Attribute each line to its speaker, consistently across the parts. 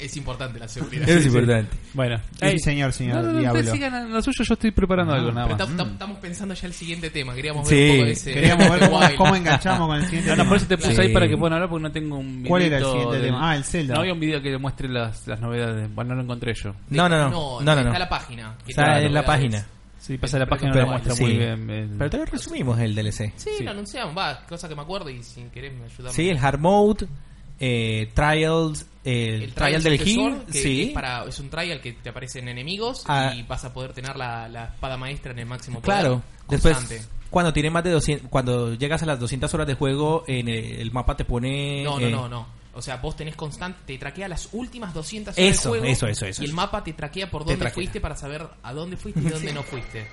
Speaker 1: Es importante la seguridad.
Speaker 2: Eso es
Speaker 1: Sí, sí.
Speaker 2: importante.
Speaker 3: Bueno,
Speaker 4: Sí, señor, señor
Speaker 3: No, no, no,
Speaker 4: Diablo.
Speaker 3: ustedes sigan en lo suyo, yo estoy preparando algo nada
Speaker 1: Pero
Speaker 3: más.
Speaker 1: tam- tam- Estamos pensando ya el siguiente tema. Queríamos ver
Speaker 2: Sí,
Speaker 1: un poco de ese.
Speaker 4: Queríamos ver cómo,
Speaker 1: Wild.
Speaker 4: cómo enganchamos con el siguiente
Speaker 3: No, no,
Speaker 4: tema.
Speaker 3: por eso te puse
Speaker 2: Sí.
Speaker 3: ahí para que puedan hablar porque no tengo un video.
Speaker 4: ¿Cuál era el siguiente tema? Ah, el Zelda.
Speaker 3: No había un video que muestre las, las novedades. Bueno, no lo encontré yo.
Speaker 2: No, no, no. No, no,
Speaker 1: Está
Speaker 2: no.
Speaker 1: la página. que
Speaker 2: Está
Speaker 1: trae
Speaker 2: en la
Speaker 1: novedades.
Speaker 2: página.
Speaker 3: Sí, pasa la
Speaker 1: Pero
Speaker 3: página no
Speaker 1: pero-
Speaker 3: la muestra
Speaker 2: sí.
Speaker 3: muy bien. el-
Speaker 2: Pero todavía resumimos el DLC.
Speaker 1: Sí,
Speaker 3: Sí.
Speaker 1: lo anunciamos. Va, cosa que me acuerdo y si querés me ayudar.
Speaker 2: Sí, el Hard Mode, eh, Trials, el, Trial del Hill.
Speaker 1: Successor, que
Speaker 2: Sí.
Speaker 1: Es, para, es un trial que te aparecen enemigos
Speaker 2: Ah.
Speaker 1: y vas a poder tener la, la espada maestra en el máximo poder.
Speaker 2: Claro.
Speaker 1: Constante.
Speaker 2: Después, cuando tiene más de 200, cuando llegas a las 200 horas de juego, en el, el mapa te pone.
Speaker 1: No,
Speaker 2: eh,
Speaker 1: no, no, no. O sea, vos tenés constante, te traquea las últimas 200 horas
Speaker 2: Eso,
Speaker 1: de juego,
Speaker 2: eso, eso, eso,
Speaker 1: Y el
Speaker 2: eso.
Speaker 1: mapa te traquea por dónde
Speaker 2: traquea.
Speaker 1: fuiste para saber a dónde fuiste y dónde no fuiste.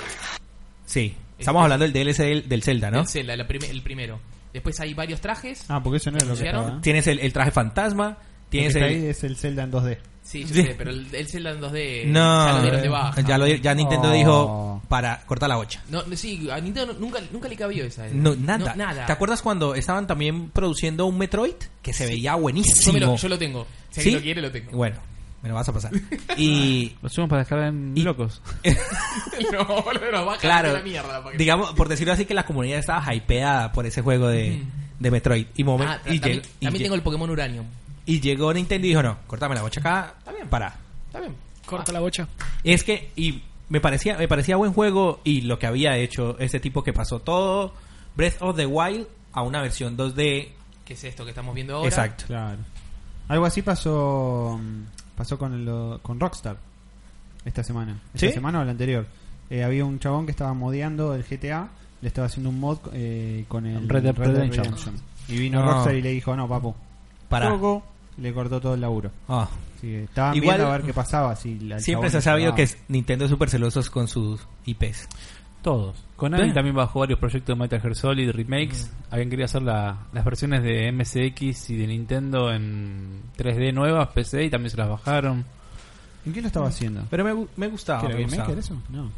Speaker 2: Sí. Estamos hablando del DLC del, del Zelda, ¿no?
Speaker 1: El Zelda, la prim- el primero. Después hay varios trajes.
Speaker 4: Ah, porque eso no es lo que
Speaker 1: ¿Anunciaron?
Speaker 4: estaba.
Speaker 2: Tienes el, el traje fantasma,
Speaker 4: Lo
Speaker 2: tienes
Speaker 4: que está
Speaker 2: el.
Speaker 4: ahí es el Zelda en 2D.
Speaker 1: Sí, yo
Speaker 2: Sí.
Speaker 1: sé, pero el, el Zelda en 2D eh,
Speaker 2: No,
Speaker 1: ya lo dieron de baja.
Speaker 2: ya, lo di- ya Nintendo
Speaker 3: Oh.
Speaker 2: dijo para cortar la bocha.
Speaker 1: No, no, sí, a Nintendo nunca, nunca le cabió esa. eh.
Speaker 2: No, nada.
Speaker 1: No, nada.
Speaker 2: ¿Te acuerdas cuando estaban también produciendo un Metroid que se veía
Speaker 1: Yo,
Speaker 2: buenísimo?
Speaker 1: me lo, yo lo tengo. Si alguien
Speaker 2: ¿Sí?
Speaker 1: lo quiere, lo tengo.
Speaker 2: Bueno, me lo vas a pasar. Y
Speaker 3: Lo subimos para descargar en
Speaker 2: Y-
Speaker 3: locos.
Speaker 1: no, boludo, no, baja
Speaker 2: claro,
Speaker 1: la mierda. Ah, para que-
Speaker 2: digamos, por decirlo así, que la comunidad estaba hypeada por ese juego de, de Metroid. Y, momen-
Speaker 1: Ah,
Speaker 2: y,
Speaker 1: también,
Speaker 2: lleg- y
Speaker 1: también
Speaker 2: lleg-
Speaker 1: tengo el Pokémon Uranium.
Speaker 2: y llegó Nintendo y dijo, no, cortame la bocha acá,
Speaker 1: Está bien.
Speaker 2: para.
Speaker 1: Está bien.
Speaker 5: Corta la bocha.
Speaker 2: Es que, y me parecía, me parecía buen juego y lo que había hecho este tipo que pasó todo Breath of the Wild a una versión 2D.
Speaker 1: ¿Qué es esto que estamos viendo ahora?
Speaker 2: Exacto.
Speaker 4: Claro. Algo así pasó mm, pasó con el- con Rockstar esta semana. ¿Esta
Speaker 2: ¿Sí?
Speaker 4: semana o la anterior? Eh, había un chabón que estaba modeando el GTA, le estaba haciendo un mod eh, con el
Speaker 3: Red Dead Redemption.
Speaker 4: Y vino
Speaker 2: No.
Speaker 4: Rockstar y le dijo, no, papu,
Speaker 2: Para.
Speaker 4: Poco, le cortó todo el laburo.
Speaker 2: Ah.
Speaker 4: Así que estaban
Speaker 2: Igual-
Speaker 4: viendo a ver qué pasaba. Si la- el
Speaker 2: Siempre
Speaker 4: chabón
Speaker 2: se ha sabido
Speaker 4: estaba-
Speaker 2: que es- Nintendo es súper celosos con sus IPs.
Speaker 3: Todos. Konami
Speaker 2: Sí.
Speaker 3: también bajó varios proyectos de Metal Gear Solid remakes. Habían querido hacer la- las versiones de MSX y de Nintendo en 3D nuevas, PC, y también se las bajaron.
Speaker 4: ¿En qué lo estaba haciendo?
Speaker 2: Pero me, gu- me
Speaker 1: Ah,
Speaker 2: gustaba.
Speaker 4: ¿Qué era
Speaker 2: me
Speaker 4: Game
Speaker 2: gustaba.
Speaker 4: Maker eso? No.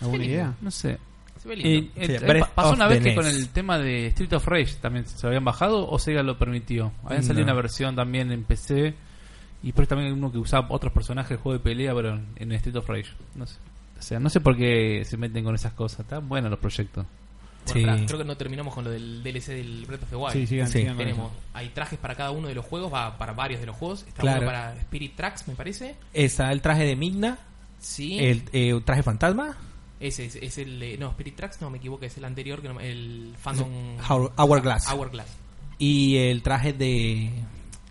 Speaker 4: ¿Alguna idea?
Speaker 3: No sé.
Speaker 1: Se ve
Speaker 3: Y,
Speaker 1: lindo.
Speaker 3: eh,
Speaker 2: Sí,
Speaker 3: eh,
Speaker 2: Breath
Speaker 3: pasó
Speaker 2: of
Speaker 3: una
Speaker 2: the
Speaker 3: vez que
Speaker 2: NES.
Speaker 3: con el tema de Street of Rage también se habían bajado o Sega lo permitió. Habían salido
Speaker 2: No.
Speaker 3: una versión también en PC y después también uno que usaba otros personajes de juego de pelea, pero en- en Street of Rage. No sé. O sea, no sé por qué se meten con esas cosas. Tan buenos los proyectos.
Speaker 1: Bueno,
Speaker 2: Sí.
Speaker 1: pará, creo que no terminamos con lo del DLC del Breath of the Wild.
Speaker 4: Sí, sigan,
Speaker 2: Sí.
Speaker 4: sigan con
Speaker 1: Tenemos,
Speaker 4: eso.
Speaker 1: hay trajes para cada uno de los juegos, va para varios de los juegos. Está
Speaker 2: Claro.
Speaker 1: uno para Spirit Tracks, me parece.
Speaker 2: Está el traje de Migna,
Speaker 1: Sí.
Speaker 2: el eh, un traje fantasma,
Speaker 1: Ese es, es el. eh, No, Spirit Tracks, no me equivoco, es el anterior, que no me- el Phantom.
Speaker 2: Hour- Hourglass.
Speaker 1: Hourglass.
Speaker 2: y el traje de...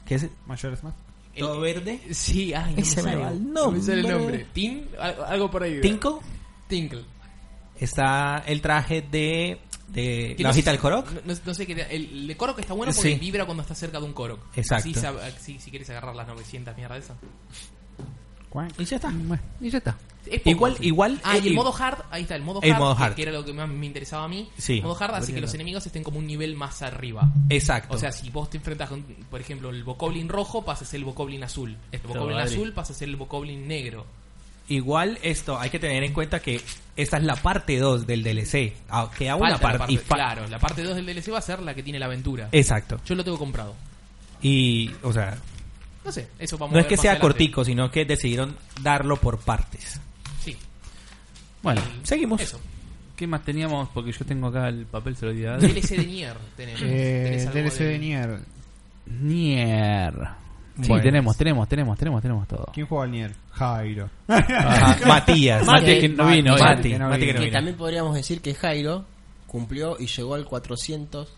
Speaker 2: ¿Qué es?
Speaker 4: Mayor Smash.
Speaker 1: El-
Speaker 2: ¿Todo verde?
Speaker 1: Sí, ay, no me
Speaker 2: Ese me
Speaker 1: sale.
Speaker 2: va el
Speaker 1: No me sale el
Speaker 2: nombre.
Speaker 1: nombre. Tin, al- algo por ahí.
Speaker 2: Tinko.
Speaker 1: Tinkle.
Speaker 2: Está el traje de... de
Speaker 1: Que
Speaker 2: la
Speaker 1: no
Speaker 2: hojita
Speaker 1: sé-
Speaker 2: del Korok.
Speaker 1: No, no- no sé qué. El, el Korok está bueno porque
Speaker 2: Sí.
Speaker 1: vibra cuando está cerca de un Korok.
Speaker 2: Exacto.
Speaker 1: Así sab- eh, Si, si quieres agarrar las 900 mierda esa.
Speaker 4: Cuac.
Speaker 2: Y ya está.
Speaker 3: Y ya está.
Speaker 1: Es poco,
Speaker 2: Igual- igual-
Speaker 1: Ah, y el
Speaker 2: y-
Speaker 1: modo hard, ahí está, el modo hard,
Speaker 2: el modo hard.
Speaker 1: que era lo que más me interesaba a mí.
Speaker 2: Sí.
Speaker 1: Modo hard hace que los enemigos estén como un nivel más arriba.
Speaker 2: Exacto.
Speaker 1: O sea, si vos te enfrentas con, por ejemplo, el Bokoblin rojo, pasas el Bokoblin azul. El Bokoblin
Speaker 3: madre.
Speaker 1: azul, pasas el Bokoblin negro.
Speaker 2: Igual esto, hay que tener en cuenta que esta es la parte 2 del DLC. Ah, Queda una
Speaker 1: Falta la
Speaker 2: parte... y fa- Eh.
Speaker 1: claro, la parte 2 del DLC va a ser la que tiene la aventura.
Speaker 2: Exacto.
Speaker 1: Yo lo tengo comprado.
Speaker 2: Y, o sea,
Speaker 1: No sé, eso vamos
Speaker 2: no
Speaker 1: a
Speaker 2: es
Speaker 1: ver
Speaker 2: que
Speaker 1: más
Speaker 2: sea
Speaker 1: adelante.
Speaker 2: cortico, sino que decidieron darlo por partes.
Speaker 1: Sí.
Speaker 3: Bueno,
Speaker 1: Y
Speaker 2: Seguimos.
Speaker 1: Eso.
Speaker 3: ¿qué más teníamos? Porque yo tengo acá el papel, se lo di a Adri.
Speaker 1: DLC de Nier tenemos. ¿Tenés
Speaker 4: Eh,
Speaker 1: algo
Speaker 4: DLC de Nier.
Speaker 3: Nier. Sí,
Speaker 2: Bueno.
Speaker 3: tenemos, tenemos, tenemos, tenemos, tenemos todo.
Speaker 4: ¿Quién juega al Nier? Jairo.
Speaker 2: Ah, Matías.
Speaker 3: Mate que no vino.
Speaker 5: Mate.
Speaker 3: eh.
Speaker 2: Mati,
Speaker 4: no
Speaker 2: Mati que no
Speaker 4: vino.
Speaker 5: Que
Speaker 2: vino.
Speaker 5: también podríamos decir que Jairo cumplió y llegó al 400.
Speaker 4: Ah,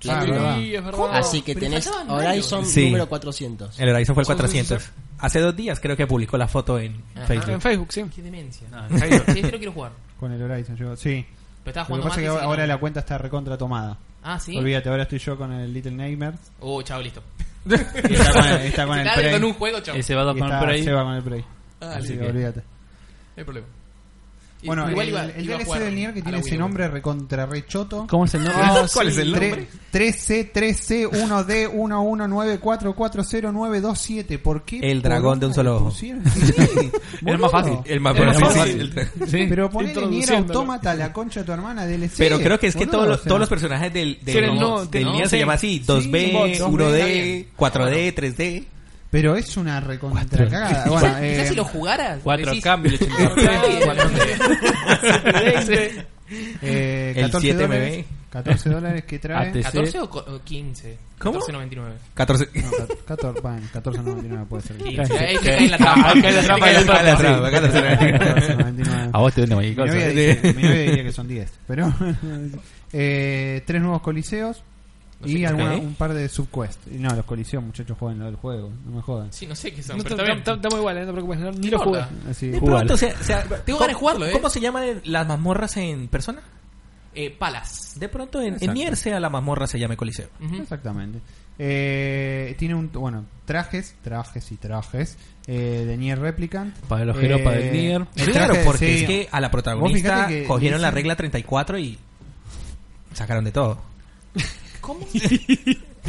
Speaker 5: Sí,
Speaker 4: verdad.
Speaker 1: es verdad.
Speaker 5: Así que
Speaker 1: Pero
Speaker 5: tenés
Speaker 1: faltaban
Speaker 5: Horizon
Speaker 2: varios. Sí.
Speaker 5: número 400.
Speaker 2: El Horizon fue el 400. Hace dos días creo que publicó la foto en
Speaker 1: Ajá.
Speaker 5: Ah,
Speaker 2: Facebook.
Speaker 5: en en Facebook, sí.
Speaker 1: Qué demencia.
Speaker 3: No,
Speaker 1: sí, yo no quiero jugar.
Speaker 4: Con el Horizon llegó. Sí.
Speaker 1: Pero estaba
Speaker 4: Lo que
Speaker 1: jugando
Speaker 4: pasa es
Speaker 1: Mate, así
Speaker 4: que ahora,
Speaker 1: que
Speaker 4: ahora
Speaker 1: no.
Speaker 4: la cuenta está recontra tomada.
Speaker 1: Ah, sí.
Speaker 4: Olvídate, ahora estoy yo con el Little Nightmares.
Speaker 1: Oh, chao, listo.
Speaker 4: Y está con, está con el
Speaker 1: Dale,
Speaker 4: Prey.
Speaker 1: con un juego, chao.
Speaker 3: Ese va a
Speaker 4: Y
Speaker 3: poner
Speaker 4: está
Speaker 3: por ahí.
Speaker 4: Seba con el Prey.
Speaker 1: Ah,
Speaker 4: Así
Speaker 1: listo,
Speaker 4: que
Speaker 1: no
Speaker 4: olvídate.
Speaker 1: hay problema. Y-
Speaker 4: Bueno,
Speaker 1: igual
Speaker 4: el,
Speaker 1: iba-
Speaker 4: el
Speaker 1: iba a
Speaker 4: DLC
Speaker 1: jugar
Speaker 4: del Nier que
Speaker 1: a
Speaker 4: tiene
Speaker 1: la
Speaker 4: ese
Speaker 1: Wii U.
Speaker 4: nombre recontra rechoto.
Speaker 3: ¿Cómo Eh, es el nombre?
Speaker 2: ¿Cuál es el nombre?
Speaker 4: 3C, 3C, 1D, 119440927. ¿Por qué?
Speaker 2: El dragón de un solo ojo.
Speaker 4: pusieron? Sí,
Speaker 3: Era más fácil.
Speaker 4: boludo.
Speaker 2: El más
Speaker 3: Era
Speaker 2: fácil.
Speaker 3: Sí.
Speaker 4: Pero ponele Nier
Speaker 5: Introduciéndolo.
Speaker 4: Autómata, la concha de tu hermana DLC.
Speaker 2: Pero creo que es que
Speaker 4: boludo,
Speaker 2: todos,
Speaker 4: o
Speaker 2: los-
Speaker 4: sea.
Speaker 2: todos los personajes del, del,
Speaker 5: Sí, no,
Speaker 2: del
Speaker 5: no,
Speaker 2: Nier se
Speaker 5: sí.
Speaker 2: llama así.
Speaker 4: Sí,
Speaker 2: 2B,
Speaker 4: bots,
Speaker 2: 1D,
Speaker 1: está bien.
Speaker 2: 4D, 3D.
Speaker 4: Pero es una recontra cagada.
Speaker 1: Quizás-
Speaker 4: Bueno,
Speaker 1: quizás
Speaker 4: eh,
Speaker 1: si lo jugaras.
Speaker 3: Cuatro
Speaker 1: decís,
Speaker 3: K, 1080p,
Speaker 1: "Ah, está bien".
Speaker 2: 20.
Speaker 4: eh,
Speaker 2: El
Speaker 4: 14
Speaker 2: 7 MB.
Speaker 4: dólares, 14 dólares que trae.
Speaker 3: ATC.
Speaker 1: 14 o co- o 15.
Speaker 2: ¿Cómo?
Speaker 1: 14.99.
Speaker 2: 14.
Speaker 4: No, 14, bueno, 14.99 puede ser.
Speaker 1: 15. Ahí te cae en la trampa.
Speaker 3: Acá en la trampa, en la trampa.
Speaker 2: Acá en la trampa, acá en la trampa.
Speaker 4: 14.99.
Speaker 3: A vos te venden cualquier
Speaker 4: Mi
Speaker 3: cosa.
Speaker 4: novia, dice, mi novia diría que son 10, pero eh, tres nuevos coliseos y
Speaker 1: Ok.
Speaker 4: alguna- un par de subquests. Y No, los coliseos, muchachos, juegan lo del juego, no me jodan.
Speaker 1: Sí, no sé qué son,
Speaker 6: No,
Speaker 1: pero
Speaker 6: está-
Speaker 1: está bien.
Speaker 6: está- Estamos iguales, no te preocupes. no- Ni
Speaker 1: No
Speaker 6: lo jugué.
Speaker 1: importa.
Speaker 4: Así.
Speaker 2: De
Speaker 3: Jugar.
Speaker 2: pronto, o sea, o sea,
Speaker 1: Tengo
Speaker 2: ¿cómo-
Speaker 1: ganas de jugarlo, eh.
Speaker 2: ¿Cómo se llaman las mazmorras en persona?
Speaker 1: Eh, Palas.
Speaker 2: De pronto en,
Speaker 4: Exacto.
Speaker 2: en Nier sea la mazmorra se llame Coliseo.
Speaker 1: Ujú.
Speaker 4: Exactamente. Eh, tiene un, bueno, trajes, trajes y trajes eh, de Nier Replicant.
Speaker 3: Para los jeropas
Speaker 4: Eh,
Speaker 3: del Nier.
Speaker 4: el
Speaker 2: Claro,
Speaker 4: traje-
Speaker 2: porque
Speaker 4: sí.
Speaker 2: es que a la
Speaker 4: Vos
Speaker 2: protagonista
Speaker 4: fijate que
Speaker 2: cogieron la
Speaker 4: dicen-
Speaker 2: regla 34 y sacaron de todo.
Speaker 1: ¿Cómo?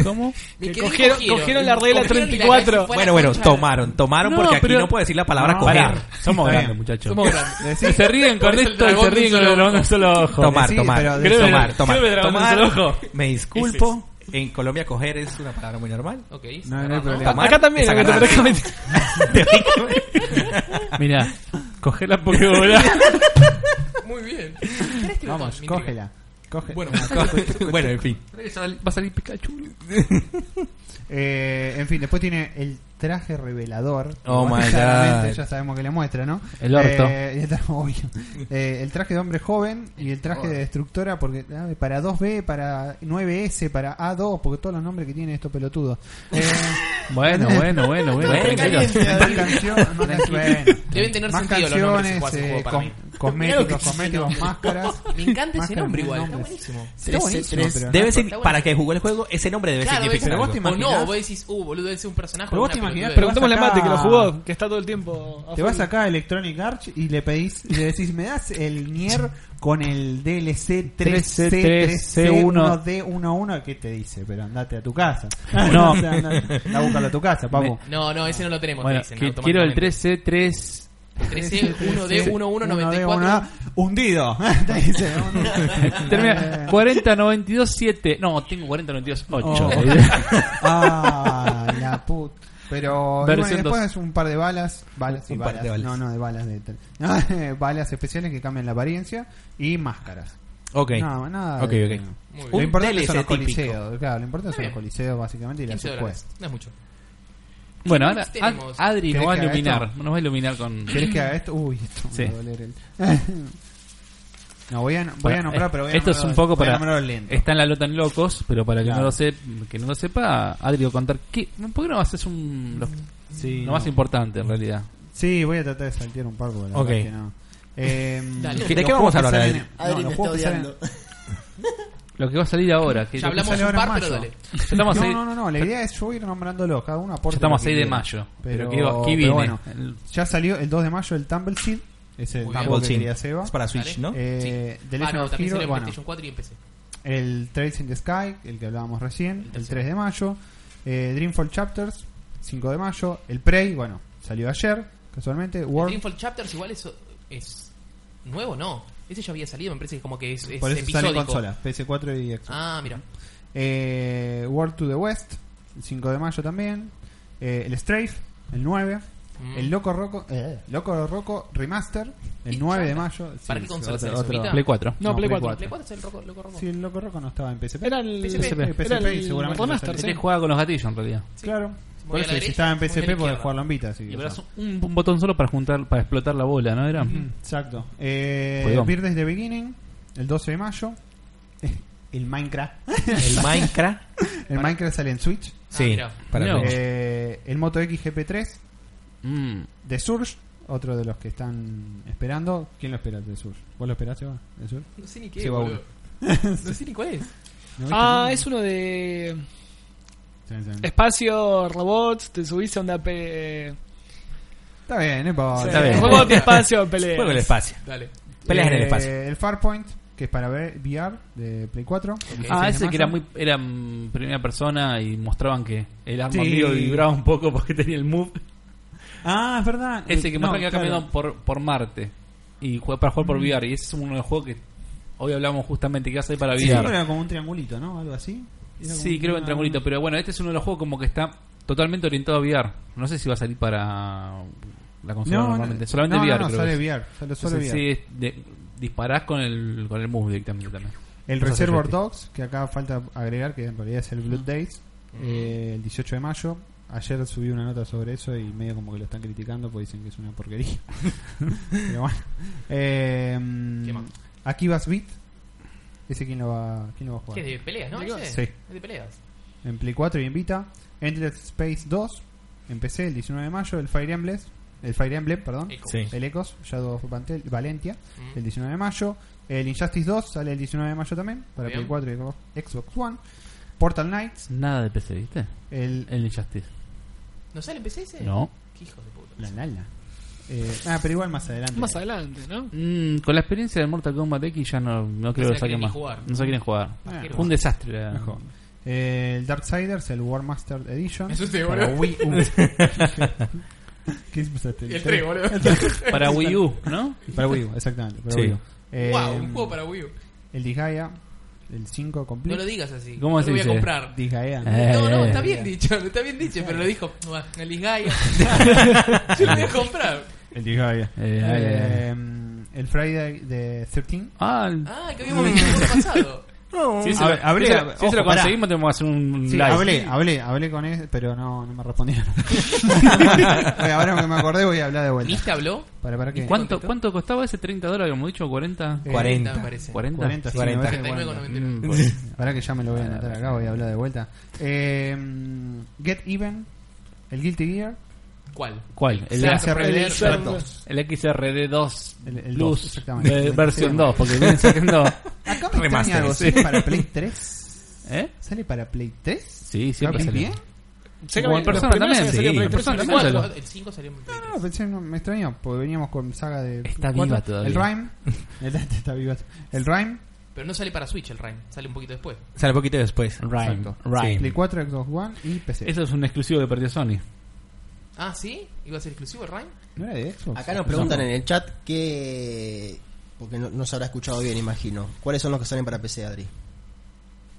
Speaker 3: ¿Cómo?
Speaker 1: ¿De
Speaker 6: Que
Speaker 1: qué dijo
Speaker 6: cogieron-
Speaker 1: Giro?
Speaker 6: cogieron la regla
Speaker 1: Cogieron y la
Speaker 6: 34.
Speaker 1: casi fuera
Speaker 2: Bueno, bueno,
Speaker 1: concha.
Speaker 2: tomaron, tomaron
Speaker 3: No,
Speaker 2: porque aquí
Speaker 3: pero-
Speaker 2: no puedo decir la palabra
Speaker 4: No,
Speaker 2: coger.
Speaker 4: pará.
Speaker 3: Somos
Speaker 4: Está
Speaker 3: grandes,
Speaker 4: bien.
Speaker 3: muchachos.
Speaker 1: Somos grandes.
Speaker 4: Decís-
Speaker 3: Se ríen
Speaker 1: Por
Speaker 3: con
Speaker 1: eso el
Speaker 3: esto y se
Speaker 1: dragón
Speaker 3: ríen
Speaker 1: de
Speaker 3: con
Speaker 1: un
Speaker 3: el
Speaker 1: solo
Speaker 3: dragón de un solo ojo.
Speaker 2: Tomar,
Speaker 4: Sí,
Speaker 2: tomar,
Speaker 4: pero de-
Speaker 2: tomar, tomar,
Speaker 3: Creo- creo que dragón de un
Speaker 2: tomar.
Speaker 3: solo ojo.
Speaker 2: Me disculpo, en Colombia coger es una palabra muy normal.
Speaker 1: Ok.
Speaker 4: No, no hay
Speaker 1: cerramos.
Speaker 4: problema.
Speaker 2: Tomar
Speaker 6: Acá también,
Speaker 2: es
Speaker 6: acá
Speaker 2: agarrar.
Speaker 6: también.
Speaker 3: Mirá, coger la pokebola.
Speaker 1: Muy bien. ¿Querés que lo
Speaker 4: Vamos,
Speaker 1: tome?
Speaker 4: cógela. Coge-
Speaker 1: Bueno,
Speaker 2: bueno, en fin.
Speaker 3: Va a salir Pikachu.
Speaker 4: Eh, en fin, después tiene el traje revelador.
Speaker 2: Oh
Speaker 4: Igual
Speaker 2: my
Speaker 4: claramente
Speaker 2: God.
Speaker 4: Ya sabemos que le muestra, ¿no?
Speaker 3: El orto.
Speaker 4: Eh, y el tra- obvio. Eh, el traje de hombre joven y el traje de destructora, porque ah, para 2B, para 9S, para A2, porque todos los nombres que tiene estos pelotudos. Eh,
Speaker 3: Bueno, bueno, bueno, bueno.
Speaker 2: Bueno,
Speaker 3: tranquilos.
Speaker 4: más canciones, más canciones,
Speaker 1: Deben tener
Speaker 4: más
Speaker 1: sentido los nombres que
Speaker 4: canciones,
Speaker 1: juegas en juego
Speaker 4: eh,
Speaker 1: para
Speaker 4: cos-
Speaker 1: mí.
Speaker 4: cosméticos, cosméticos, máscaras.
Speaker 1: Me encanta ese
Speaker 4: Máscaras,
Speaker 1: nombre igual. Está
Speaker 4: nombres.
Speaker 1: buenísimo.
Speaker 4: Está buenísimo,
Speaker 5: tres-
Speaker 4: pero no-
Speaker 2: Debe
Speaker 1: está
Speaker 2: ser,
Speaker 1: bueno.
Speaker 2: para que jugó el juego, ese nombre debe
Speaker 1: Claro, debe
Speaker 2: significar
Speaker 1: ser-
Speaker 2: algo.
Speaker 4: vos te
Speaker 1: O no,
Speaker 4: imaginás-
Speaker 1: vos decís, uh, boludo, debe ser un personaje.
Speaker 4: Pero
Speaker 1: o
Speaker 4: vos
Speaker 1: una
Speaker 4: te imaginás,
Speaker 1: pelotudez.
Speaker 4: pero-
Speaker 6: Preguntémosle a
Speaker 4: Te vas
Speaker 6: Mate que lo
Speaker 3: Ah.
Speaker 4: acá-
Speaker 6: jugó, que está todo el tiempo. a
Speaker 4: Te vas
Speaker 6: full.
Speaker 4: acá a Electronic Arts y le pedís y le decís, "Me das el Nier con el DLC 3C3C1D11" ¿qué te dice? Pero andate a tu casa.
Speaker 3: No.
Speaker 4: O sea, andate a buscarlo a tu casa, papu.
Speaker 1: No, no, ese no lo tenemos.
Speaker 3: Bueno,
Speaker 1: te dicen,
Speaker 3: que quiero el
Speaker 1: automáticamente.
Speaker 3: 3C3.
Speaker 1: 13, 1D,
Speaker 4: 1D11,
Speaker 1: 1194.
Speaker 4: hundido. ah, Te dice, un-
Speaker 3: Termina 40927. No, tengo 40928.
Speaker 4: Oh. Ah, la puta. Pero y bueno,
Speaker 3: Versión
Speaker 4: después
Speaker 3: dos.
Speaker 4: es un par de balas, balas y
Speaker 2: Un par
Speaker 4: balas.
Speaker 2: de
Speaker 4: No,
Speaker 2: balas.
Speaker 4: no, de balas de no, balas especiales que cambian la apariencia y máscaras.
Speaker 2: Ok.
Speaker 4: Nada, nada.
Speaker 2: Ok,
Speaker 4: de-
Speaker 1: Muy
Speaker 2: ok.
Speaker 4: Lo
Speaker 1: bien.
Speaker 2: Un
Speaker 4: importante son los
Speaker 2: DLC típico.
Speaker 4: coliseos, claro, lo importante son los
Speaker 1: Está bien.
Speaker 4: coliseos básicamente y las
Speaker 1: 15 dólares.
Speaker 4: subquests.
Speaker 1: No es mucho.
Speaker 3: Bueno, ahora
Speaker 1: más tenemos?
Speaker 3: Ad- Adri nos
Speaker 4: ¿Querés
Speaker 3: va a
Speaker 4: que haga
Speaker 3: iluminar.
Speaker 4: esto?
Speaker 3: Nos va a iluminar con.
Speaker 4: ¿Querés que haga esto? Uy, esto me
Speaker 3: Sí.
Speaker 4: va a doler el... No, voy a, voy a
Speaker 3: Bueno,
Speaker 4: nombrar,
Speaker 3: eh,
Speaker 4: pero voy a
Speaker 3: Esto es
Speaker 4: nombrar-
Speaker 3: un poco
Speaker 4: voy a
Speaker 3: para.
Speaker 4: nombrarlo lento.
Speaker 3: Está en la lota en locos, pero para que,
Speaker 4: Claro.
Speaker 3: no lo sepa, que no lo sepa, Adri va a contar. ¿qué, ¿Por qué no haces un, lo,
Speaker 4: Sí,
Speaker 3: lo
Speaker 4: no.
Speaker 3: más importante en realidad?
Speaker 4: Sí, voy a tratar de saltear un par porque la
Speaker 2: Ok.
Speaker 4: verdad que no. Eh,
Speaker 1: Dale.
Speaker 4: los
Speaker 2: ¿De qué
Speaker 4: juegos
Speaker 2: vamos a
Speaker 4: que
Speaker 2: hablar,
Speaker 4: salen-
Speaker 2: Adri?
Speaker 4: no,
Speaker 5: Adri
Speaker 4: los
Speaker 5: me está
Speaker 4: juegos que salen-
Speaker 5: odiando.
Speaker 3: Lo que va a salir ahora. Que
Speaker 1: Ya
Speaker 3: lo que
Speaker 1: hablamos
Speaker 4: sale
Speaker 1: un
Speaker 4: ahora en
Speaker 1: par, pero
Speaker 4: mayo.
Speaker 1: dale.
Speaker 3: Ya estamos
Speaker 4: no,
Speaker 3: ahí-
Speaker 4: no, no, no, la idea es yo ir nombrándolo, cada uno aporta.
Speaker 3: Ya estamos
Speaker 4: lo que
Speaker 3: 6 de
Speaker 4: quiera.
Speaker 3: mayo. Pero,
Speaker 4: Pero,
Speaker 3: ¿qué, va- qué
Speaker 4: pero
Speaker 3: viene?
Speaker 4: bueno,
Speaker 3: El-
Speaker 4: ya salió el 2 de mayo el Tumble Seed, es el
Speaker 1: Muy
Speaker 4: juego
Speaker 1: bien.
Speaker 4: que
Speaker 2: Tumble
Speaker 4: quería
Speaker 2: Sin.
Speaker 4: Seba.
Speaker 2: Es para Switch, ¿no?
Speaker 4: Eh, The
Speaker 1: Ah,
Speaker 4: Legend
Speaker 1: no,
Speaker 4: of
Speaker 1: también
Speaker 4: Hero,
Speaker 1: salió en
Speaker 4: bueno.
Speaker 1: PlayStation 4 y empecé.
Speaker 4: El Trails in the Sky, el que hablábamos recién, el,
Speaker 1: tercero.
Speaker 4: 3 de mayo. Eh, Dreamfall Chapters, 5 de mayo. El Prey, bueno, salió ayer, casualmente.
Speaker 1: El
Speaker 4: World,
Speaker 1: Dreamfall Chapters igual es, es nuevo, ¿no? Ese ya había salido, me parece que como que es, es
Speaker 4: por eso sale en
Speaker 1: episódico.
Speaker 4: consola, PS4 y Xbox.
Speaker 1: Ah, mira.
Speaker 4: Eh, World to the West, el 5 de mayo también. Eh, el Strafe, el 9.
Speaker 1: Mm.
Speaker 4: El Loco Roco, eh, Loco Roco Remaster,
Speaker 1: Y
Speaker 4: el 9 de
Speaker 1: chanta.
Speaker 4: mayo.
Speaker 1: ¿Para
Speaker 4: Sí,
Speaker 1: qué consola
Speaker 4: otro-
Speaker 1: se hizo,
Speaker 4: otro-
Speaker 1: Vita?
Speaker 3: Play 4.
Speaker 6: No, Play 4.
Speaker 1: ¿Le cuánto es el roco, loco roco?
Speaker 4: Sí, el Loco Roco no estaba en PSP.
Speaker 6: Era el
Speaker 1: PSP,
Speaker 6: PSP,
Speaker 4: PSP,
Speaker 6: era el
Speaker 4: seguramente
Speaker 6: remaster,
Speaker 4: lo
Speaker 6: sí.
Speaker 3: Este juega con los gatillos en realidad.
Speaker 4: Claro.
Speaker 1: Muy
Speaker 4: Por
Speaker 1: a la
Speaker 4: eso, si
Speaker 1: derecha,
Speaker 4: estaba en
Speaker 1: muy a la
Speaker 4: PSP, podés
Speaker 1: izquierda.
Speaker 4: jugarlo en Vita. así que,
Speaker 3: Y
Speaker 4: o sea.
Speaker 3: habrá un, un botón solo para juntar, para explotar la bola, ¿no era?
Speaker 4: Exacto.
Speaker 2: Pues
Speaker 4: Eh,
Speaker 3: Perdón.
Speaker 4: Birdes de Beginning, el 12 de mayo. El Minecraft.
Speaker 2: El Minecraft.
Speaker 4: El Minecraft sale en Switch.
Speaker 1: Ah,
Speaker 2: Sí,
Speaker 1: mira.
Speaker 2: para
Speaker 3: No.
Speaker 2: Switch.
Speaker 4: Eh, el Moto X GP3
Speaker 3: Mm.
Speaker 4: de Surge, otro de los que están esperando. ¿Quién lo espera de Surge? ¿Vos lo esperás, Seba? ¿De Surge?
Speaker 1: No sé ni qué,
Speaker 4: Sí, va
Speaker 1: boludo. No sé ni cuál es.
Speaker 4: ¿No viste
Speaker 6: Ah,
Speaker 4: ninguno?
Speaker 6: es uno de
Speaker 4: Sí, sí.
Speaker 6: espacio, robots, te subís a onda pe... eh,
Speaker 4: Está bien, no importa.
Speaker 2: Está bien.
Speaker 6: Robot, espacio, pelea.
Speaker 2: Juego en el espacio.
Speaker 1: Dale.
Speaker 2: Peleas en el
Speaker 4: Eh,
Speaker 2: espacio.
Speaker 4: El Farpoint, que es para ver VR de Play 4.
Speaker 3: Ah,
Speaker 4: 16 de
Speaker 3: ese que era
Speaker 4: mayo.
Speaker 3: muy era mm, primera persona y mostraban que el arma
Speaker 4: Sí.
Speaker 3: amigo vibraba un poco porque tenía el move.
Speaker 4: Ah, es verdad.
Speaker 3: Ese que
Speaker 4: No,
Speaker 3: mostraban que iba
Speaker 4: claro.
Speaker 3: caminando por, por Marte y jue- para jugar por VR. Y ese es uno de los juegos que hoy hablamos justamente que va a salir para
Speaker 4: Sí,
Speaker 3: VR.
Speaker 4: era como un triangulito, ¿no? Algo así. Era como
Speaker 3: Sí, creo que en
Speaker 4: una-
Speaker 3: triangulito, pero bueno, este es uno de los juegos como que está totalmente orientado a VR. No sé si va a salir para la consola normalmente. Solamente
Speaker 4: no, no,
Speaker 3: VR,
Speaker 4: no,
Speaker 3: creo
Speaker 4: sale
Speaker 3: que es.
Speaker 4: VR, sale solo
Speaker 3: Entonces,
Speaker 4: VR.
Speaker 3: sí, de- disparás con el, con el move directamente también.
Speaker 4: El
Speaker 3: Cosas
Speaker 4: Reservoir
Speaker 3: efecti-
Speaker 4: Dogs, que acá falta agregar, que en realidad es el Blood Days, eh, el 18 de mayo. Ayer subí una nota sobre eso y medio como que lo están criticando porque dicen que es una porquería. Pero bueno. Eh,
Speaker 1: ¿Qué más?
Speaker 4: aquí vas Beat. ¿Ese quién lo va, quién lo va a
Speaker 1: ¿Qué
Speaker 4: jugar?
Speaker 1: es de peleas, no?
Speaker 6: ¿De qué?
Speaker 1: ¿Ese?
Speaker 4: Sí.
Speaker 1: Es de peleas.
Speaker 4: En Play 4 y en Vita. Endless Space 2. Empecé el 19 de mayo. El Fire Emblem. El Fire Emblem, perdón.
Speaker 1: Echo.
Speaker 2: Sí.
Speaker 4: El Ecos, Shadow of Vantel- Valentia,
Speaker 1: Mm.
Speaker 4: el 19 de mayo. El Injustice 2 sale el 19 de mayo también, para
Speaker 1: Bien.
Speaker 4: Play 4 y Xbox- Xbox One. Portal Knights,
Speaker 3: Nada de PC, ¿viste?
Speaker 4: el...
Speaker 3: El Injustice.
Speaker 1: ¿No sale el PC ese?
Speaker 3: No.
Speaker 1: Qué hijos de puta.
Speaker 4: La la la. Eh, ah, pero igual más adelante.
Speaker 6: Más adelante, ¿no?
Speaker 3: Mm, con la experiencia de Mortal Kombat X ya no, no creo
Speaker 1: se la
Speaker 3: que saquen
Speaker 1: quieren ni
Speaker 3: más.
Speaker 1: jugar.
Speaker 3: No se quieren jugar.
Speaker 4: Ah,
Speaker 1: Quiero
Speaker 3: Fue un
Speaker 1: más.
Speaker 3: desastre. la-
Speaker 4: Mejor. Eh, el Darksiders, el War Master Edition.
Speaker 1: Me asusté,
Speaker 4: para
Speaker 1: boludo.
Speaker 4: Wii U. ¿Qué pensaste?
Speaker 1: El 3, boludo.
Speaker 3: Para Wii U, ¿no?
Speaker 4: Para Wii U, exactamente. Para
Speaker 2: Sí.
Speaker 4: Wii U. Eh,
Speaker 1: wow, un juego para Wii U.
Speaker 4: El Disgaea, el 5
Speaker 1: No
Speaker 4: completo.
Speaker 1: lo digas así.
Speaker 3: ¿Cómo
Speaker 1: no
Speaker 3: se
Speaker 1: lo voy a
Speaker 3: dice?
Speaker 1: comprar.
Speaker 4: Disgaea.
Speaker 3: Eh.
Speaker 1: No, no, está
Speaker 3: Eh.
Speaker 1: bien dicho, está bien dicho, pero lo dijo "Buah, el Isgaia. Yo lo voy a comprar.
Speaker 4: El Disgaea.
Speaker 3: Eh, ay, ay, ay.
Speaker 4: Eh, el Friday de 13.
Speaker 3: Ah, el-
Speaker 1: Ah, que habíamos visto el juego pasado.
Speaker 3: si se
Speaker 4: a
Speaker 3: lo,
Speaker 4: ver, hablé,
Speaker 3: si se
Speaker 4: a
Speaker 3: lo-
Speaker 4: ver,
Speaker 3: si se lo
Speaker 4: ojo, pará.
Speaker 3: conseguimos, tenemos que hacer un
Speaker 4: Sí,
Speaker 3: live.
Speaker 4: hablé, hablé, hablé con él, pero no, no me respondieron. Oye, ahora que me acordé voy a hablar de vuelta.
Speaker 1: ¿Niste habló?
Speaker 4: ¿Para, para qué?
Speaker 3: ¿Cuánto, ¿Cuánto costaba ese 30 dólares, como dicho, 40?
Speaker 4: Eh,
Speaker 2: 40.
Speaker 1: Me parece.
Speaker 3: 40.
Speaker 4: 40, sí,
Speaker 2: 40.
Speaker 4: me parece que
Speaker 1: 39,99.
Speaker 3: Mm,
Speaker 4: bueno. Ahora que ya me lo voy a anotar acá, voy a hablar de vuelta. Eh, Get Even, el Guilty Gear,
Speaker 1: ¿Cuál?
Speaker 3: ¿Cuál? El,
Speaker 1: Gracias.
Speaker 4: Laser Red Dead
Speaker 6: Laser
Speaker 4: Red
Speaker 6: Dead.
Speaker 4: 2.
Speaker 3: el XRD2
Speaker 4: El- el
Speaker 3: Plus,
Speaker 4: 2, exactamente.
Speaker 3: eh,
Speaker 4: Sí,
Speaker 3: versión
Speaker 4: sí,
Speaker 3: 2, porque viene saliendo.
Speaker 4: Acá me
Speaker 2: Remaster,
Speaker 4: extraña algo,
Speaker 2: sí.
Speaker 4: ¿sale para Play 3?
Speaker 3: ¿Eh?
Speaker 4: ¿Sale para Play 3?
Speaker 3: Sí, siempre
Speaker 4: ¿Va
Speaker 3: salió.
Speaker 4: bien?
Speaker 6: Sé que
Speaker 3: Como
Speaker 6: los
Speaker 3: en persona
Speaker 6: primeros
Speaker 3: también,
Speaker 6: que salió
Speaker 2: sí,
Speaker 6: Play
Speaker 3: en
Speaker 6: 3
Speaker 3: persona
Speaker 6: salió
Speaker 1: El
Speaker 3: también
Speaker 6: cuatro.
Speaker 1: cuatro, El 5 salió en Play
Speaker 4: No, Ah, pensé, no, me extrañó, porque veníamos con saga de...
Speaker 3: Está viva
Speaker 4: cuatro.
Speaker 3: todavía.
Speaker 4: El Rhyme. El, está viva. El Rhyme,
Speaker 1: tres. Pero no sale para Switch el Rhyme, sale un poquito después.
Speaker 2: Sale un poquito después.
Speaker 3: Rhyme.
Speaker 4: Exacto.
Speaker 3: Rhyme.
Speaker 4: Play 4, Xbox One y PC.
Speaker 3: Eso es un exclusivo que perdió Sony.
Speaker 1: Ah, ¿sí? ¿Iba a ser exclusivo el Rhyme?
Speaker 4: ¿No era de Xbox?
Speaker 3: Ah,
Speaker 5: Acá nos preguntan en el chat que. Porque no, no se habrá escuchado bien, imagino. ¿Cuáles son los que salen para PC, Adri?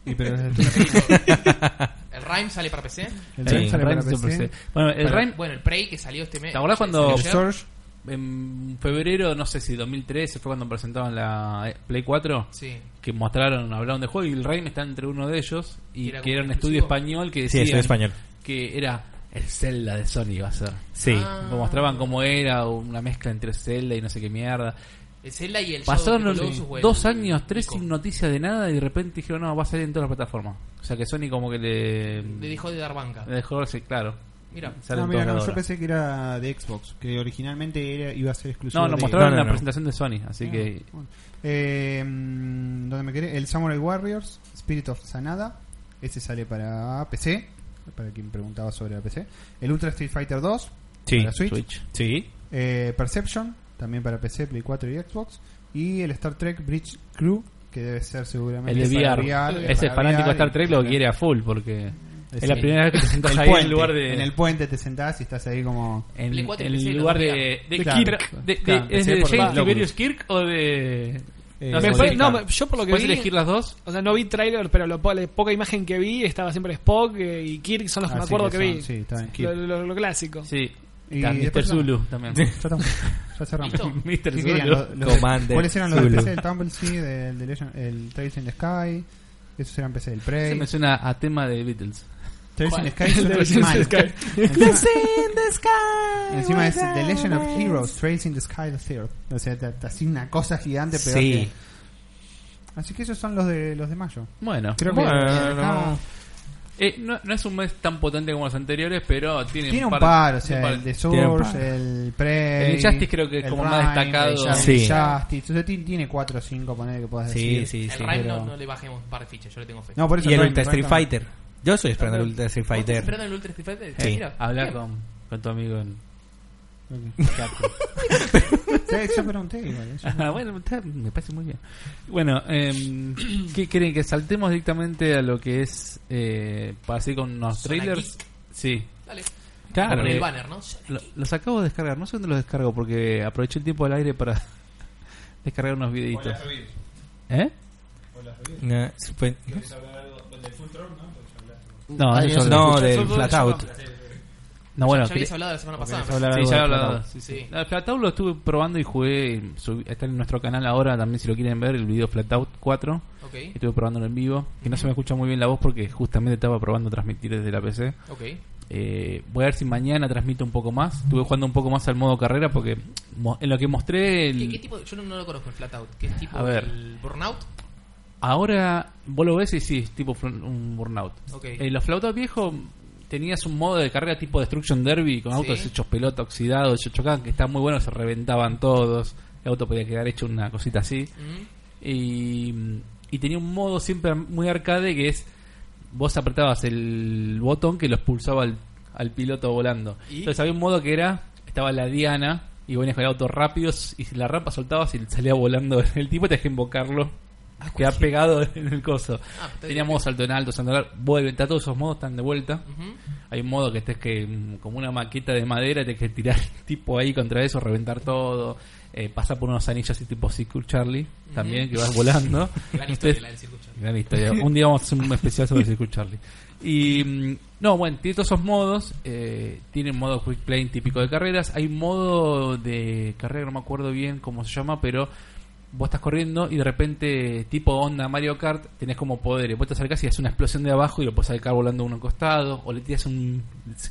Speaker 4: Y pero el
Speaker 1: ¿El Rhyme sale para PC?
Speaker 4: el
Speaker 2: Sí,
Speaker 4: Rhyme sale para
Speaker 3: Rhyme siempre
Speaker 4: PC.
Speaker 3: se- Bueno, el
Speaker 4: Para-
Speaker 3: Rhyme,
Speaker 1: Bueno, el Prey que salió este mes.
Speaker 3: ¿Te acordás cuando-
Speaker 4: El
Speaker 1: ayer?
Speaker 4: Surge,
Speaker 3: en febrero, no sé si 2013, fue cuando presentaban la eh, Play 4.
Speaker 1: Sí.
Speaker 3: que mostraron, hablaron de juego y el Rhyme está entre uno de ellos y
Speaker 1: ¿Y era
Speaker 3: que
Speaker 1: como
Speaker 3: era un
Speaker 1: exclusivo?
Speaker 3: estudio español que
Speaker 2: Sí,
Speaker 3: decía
Speaker 2: estudio español.
Speaker 3: que era el Zelda de Sony iba a ser.
Speaker 2: Sí.
Speaker 1: Ah.
Speaker 3: Lo mostraban cómo era, una mezcla entre Zelda y no sé qué mierda.
Speaker 1: El Zelda y el Shadow
Speaker 3: Pasaron
Speaker 1: of the Colossus, o el-
Speaker 3: dos años, tres
Speaker 1: Ico.
Speaker 3: sin noticia de nada y de repente dijeron, no, va a salir en todas las plataformas. O sea que Sony como que le,
Speaker 1: Le dejó de dar banca.
Speaker 3: le dejó, sí, claro.
Speaker 1: Mira,
Speaker 3: Sale
Speaker 4: No,
Speaker 3: en
Speaker 4: Ah, mira,
Speaker 3: todas
Speaker 4: no,
Speaker 3: las
Speaker 4: yo
Speaker 3: ahora.
Speaker 4: pensé que era de Xbox, que originalmente era, iba a ser exclusivo.
Speaker 3: No, lo
Speaker 4: de-
Speaker 3: mostraron
Speaker 2: No,
Speaker 3: en
Speaker 2: no,
Speaker 3: la
Speaker 2: no.
Speaker 3: presentación de Sony, así
Speaker 4: Ah,
Speaker 3: que...
Speaker 4: bueno. Eh, mm, ¿Dónde me quedé? El Samurai Warriors, Spirit of Sanada. Ese sale para PC, para quien preguntaba sobre la PC. El Ultra Street Fighter 2,
Speaker 2: Sí.
Speaker 4: para Switch.
Speaker 2: Sí.
Speaker 4: Eh, Perception, también para PC, Play 4 y Xbox. Y el Star Trek Bridge Crew, que debe ser seguramente
Speaker 3: El de
Speaker 4: para
Speaker 3: VR.
Speaker 4: VR,
Speaker 3: Ese
Speaker 4: para
Speaker 3: fanático de
Speaker 4: VR,
Speaker 3: Star Trek lo
Speaker 4: y-
Speaker 3: quiere a full porque es la
Speaker 4: Sí.
Speaker 3: primera vez que te sentas
Speaker 4: El
Speaker 3: ahí
Speaker 4: puente,
Speaker 3: en lugar de...
Speaker 4: en el puente te sentás y estás ahí como...
Speaker 3: En,
Speaker 1: Play 4 y
Speaker 3: en
Speaker 1: PC
Speaker 3: el
Speaker 1: los
Speaker 3: lugar
Speaker 1: dos
Speaker 3: de,
Speaker 1: pegados.
Speaker 3: de,
Speaker 4: Claro.
Speaker 3: Kirk. De- de-
Speaker 4: Claro,
Speaker 3: ¿Es de
Speaker 4: empecé por
Speaker 3: James
Speaker 4: Locust.
Speaker 3: Tiberius Kirk o de.?
Speaker 4: Eh,
Speaker 3: no,
Speaker 6: Me
Speaker 3: sé,
Speaker 6: fue-
Speaker 3: Kirk.
Speaker 6: no, me- yo por lo que
Speaker 3: ¿Puedes
Speaker 6: vi-
Speaker 3: elegir las dos?
Speaker 6: O sea, no vi trailer, pero lo, po- la poca imagen que vi estaba siempre Spock eh, y Kirk, son los que me
Speaker 4: así
Speaker 6: acuerdo que,
Speaker 4: son,
Speaker 6: vi.
Speaker 4: Sí, está bien.
Speaker 6: Lo, lo- lo clásico.
Speaker 3: Sí.
Speaker 4: Y
Speaker 3: Está Mr.
Speaker 4: después-
Speaker 3: Zulu también.
Speaker 4: Ya estamos. Ya cerramos.
Speaker 1: ¿Listo?
Speaker 3: Mr.
Speaker 4: ¿Qué
Speaker 3: Zulu.
Speaker 4: querían? Los- los de-
Speaker 2: Commander
Speaker 4: ¿Cuáles eran los de
Speaker 2: Zulu.
Speaker 4: PC? El Tumblesea, del, de Legend- el Trails in the Sky. Esos eran PC del
Speaker 3: Se
Speaker 4: Prey.
Speaker 3: me suena a tema de Beatles.
Speaker 4: Trails in the Sky
Speaker 6: ¿Cuál?
Speaker 4: es
Speaker 6: Trails
Speaker 4: un
Speaker 6: in the
Speaker 4: mal.
Speaker 6: Sky.
Speaker 4: Encima, encima es The Legend of Heroes, Trails in the Sky the Third. O sea, te, te asigna una cosa gigante peor
Speaker 2: Sí.
Speaker 4: que- Así que esos son los de los de mayo.
Speaker 3: Bueno,
Speaker 4: Creo que
Speaker 2: Bueno.
Speaker 3: eh, no, no es un mes tan potente como los anteriores, pero tiene,
Speaker 4: tiene un par, o sea,
Speaker 3: tiene un
Speaker 4: el de
Speaker 2: Tiene un par.
Speaker 4: Source, el Prey.
Speaker 3: El Injustice creo que es como más destacado.
Speaker 4: El
Speaker 2: Sí.
Speaker 4: Justice, o sea, ti- tiene 4 o 5, ponele que puedas
Speaker 2: Sí,
Speaker 4: decir.
Speaker 2: sí,
Speaker 1: el
Speaker 2: sí.
Speaker 1: Rhyme
Speaker 4: pero-
Speaker 1: no, no le bajemos un par de fichas, yo le tengo fe.
Speaker 4: No, por eso
Speaker 2: Y el
Speaker 4: Rhyme,
Speaker 2: Ultra
Speaker 4: Rhyme
Speaker 2: Street
Speaker 4: también.
Speaker 2: Fighter. Yo estoy esperando el Ultra Street
Speaker 1: ¿Vos estás
Speaker 2: Fighter.
Speaker 1: esperando el Ultra Street Fighter?
Speaker 2: Sí.
Speaker 1: Mira,
Speaker 3: Habla
Speaker 1: bien.
Speaker 3: con, con tu amigo en
Speaker 4: Ok.
Speaker 3: Capcom.
Speaker 4: Sí, yo pregunté igual. eso.
Speaker 3: Ah, bueno, está- me parece muy bien. Bueno, em, ¿qué creen? ¿Que saltemos directamente a lo que es eh, para seguir con unos
Speaker 1: Zona
Speaker 3: trailers?
Speaker 1: Geek.
Speaker 3: Sí.
Speaker 1: Dale.
Speaker 3: Claro.
Speaker 1: Con el
Speaker 3: eh,
Speaker 1: banner, ¿no?
Speaker 3: lo- los acabo de descargar. No sé dónde los descargo porque aproveché el tiempo al aire para descargar unos videitos. ¿Eh?
Speaker 2: No, supe-
Speaker 5: Ah,
Speaker 2: no,
Speaker 5: ya
Speaker 2: del
Speaker 5: se
Speaker 2: no,
Speaker 5: escucha.
Speaker 2: del Flatout.
Speaker 3: No, bueno,
Speaker 1: ya, habías
Speaker 3: quería-
Speaker 1: hablado la semana
Speaker 4: querías
Speaker 1: pasada.
Speaker 4: hablar
Speaker 3: Sí, ya
Speaker 4: algo de
Speaker 3: lo hablaba,
Speaker 4: Plataus.
Speaker 3: sí,
Speaker 1: Sí.
Speaker 3: sí. La de Flatout lo estuve probando y jugué. subí- está en nuestro canal ahora también, si lo quieren ver, el video Flatout 4.
Speaker 1: Ok,
Speaker 3: Estuve probándolo en vivo. Que no se me escucha muy bien la voz porque justamente estaba probando transmitir desde la PC.
Speaker 1: ok.
Speaker 3: Eh, voy a ver si mañana transmito un poco más. Estuve jugando un poco más al modo carrera porque mo- en lo que mostré. el-
Speaker 1: ¿Qué, qué tipo? de- Yo no, no lo conozco el Flatout. ¿Qué es tipo?
Speaker 3: A ver.
Speaker 1: ¿El Burnout?
Speaker 3: Ahora vos lo ves y sí, es tipo fl- un burnout.
Speaker 1: Ok.
Speaker 3: Eh, los flautas viejos tenías un modo de carrera tipo Destruction Derby con
Speaker 1: Sí.
Speaker 3: autos hechos pelota, oxidados, hechos chocaban, que está muy bueno, se reventaban todos. El auto podía quedar hecho una cosita así.
Speaker 1: Mm,
Speaker 3: Y, y tenía un modo siempre muy arcade que es vos apretabas el botón que lo expulsaba al, al piloto volando.
Speaker 1: ¿Y?
Speaker 3: Entonces había un modo que era, estaba la diana y venías con el auto rápido y si la rampa soltabas y salía volando el tipo y tenías que invocarlo. que ha pegado en el coso.
Speaker 1: Ah, está
Speaker 3: Tenía
Speaker 1: bien.
Speaker 3: modo salto en alto, salto en alto, vuelve, está, todos esos modos están de vuelta.
Speaker 1: ujú.
Speaker 3: Hay un modo que estés que mm, como una maqueta de madera, tenés que tirar tipo ahí contra eso, reventar todo, eh, pasar por unos anillos así tipo Circle Charlie, también que vas volando.
Speaker 1: Gran historia
Speaker 3: Entonces,
Speaker 1: la del circuito.
Speaker 3: gran historia. Un día vamos a hacer un especial sobre Circle Charlie. Y mm, no, bueno, tiene todos esos modos, eh, tiene un modo quick play típico de carreras, hay un modo de carrera, no me acuerdo bien cómo se llama, pero vos estás corriendo y de repente, tipo onda Mario Kart, tenés como poderes. Vos te acercás y haces una explosión de abajo y lo podés sacar volando a uno a un costado. O le tiras un,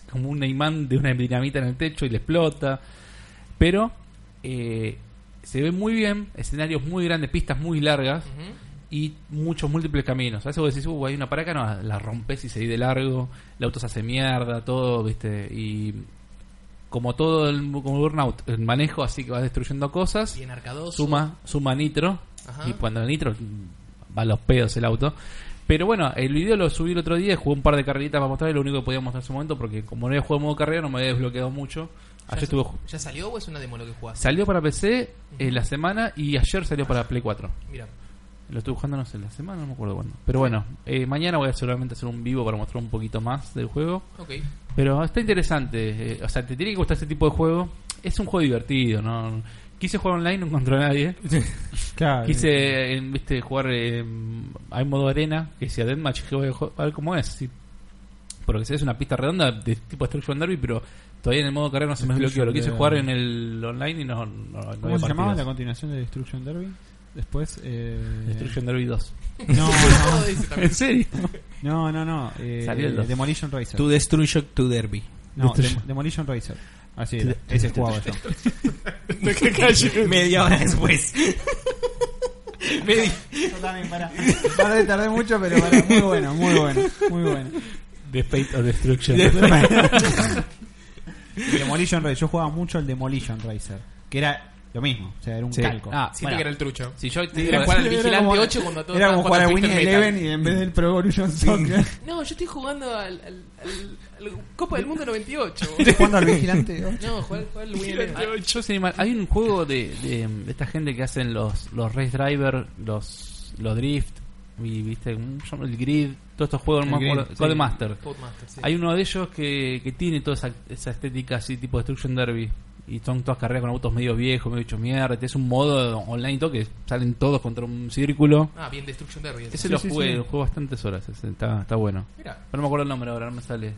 Speaker 3: como un imán de una dinamita en el techo y le explota. Pero eh, se ve muy bien, escenarios muy grandes, pistas muy largas
Speaker 1: Ujú.
Speaker 3: y muchos múltiples caminos. A veces vos decís, uh, hay una para acá, no, la rompes y seguís de largo, el auto se hace mierda, todo, viste, y como todo el, como el burnout, el manejo, así que vas destruyendo cosas,
Speaker 1: Bien arcadoso.
Speaker 3: suma, suma nitro,
Speaker 1: Ajá.
Speaker 3: y cuando el nitro mm, va a los pedos el auto. Pero bueno, el video lo subí el otro día, jugué un par de carreritas para mostrar, y lo único que podía mostrar en su momento, porque como no había jugado en modo carrera, no me había desbloqueado mucho.
Speaker 1: ¿Ya,
Speaker 3: Ayer estuve,
Speaker 1: ¿Ya salió o es una demo lo que jugaste?
Speaker 3: salió para PC en la semana y ayer salió para Play 4.
Speaker 1: Mira.
Speaker 3: Lo estuve jugando no sé, la semana, no me acuerdo cuándo. Pero bueno, eh, mañana voy a seguramente hacer un vivo para mostrar un poquito más del juego.
Speaker 1: Ok.
Speaker 3: Pero está interesante. eh, o sea, te tiene que gustar este tipo de juego. Es un juego divertido, ¿no? Quise jugar online, no encontré a nadie.
Speaker 4: Claro.
Speaker 3: Quise eh, viste, jugar. eh, hay modo arena, que sea Deathmatch, que voy a jo- a ver cómo es. si- porque si es una pista redonda de tipo Destruction Derby, pero todavía en el modo carrera no se me desbloqueó. Lo quise
Speaker 4: Destruction
Speaker 3: jugar en
Speaker 4: Derby.
Speaker 3: el online y no. no, no
Speaker 4: ¿Cómo
Speaker 3: había
Speaker 4: se llamaba la
Speaker 3: partidas.
Speaker 4: continuación de Destruction Derby? Después. Eh...
Speaker 3: Destruction Derby 2.
Speaker 4: No,
Speaker 3: Ah,
Speaker 1: Todo ese también.
Speaker 3: ¿En serio?
Speaker 4: no, no. no eh,
Speaker 3: Salió el dos.
Speaker 4: Demolition Racer.
Speaker 2: To Destruction to Derby.
Speaker 4: No,
Speaker 3: Destruction.
Speaker 4: Dem- Demolition Racer. Así era. Ese jugaba yo.
Speaker 2: Media hora después.
Speaker 4: Yo también, para. Tardé, tardé mucho, pero pará, muy bueno, muy bueno, muy bueno.
Speaker 3: The Fate of Destruction.
Speaker 4: Demolition Racer. Yo jugaba mucho el Demolition Racer, que era lo mismo, o sea, era un
Speaker 2: Sí.
Speaker 4: calco.
Speaker 3: Ah,
Speaker 1: Siento
Speaker 3: bueno,
Speaker 1: que era el trucho.
Speaker 3: si yo te digo-
Speaker 1: Era jugar al
Speaker 4: Era
Speaker 1: Vigilante
Speaker 4: como-
Speaker 1: 8 cuando todos
Speaker 4: era como
Speaker 1: estaban
Speaker 4: jugar a
Speaker 1: jugando
Speaker 4: Winnie
Speaker 1: al Twisted
Speaker 4: Eleven y en vez del Pro Evolution Soccer.
Speaker 1: Metal. No, yo estoy jugando al, al, al- al Copa del Mundo 98.
Speaker 4: jugando al Vigilante.
Speaker 1: no, jugar jugar al Winnie Eleven.
Speaker 3: Ah, yo soy mal. Hay un juego de, de, de esta gente que hacen los, los race driver, los, los drift, y viste, ¿cómo se llama? el grid, todos estos juegos,
Speaker 4: El
Speaker 3: no me
Speaker 4: Grid,
Speaker 3: acuerdo,
Speaker 4: sí.
Speaker 3: Codemaster.
Speaker 1: Ah, Codemaster, sí.
Speaker 3: Hay uno de ellos que, que tiene toda esa, esa estética así, tipo Destruction Derby. Y son todas carreras con autos medio viejos, medio hecho mierda. Es un modo online y todo que salen todos contra un círculo.
Speaker 1: Ah, bien, Destruction Derby.
Speaker 3: Ese
Speaker 1: ese.
Speaker 3: lo
Speaker 4: sí,
Speaker 3: jugué,
Speaker 4: sí.
Speaker 3: lo jugué bastantes horas. ese está, está bueno.
Speaker 1: Mira,
Speaker 3: Pero no me acuerdo el nombre ahora, no me sale.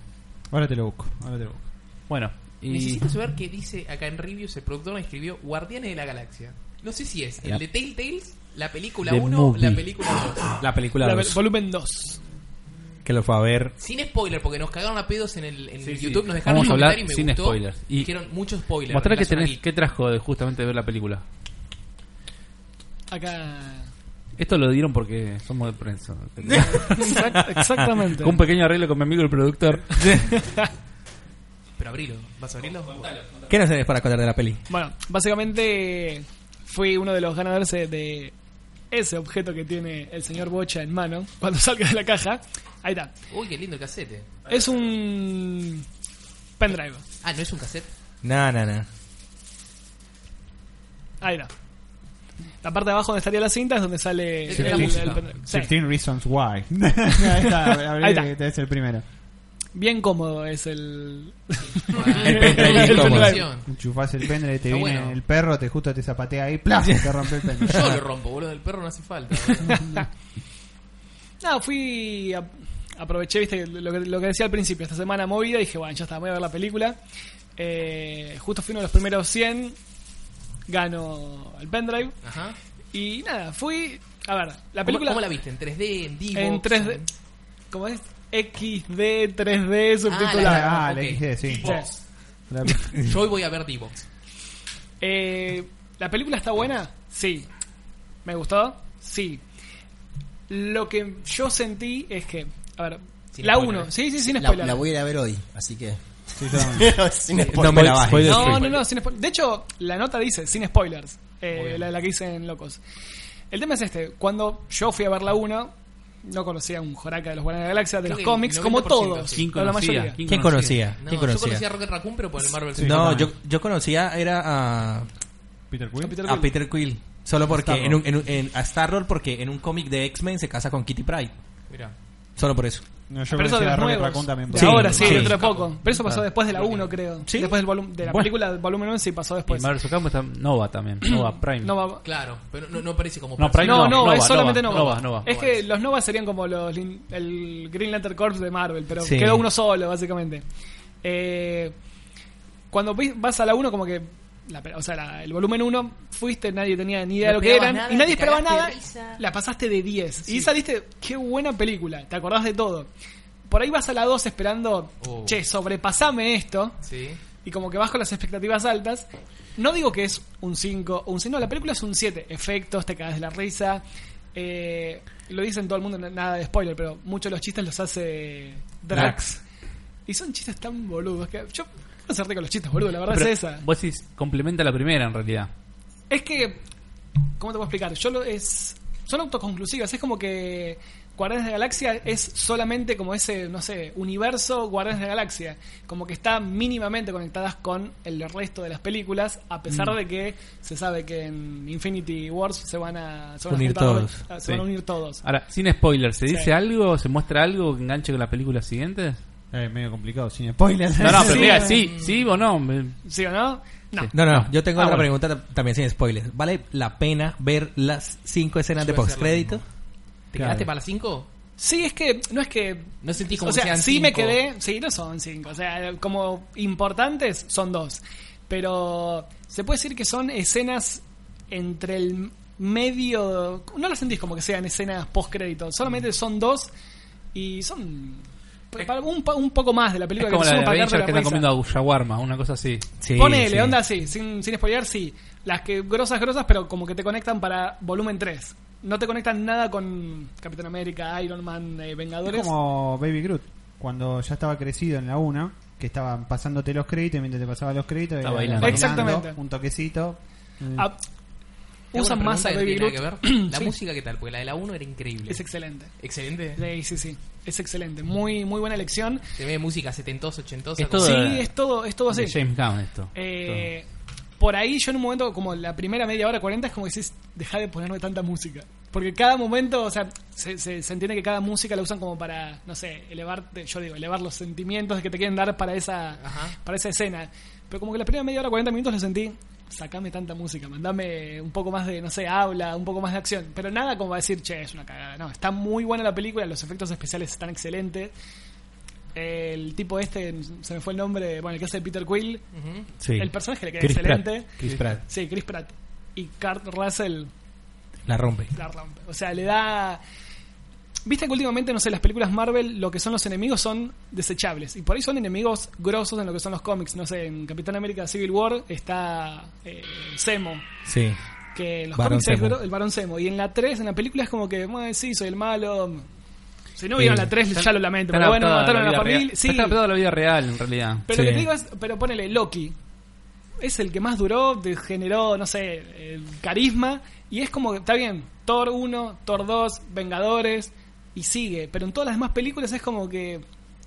Speaker 4: Ahora te lo busco, ahora te lo busco.
Speaker 3: Bueno, y.
Speaker 1: necesito saber qué dice acá en reviews. El productor me escribió Guardianes de la Galaxia. No sé si es el de Telltales, la película
Speaker 3: The
Speaker 1: 1
Speaker 3: Movie.
Speaker 1: la película 2.
Speaker 2: La película
Speaker 6: La-
Speaker 2: 2,
Speaker 6: Volumen 2.
Speaker 2: que lo fue a ver.
Speaker 1: Sin spoiler, porque nos cagaron a pedos en el en
Speaker 3: Sí, sí.
Speaker 1: YouTube. Nos dejaron
Speaker 3: Vamos a
Speaker 1: un
Speaker 3: hablar
Speaker 1: comentario y me
Speaker 3: sin
Speaker 1: gustó.
Speaker 3: spoilers. Y-
Speaker 1: Dijeron muchos spoilers.
Speaker 3: Mostrar que
Speaker 1: en relación
Speaker 3: tenés,
Speaker 1: al-
Speaker 3: qué trajo de justamente ver la película.
Speaker 6: Acá.
Speaker 3: Esto lo dieron porque somos de prensa.
Speaker 6: Exact- exactamente.
Speaker 3: Con un pequeño arreglo con mi amigo el productor.
Speaker 1: Pero abrilo. ¿Vas a abrirlo?
Speaker 2: ¿Qué no tenés para contar de la peli?
Speaker 6: Bueno, básicamente fui uno de los ganadores de- de ese objeto que tiene el señor Bocha en mano cuando salga de la caja. Ahí está.
Speaker 1: Uy, qué lindo el casete.
Speaker 6: Es un pendrive.
Speaker 1: Ah, ¿no es un cassette?
Speaker 2: No, no, no.
Speaker 6: Ahí está. La parte de abajo donde estaría la cinta es donde sale
Speaker 1: Sí,
Speaker 6: el,
Speaker 1: la música.
Speaker 6: el pendrive. Sí.
Speaker 4: 15 Reasons Why. Ahí está, abrí,
Speaker 6: Ahí está.
Speaker 4: Debe ser el primero.
Speaker 6: Bien cómodo es el.
Speaker 1: El
Speaker 2: pendrive es cómodo.
Speaker 4: Enchufás el pendrive, te
Speaker 1: Está
Speaker 4: viene
Speaker 1: bueno.
Speaker 4: el perro, te justo te zapatea ahí, ¡plaf! Te rompe el pendrive.
Speaker 1: Yo lo rompo, boludo. El perro no hace falta. boludo.
Speaker 6: Nada, fui a, aproveché, viste, lo que, lo que decía al principio, esta semana movida, dije, bueno, ya está, voy a ver la película. Eh, justo fui uno de los primeros 100, gano el pendrive.
Speaker 1: Ajá.
Speaker 6: Y nada, fui. A ver, la
Speaker 1: ¿Cómo-
Speaker 6: película.
Speaker 1: ¿Cómo, la viste? ¿En 3D? ¿En Divo?
Speaker 6: En 3D. ¿Cómo es? XD, 3D, subtitulada.
Speaker 4: Ah,
Speaker 1: Ah,
Speaker 4: la
Speaker 1: ok.
Speaker 4: XD, sí.
Speaker 1: Divox.
Speaker 4: La-
Speaker 1: Yo hoy voy a ver Divox.
Speaker 6: Eh, ¿La película está buena? Sí. ¿Me gustó? Sí. Lo que yo sentí es que. A ver.
Speaker 1: Sin
Speaker 6: la
Speaker 1: spoiler,
Speaker 6: 1. Sí, sí, sin
Speaker 5: La,
Speaker 6: spoiler.
Speaker 5: la voy a ir a ver hoy, así que.
Speaker 4: sí, yo también.
Speaker 5: Sin spoiler.
Speaker 2: me la
Speaker 3: voy-
Speaker 2: bajes.
Speaker 3: voy de
Speaker 6: No,
Speaker 3: free.
Speaker 6: no, no, sin spoilers. De hecho, la nota dice, sin spoilers, eh,
Speaker 1: Muy bien.
Speaker 6: la, la que dicen locos. El tema es este, cuando yo fui a ver la 1 no conocía un Joraca de los Guardianes de la Galaxia, de
Speaker 1: Creo
Speaker 6: los
Speaker 1: que
Speaker 6: cómics,
Speaker 1: 90%
Speaker 6: como todos,
Speaker 1: sí.
Speaker 3: ¿Quién
Speaker 6: o la
Speaker 3: conocía?
Speaker 6: mayoría.
Speaker 2: ¿Quién conocía?
Speaker 1: No,
Speaker 2: ¿Quién
Speaker 1: yo conocía a
Speaker 2: conocía?
Speaker 1: Rocket Raccoon, pero por el Marvel Super.
Speaker 2: No, yo, yo conocía era a,
Speaker 4: Peter Quill.
Speaker 6: Capitán
Speaker 2: a
Speaker 6: Quill.
Speaker 2: Peter Quill. Solo porque
Speaker 4: Star-Lord.
Speaker 2: en un, en un- en- a Star-Lord porque en un cómic de X-Men se casa con Kitty Pryde.
Speaker 1: Mirá.
Speaker 2: Solo por eso.
Speaker 4: No, yo
Speaker 6: Pero eso
Speaker 4: conocí
Speaker 6: de
Speaker 4: a
Speaker 6: los
Speaker 4: Rocket
Speaker 6: nuevos.
Speaker 4: Raccoon también.
Speaker 6: De
Speaker 2: Sí,
Speaker 6: ahora sí,
Speaker 2: sí.
Speaker 6: dentro de poco. Pero eso pasó después de la 1, creo.
Speaker 2: Sí.
Speaker 6: Después del volumen de la
Speaker 2: Bueno.
Speaker 6: película, del volumen 1 sí pasó
Speaker 3: Y
Speaker 6: después.
Speaker 3: Marvel Socamo está Nova también. Nova Prime.
Speaker 6: No, va-
Speaker 1: Claro, pero no, no aparece como
Speaker 3: No,
Speaker 1: personaje.
Speaker 3: Prime
Speaker 6: no, no,
Speaker 3: Nova,
Speaker 6: es solamente
Speaker 3: Nova,
Speaker 6: Nova.
Speaker 3: Nova, Nova.
Speaker 6: Es que los Nova serían como los lin- el Green Lantern Corps de Marvel, pero
Speaker 2: Sí.
Speaker 6: quedó uno solo, básicamente. Eh, cuando vi- vas a la 1, como que. la pe- o sea, la- el volumen 1, fuiste, nadie tenía ni
Speaker 1: No
Speaker 6: idea de lo que
Speaker 1: esperabas
Speaker 6: eran.
Speaker 1: nada,
Speaker 6: y nadie
Speaker 1: te
Speaker 6: esperaba
Speaker 1: cagaste de
Speaker 6: nada.
Speaker 1: risa.
Speaker 6: La pasaste de 10. Y saliste, qué buena película, te acordás de todo. Por ahí vas a la 2 esperando,
Speaker 1: Oh.
Speaker 6: che, sobrepasame esto
Speaker 1: Sí.
Speaker 6: y como que vas con las expectativas altas. No digo que es un 5 o un 6, no, la película es un 7. Efectos, te cagas de la risa. eh, lo dicen todo el mundo, na- nada de spoiler, pero muchos de los chistes los hace Drax. Y son chistes tan boludos que yo no acerté con los chistes, boludo, la verdad
Speaker 3: Pero
Speaker 6: es esa.
Speaker 3: Vos decís, complementa la primera en realidad.
Speaker 6: Es que, ¿cómo te puedo explicar? Yo lo, es, son autoconclusivas, es como que Guardianes de la Galaxia es solamente como ese, no sé, universo Guardianes de la Galaxia, como que está mínimamente conectadas con el resto de las películas, a pesar de que se sabe que en Infinity Wars se van a, se van a
Speaker 2: Unir
Speaker 6: juntar-
Speaker 2: todos.
Speaker 6: a- se van a
Speaker 3: Sí.
Speaker 6: unir todos.
Speaker 3: Ahora, sin spoilers, ¿se
Speaker 6: Sí.
Speaker 3: dice algo? ¿Se muestra algo que enganche con la película siguiente?
Speaker 4: Eh, medio complicado, sin spoilers.
Speaker 3: No, no, pero
Speaker 6: Sí.
Speaker 3: mira, sí, sí o no. me-
Speaker 6: ¿Sí o no? No.
Speaker 2: No, no, no, yo tengo
Speaker 3: Ah,
Speaker 2: otra
Speaker 3: bueno.
Speaker 2: pregunta tam- también sin spoilers. ¿Vale la pena ver las cinco escenas
Speaker 1: Yo
Speaker 2: de
Speaker 1: voy a hacer lo
Speaker 2: postcrédito?
Speaker 1: mismo. ¿Te quedaste para las 5?
Speaker 6: Sí, es que no es que.
Speaker 1: No sentís como
Speaker 6: O sea,
Speaker 1: que sean
Speaker 6: sí me
Speaker 1: cinco.
Speaker 6: quedé. Sí, no son cinco. O sea, como importantes son dos. Pero se puede decir que son escenas entre el medio. No las sentís como que sean escenas post-crédito. Solamente son dos y son. para Un, po- un poco más de la
Speaker 3: Es
Speaker 6: película
Speaker 3: como
Speaker 6: que
Speaker 3: la
Speaker 6: son
Speaker 3: de
Speaker 6: para
Speaker 3: Avengers
Speaker 6: cagarte
Speaker 3: que
Speaker 6: la
Speaker 3: está
Speaker 6: risa.
Speaker 3: comiendo shawarma, una cosa así.
Speaker 2: Sí,
Speaker 6: Ponele,
Speaker 2: sí.
Speaker 6: onda así, sin, sin spoilear, sí. Las que grosas, grosas, pero como que te conectan para volumen 3. No te conectan nada con Capitán América, Iron Man, eh, Vengadores.
Speaker 4: Es como Baby Groot, cuando ya estaba crecido en la 1, que estaban pasándote los créditos y mientras te pasaba los créditos.
Speaker 3: Está
Speaker 4: era
Speaker 3: bailando.
Speaker 6: Exactamente.
Speaker 4: Un toquecito. Mm.
Speaker 6: Ah,
Speaker 1: Te hago
Speaker 6: usan
Speaker 1: una
Speaker 6: más a
Speaker 1: pregunta
Speaker 6: Baby
Speaker 1: que no tiene nada
Speaker 6: Groot.
Speaker 1: que ver. La
Speaker 6: Sí,
Speaker 1: música, ¿qué tal? Porque la de la 1 era increíble.
Speaker 6: Es excelente.
Speaker 1: Excelente.
Speaker 6: Sí, sí, sí. Es excelente. Muy, muy buena elección.
Speaker 1: Se ve música setentosa, ochentosa.
Speaker 3: Es
Speaker 1: como-
Speaker 3: todo-
Speaker 6: Oh, Sí, es todo, es todo
Speaker 3: De
Speaker 6: así.
Speaker 3: James Gunn esto.
Speaker 6: Eh, por ahí yo en un momento, como la primera media hora, 40, es como que decís, deja de ponerme tanta música. Porque cada momento, o sea, se, se- se entiende que cada música la usan como para, no sé, elevarte, yo digo, elevar los sentimientos que te quieren dar para esa,
Speaker 1: Ajá.
Speaker 6: para esa escena. Pero como que la primera media hora, 40 minutos lo sentí, sacame tanta música, mandame un poco más de, no sé, habla, un poco más de acción. Pero nada como va a decir, che, es una cagada. No, está muy buena la película, los efectos especiales están excelentes. El tipo este, se me fue el nombre, bueno, el que hace Peter Quill,
Speaker 1: Ujú.
Speaker 2: Sí.
Speaker 6: el personaje le queda
Speaker 2: Chris Pratt.
Speaker 6: excelente.
Speaker 2: Chris Pratt.
Speaker 6: Sí, Chris Pratt. Y Kurt Russell
Speaker 2: La rompe.
Speaker 6: la rompe. O sea, le da. Viste que últimamente, no sé, las películas Marvel, lo que son los enemigos son desechables. Y por ahí son enemigos grosos en lo que son los cómics. No sé, en Capitán América Civil War está eh, Zemo,
Speaker 2: Sí.
Speaker 6: que en los
Speaker 2: Barón
Speaker 6: cómics es
Speaker 2: Zemo.
Speaker 6: gro- el varón Zemo. Y en la 3, en la película es como que, "Bueno, sí, soy el malo. Si no vieron
Speaker 2: Sí.
Speaker 6: la 3, ya lo lamento.
Speaker 3: Está
Speaker 6: Pero bueno,
Speaker 3: adaptada
Speaker 6: mataron a la
Speaker 3: vida real.
Speaker 6: familia. Sí,
Speaker 3: Está adaptada a la vida real, en realidad.
Speaker 6: Pero lo que
Speaker 2: Sí.
Speaker 6: te digo es, pero ponele, Loki es el que más duró, te generó, no sé, eh, carisma, y es como que está bien, Thor 1, Thor 2, Vengadores, y sigue, pero en todas las demás películas es como que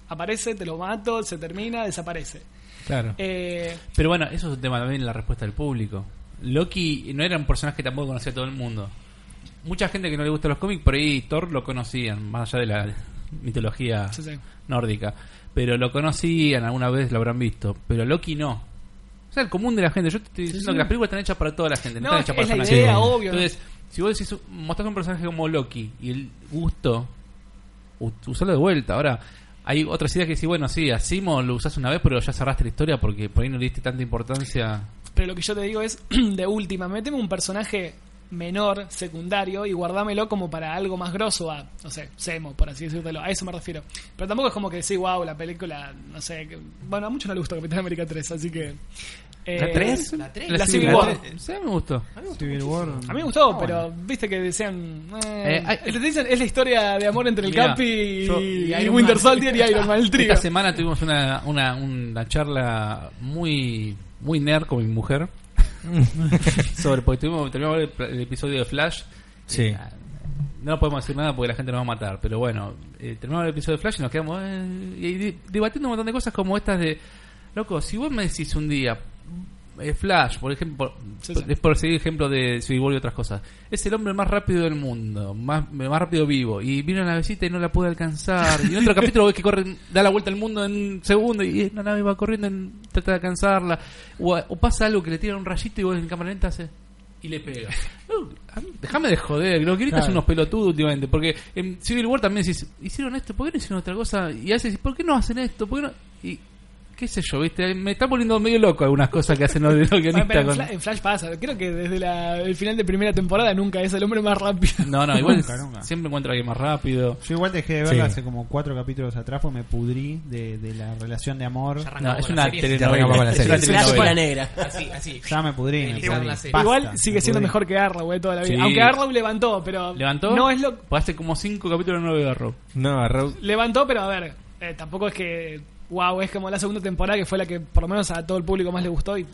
Speaker 6: aparece, te lo mato, se termina, desaparece.
Speaker 3: Claro.
Speaker 6: Eh,
Speaker 3: Pero bueno, eso es un tema también, la respuesta del público. Loki no era un personaje que tampoco conocía todo el mundo. Mucha gente que no le gusta los cómics, por ahí Thor lo conocían, más allá de la mitología
Speaker 6: sí, sí.
Speaker 3: nórdica. Pero lo conocían, alguna vez lo habrán visto. Pero Loki no. O sea, el común de la gente. Yo te estoy diciendo que las películas están hechas para toda la gente, no,
Speaker 6: No,
Speaker 3: están
Speaker 6: es
Speaker 3: hechas para
Speaker 6: la
Speaker 3: fanáticos.
Speaker 6: idea, obvio.
Speaker 3: Entonces, si vos decís, mostrás un personaje como Loki y el gusto u- usalo de vuelta. Ahora, hay otras ideas que sí, bueno, sí, a Simo lo usás una vez, pero ya cerraste la historia porque por ahí no le diste tanta importancia.
Speaker 6: Pero lo que yo te digo es, de última, méteme un personaje menor, secundario, y guardámelo como para algo más grosso, a, no sé, Semo, por así decírtelo. A eso me refiero. Pero tampoco es como que decís, wow, la película, no sé. que- bueno, a muchos no le gustó Capitán América 3, así que. eh,
Speaker 2: ¿La tres?
Speaker 1: La 3.
Speaker 6: La Civil War.
Speaker 3: Sí, me gustó.
Speaker 4: Civil War.
Speaker 6: A mí me gustó, pero viste que decían.
Speaker 3: Eh,
Speaker 6: eh,
Speaker 3: ay,
Speaker 6: te dicen, es la historia de amor entre el
Speaker 3: Mirá,
Speaker 6: Capi y,
Speaker 3: yo-
Speaker 6: y
Speaker 1: Iron
Speaker 6: Winter
Speaker 1: Man.
Speaker 6: Soldier y Iron Man, el trío.
Speaker 3: Esta semana tuvimos una, una, una charla muy, muy nerd con mi mujer. sobre porque tuvimos, terminamos el, el episodio de Flash.
Speaker 2: Sí.
Speaker 3: Eh, no podemos decir nada porque la gente nos va a matar. Pero bueno, eh, terminamos el episodio de Flash y nos quedamos eh, y di- debatiendo un montón de cosas como estas de... Loco, si vos me decís un día... eh, Flash, por ejemplo,
Speaker 6: Sí, sí.
Speaker 3: es por seguir ejemplo de Civil War y otras cosas. Es el hombre más rápido del mundo, más, más rápido vivo. Y vino una navecita y no la pude alcanzar. Y en otro capítulo ves que corre, da la vuelta al mundo en un segundo y la nave va corriendo en, trata de alcanzarla. O, o pasa algo que le tiran un rayito y vos en cámara lenta haces y le pega. No, a mí- Déjame de joder, lo que ahorita son unos pelotudos últimamente, porque en Civil War también decís, hicieron esto, ¿por qué no hicieron otra cosa? Y haces, ¿por qué no hacen esto? ¿Por qué no? Y qué sé yo, ¿viste? Me está poniendo medio loco algunas cosas que hacen los los
Speaker 6: Bueno, pero
Speaker 3: guionistas.
Speaker 6: en,
Speaker 3: con-
Speaker 6: Fla- en Flash pasa, creo que desde la- el final de primera temporada nunca es el hombre más rápido.
Speaker 3: No, no, igual
Speaker 4: Nunca, nunca.
Speaker 3: siempre encuentro a alguien más rápido.
Speaker 4: Yo igual dejé de verla
Speaker 2: Sí.
Speaker 4: hace como cuatro capítulos atrás porque me pudrí de, de la relación de amor.
Speaker 1: Ya
Speaker 3: No,
Speaker 1: arrancamos
Speaker 3: es
Speaker 1: con
Speaker 3: una
Speaker 1: la serie.
Speaker 3: telenovela.
Speaker 2: con la
Speaker 3: Es una
Speaker 2: serie.
Speaker 5: Flash y la
Speaker 3: telenovela.
Speaker 5: negra.
Speaker 1: Así, así.
Speaker 4: Ya me pudrí. me
Speaker 1: Eligieron
Speaker 4: pudrí.
Speaker 1: la serie.
Speaker 4: Basta,
Speaker 6: Igual sigue
Speaker 4: me
Speaker 6: siendo
Speaker 4: pudrí.
Speaker 6: mejor que Arrow, eh, toda la vida.
Speaker 3: Sí.
Speaker 6: Aunque Arrow levantó, pero.
Speaker 3: ¿Levantó?
Speaker 6: No es lo.
Speaker 3: Pues hace como cinco capítulos no lo veo a Rob.
Speaker 2: No, a Raúl-
Speaker 6: Levantó, pero a ver, eh, tampoco es que. Wow, es como la segunda temporada que fue la que por lo menos a todo el público más le gustó. Y
Speaker 5: Yo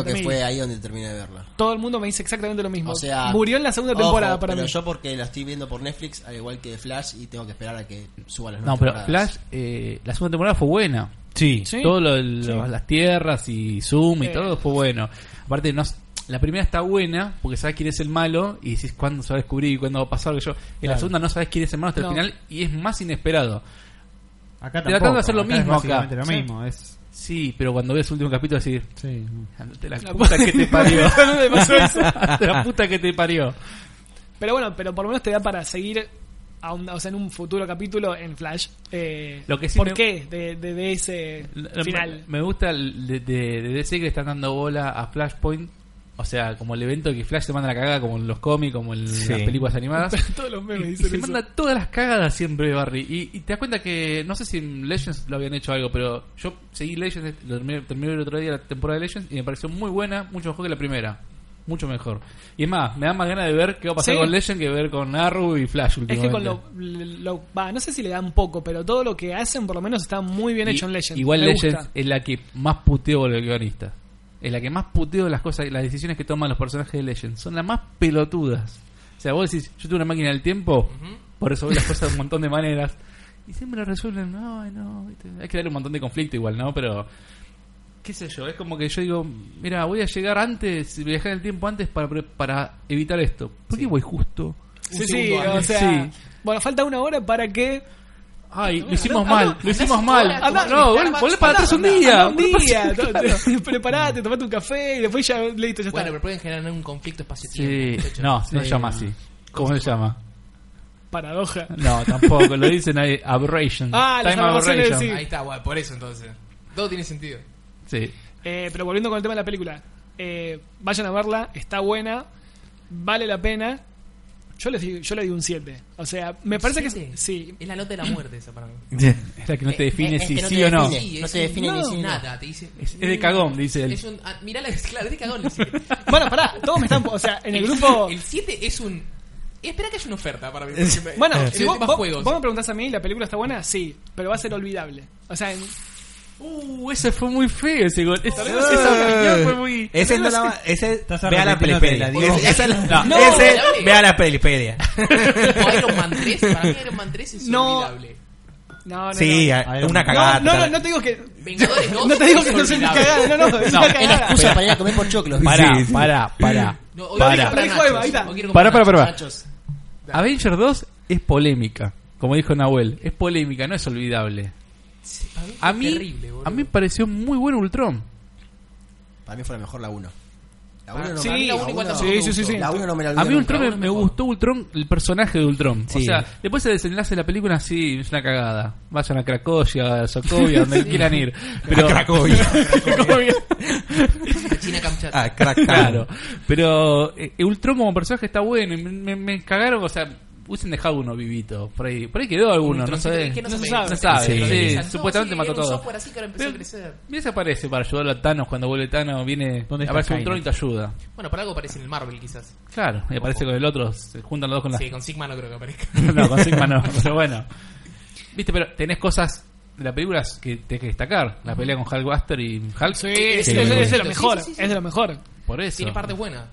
Speaker 5: creo
Speaker 6: a
Speaker 5: que
Speaker 6: mí.
Speaker 5: fue ahí donde terminé de verla.
Speaker 6: Todo el mundo me dice exactamente lo mismo.
Speaker 5: O sea,
Speaker 6: Murió en la segunda
Speaker 5: ojo,
Speaker 6: temporada para
Speaker 5: pero
Speaker 6: mí.
Speaker 5: yo porque la estoy viendo por Netflix, al igual que Flash, y tengo que esperar a que suba las
Speaker 3: No,
Speaker 5: nuevas
Speaker 3: pero
Speaker 5: temporadas.
Speaker 3: Flash, eh, la segunda temporada fue buena.
Speaker 2: Sí.
Speaker 6: Sí.
Speaker 3: Todo lo- lo- las tierras y Zoom y
Speaker 6: Eh.
Speaker 3: todo fue bueno. Aparte, no, s- la primera está buena porque sabes quién es el malo y decís cuándo se va a descubrir y cuándo va a pasar. Que yo. En la segunda no sabes quién es el malo hasta
Speaker 6: No.
Speaker 3: el final y es más inesperado.
Speaker 4: Acá
Speaker 3: Tratando
Speaker 4: tampoco,
Speaker 3: de hacer lo
Speaker 4: es
Speaker 3: mismo acá.
Speaker 4: básicamente lo
Speaker 3: Sí.
Speaker 4: mismo. Es,
Speaker 3: Sí, pero cuando ves el último capítulo decís,
Speaker 4: sí.
Speaker 3: "Andate la,
Speaker 6: La
Speaker 3: puta que te parió.
Speaker 6: ¿Dónde pasó eso?
Speaker 3: la puta que te parió.
Speaker 6: Pero bueno, pero por lo menos te da para seguir a un- o sea, en un futuro capítulo en Flash. Eh,
Speaker 3: Lo que sí
Speaker 6: ¿Por
Speaker 3: me-
Speaker 6: qué de, de- de ese
Speaker 3: Lo-
Speaker 6: final?
Speaker 3: Me gusta el de, de- de DC que le están dando bola a Flashpoint. O sea, como el evento que Flash se manda la cagada, como en los cómics, como en
Speaker 2: Sí.
Speaker 3: las películas animadas.
Speaker 6: Todos los memes
Speaker 3: Y
Speaker 6: dicen
Speaker 3: se
Speaker 6: eso.
Speaker 3: manda todas las cagadas siempre, Barry. Y, y te das cuenta que, no sé si en Legends lo habían hecho algo, pero yo seguí Legends, lo terminé, terminé el otro día la temporada de Legends y me pareció muy buena, mucho mejor que la primera. Mucho mejor. Y es más, me da más ganas de ver qué va a pasar
Speaker 6: Sí.
Speaker 3: con Legends que ver con Arrow y Flash
Speaker 6: Es que
Speaker 3: últimamente.
Speaker 6: con lo, lo- va, no sé si le dan poco, pero todo lo que hacen por lo menos está muy bien
Speaker 3: Y-
Speaker 6: hecho en Legends.
Speaker 3: Igual
Speaker 6: Me
Speaker 3: Legends
Speaker 6: gusta.
Speaker 3: es la que más puteo el guionista. Es la que más puteo las cosas, las decisiones que toman los personajes de Legends. Son las más pelotudas. O sea, vos decís, yo tuve una máquina del tiempo, por eso veo las cosas de un montón de maneras. Y siempre lo resuelven, ay no, viste. hay que darle un montón de conflicto igual, ¿no? Pero, qué sé yo, es como que yo digo, mira, voy a llegar antes, viajar el tiempo antes para, para evitar esto. ¿Por qué voy justo?
Speaker 1: Un
Speaker 6: Sí, sí,
Speaker 1: segundo
Speaker 6: o
Speaker 1: antes.
Speaker 6: sea.
Speaker 3: Sí.
Speaker 6: Bueno, falta una hora para que.
Speaker 3: Ay, lo hicimos
Speaker 1: andá,
Speaker 3: mal,
Speaker 1: andá,
Speaker 3: lo hicimos
Speaker 1: andá,
Speaker 3: mal.
Speaker 1: andá,
Speaker 3: No,
Speaker 1: andá,
Speaker 3: volvé para atrás un
Speaker 1: andá,
Speaker 3: día.
Speaker 6: Ah, un
Speaker 3: volvé para
Speaker 6: día,
Speaker 3: atrás.
Speaker 6: to- preparate, tomate un café y después ya listo, ya está.
Speaker 1: Bueno, pero pueden generar un conflicto
Speaker 3: Sí,
Speaker 1: espacio-tiempo. muchachos.
Speaker 3: no, no se
Speaker 4: Sí,
Speaker 3: llama
Speaker 4: no.
Speaker 3: así. ¿Cómo se llama?
Speaker 6: Paradoja.
Speaker 3: No, tampoco, lo dicen ahí, aberration.
Speaker 6: Ah, las
Speaker 3: Time
Speaker 6: aberraciones,
Speaker 3: aberration.
Speaker 6: sí.
Speaker 1: Ahí está, guay, por eso entonces. Todo tiene sentido.
Speaker 3: Sí.
Speaker 6: Eh, pero volviendo con el tema de la película, eh, vayan a verla, está buena, vale la pena. Yo le digo, yo le digo un 7. O sea, me parece que
Speaker 1: ¿Siete?
Speaker 6: es- sí.
Speaker 1: Es la nota de la muerte esa para mí.
Speaker 3: Es la que no te
Speaker 5: Eh,
Speaker 3: define
Speaker 5: es
Speaker 3: si
Speaker 5: que no
Speaker 3: sí
Speaker 5: te
Speaker 3: o no.
Speaker 5: define. No
Speaker 1: es
Speaker 5: se
Speaker 1: un-
Speaker 5: define ni si no.
Speaker 1: nada, te dice.
Speaker 3: Es- es de cagón, dice él.
Speaker 1: Es un, ah, mirá la claro, es de cagón. el siete.
Speaker 6: Bueno, pará, todos me están. O sea, en el grupo.
Speaker 1: El 7 es un. Espera que haya una oferta para mí.
Speaker 6: Bueno,
Speaker 2: Eh,
Speaker 1: En
Speaker 6: si
Speaker 1: el
Speaker 6: vos,
Speaker 1: tema
Speaker 6: vos-
Speaker 1: juegos.
Speaker 6: vos me preguntás a mí, ¿la película está buena? Sí, pero va a ser olvidable. O sea, en-
Speaker 3: Uh, ese fue muy feo ese gol. Esa, esa opinión fue muy.
Speaker 2: Ese no la va- ese ve a la
Speaker 4: arrepintiéndote de la
Speaker 2: Pelipedia.
Speaker 4: dios.
Speaker 2: Ese, esa es la-
Speaker 1: No,
Speaker 2: ese
Speaker 1: dale.
Speaker 2: ve a la Pelipedia.
Speaker 1: O Iron Man 3, para mí Iron Man 3 es
Speaker 6: No.
Speaker 1: olvidable.
Speaker 6: no, no.
Speaker 2: Sí,
Speaker 6: no.
Speaker 2: a-
Speaker 4: Iron
Speaker 2: una
Speaker 4: Man.
Speaker 2: cagada.
Speaker 6: no, no, no, no te digo que.
Speaker 1: Vengadores 2
Speaker 6: No te digo que
Speaker 1: es
Speaker 6: no soy una
Speaker 1: olvidable.
Speaker 6: cagada, no, no, es una
Speaker 5: Es la
Speaker 6: cagada.
Speaker 5: excusa para ir a comer por choclos.
Speaker 3: Pará,
Speaker 2: Sí, sí.
Speaker 3: pará, pará.
Speaker 1: No, hoy
Speaker 3: Pará.
Speaker 1: quiero comprar
Speaker 6: Lo dijo
Speaker 1: nachos,
Speaker 6: Eva, ahí está.
Speaker 1: hoy quiero
Speaker 3: Pará,
Speaker 1: comprar
Speaker 3: pará, pará.
Speaker 5: Muchachos.
Speaker 3: Avenger 2 es polémica. Como dijo Nahuel, es polémica, no es olvidable.
Speaker 1: nachos.
Speaker 3: A mí,
Speaker 1: Terrible, boludo.
Speaker 3: a mí me pareció muy bueno Ultron.
Speaker 5: Para mí fue la mejor la 1. La uno no
Speaker 6: Ah, Sí,
Speaker 5: me-
Speaker 6: la uno igual
Speaker 5: uno-
Speaker 6: tampoco me Sí, sí, sí, gustó. sí.
Speaker 5: La uno no me la
Speaker 3: A mí
Speaker 5: olvido
Speaker 3: Ultron me,
Speaker 5: nunca.
Speaker 3: me gustó Ultron, el personaje de Ultron. O
Speaker 2: Sí.
Speaker 3: sea, después el desenlace de la película sí es una cagada. Vayan a Cracovia, a Sokovia, donde quieran ir. Pero, Cracovia.
Speaker 1: La China Kamchatka.
Speaker 2: Ah, crack,
Speaker 3: claro. Pero eh, Ultron como personaje está bueno y me, me- me cagaron, o sea, hubiesen dejado uno vivito. Por ahí, por ahí quedó alguno, no
Speaker 1: Ultron,
Speaker 3: sé.
Speaker 1: es que
Speaker 6: no se
Speaker 1: ve,
Speaker 6: sabe.
Speaker 1: ve,
Speaker 3: No sabe,
Speaker 1: se
Speaker 3: sí.
Speaker 1: analizan.
Speaker 3: Sí,
Speaker 1: No,
Speaker 3: supuestamente
Speaker 1: sí,
Speaker 3: mató
Speaker 1: era un
Speaker 3: todo.
Speaker 1: software así que ahora empezó a crecer.
Speaker 3: Y se aparece para ayudarlo a Thanos cuando vuelve Thanos, viene,
Speaker 2: ¿Dónde está
Speaker 3: aparece Ultron y
Speaker 2: Skynet?
Speaker 3: te ayuda.
Speaker 1: Bueno, para algo aparece en el Marvel quizás.
Speaker 3: Claro, y aparece con el otro, se juntan los dos con la
Speaker 1: Sí, con Sigma no creo que aparezca.
Speaker 3: no, con Sigma no, pero bueno. Viste, pero tenés cosas de la película que tenés que destacar. La pelea con Hulkbuster y Hulk.
Speaker 6: Sí, es,
Speaker 2: sí,
Speaker 6: es-
Speaker 2: sí.
Speaker 6: es de lo
Speaker 1: Sí,
Speaker 6: mejor,
Speaker 1: sí, sí, sí.
Speaker 6: es de lo mejor.
Speaker 3: Por eso.
Speaker 1: Tiene partes buenas.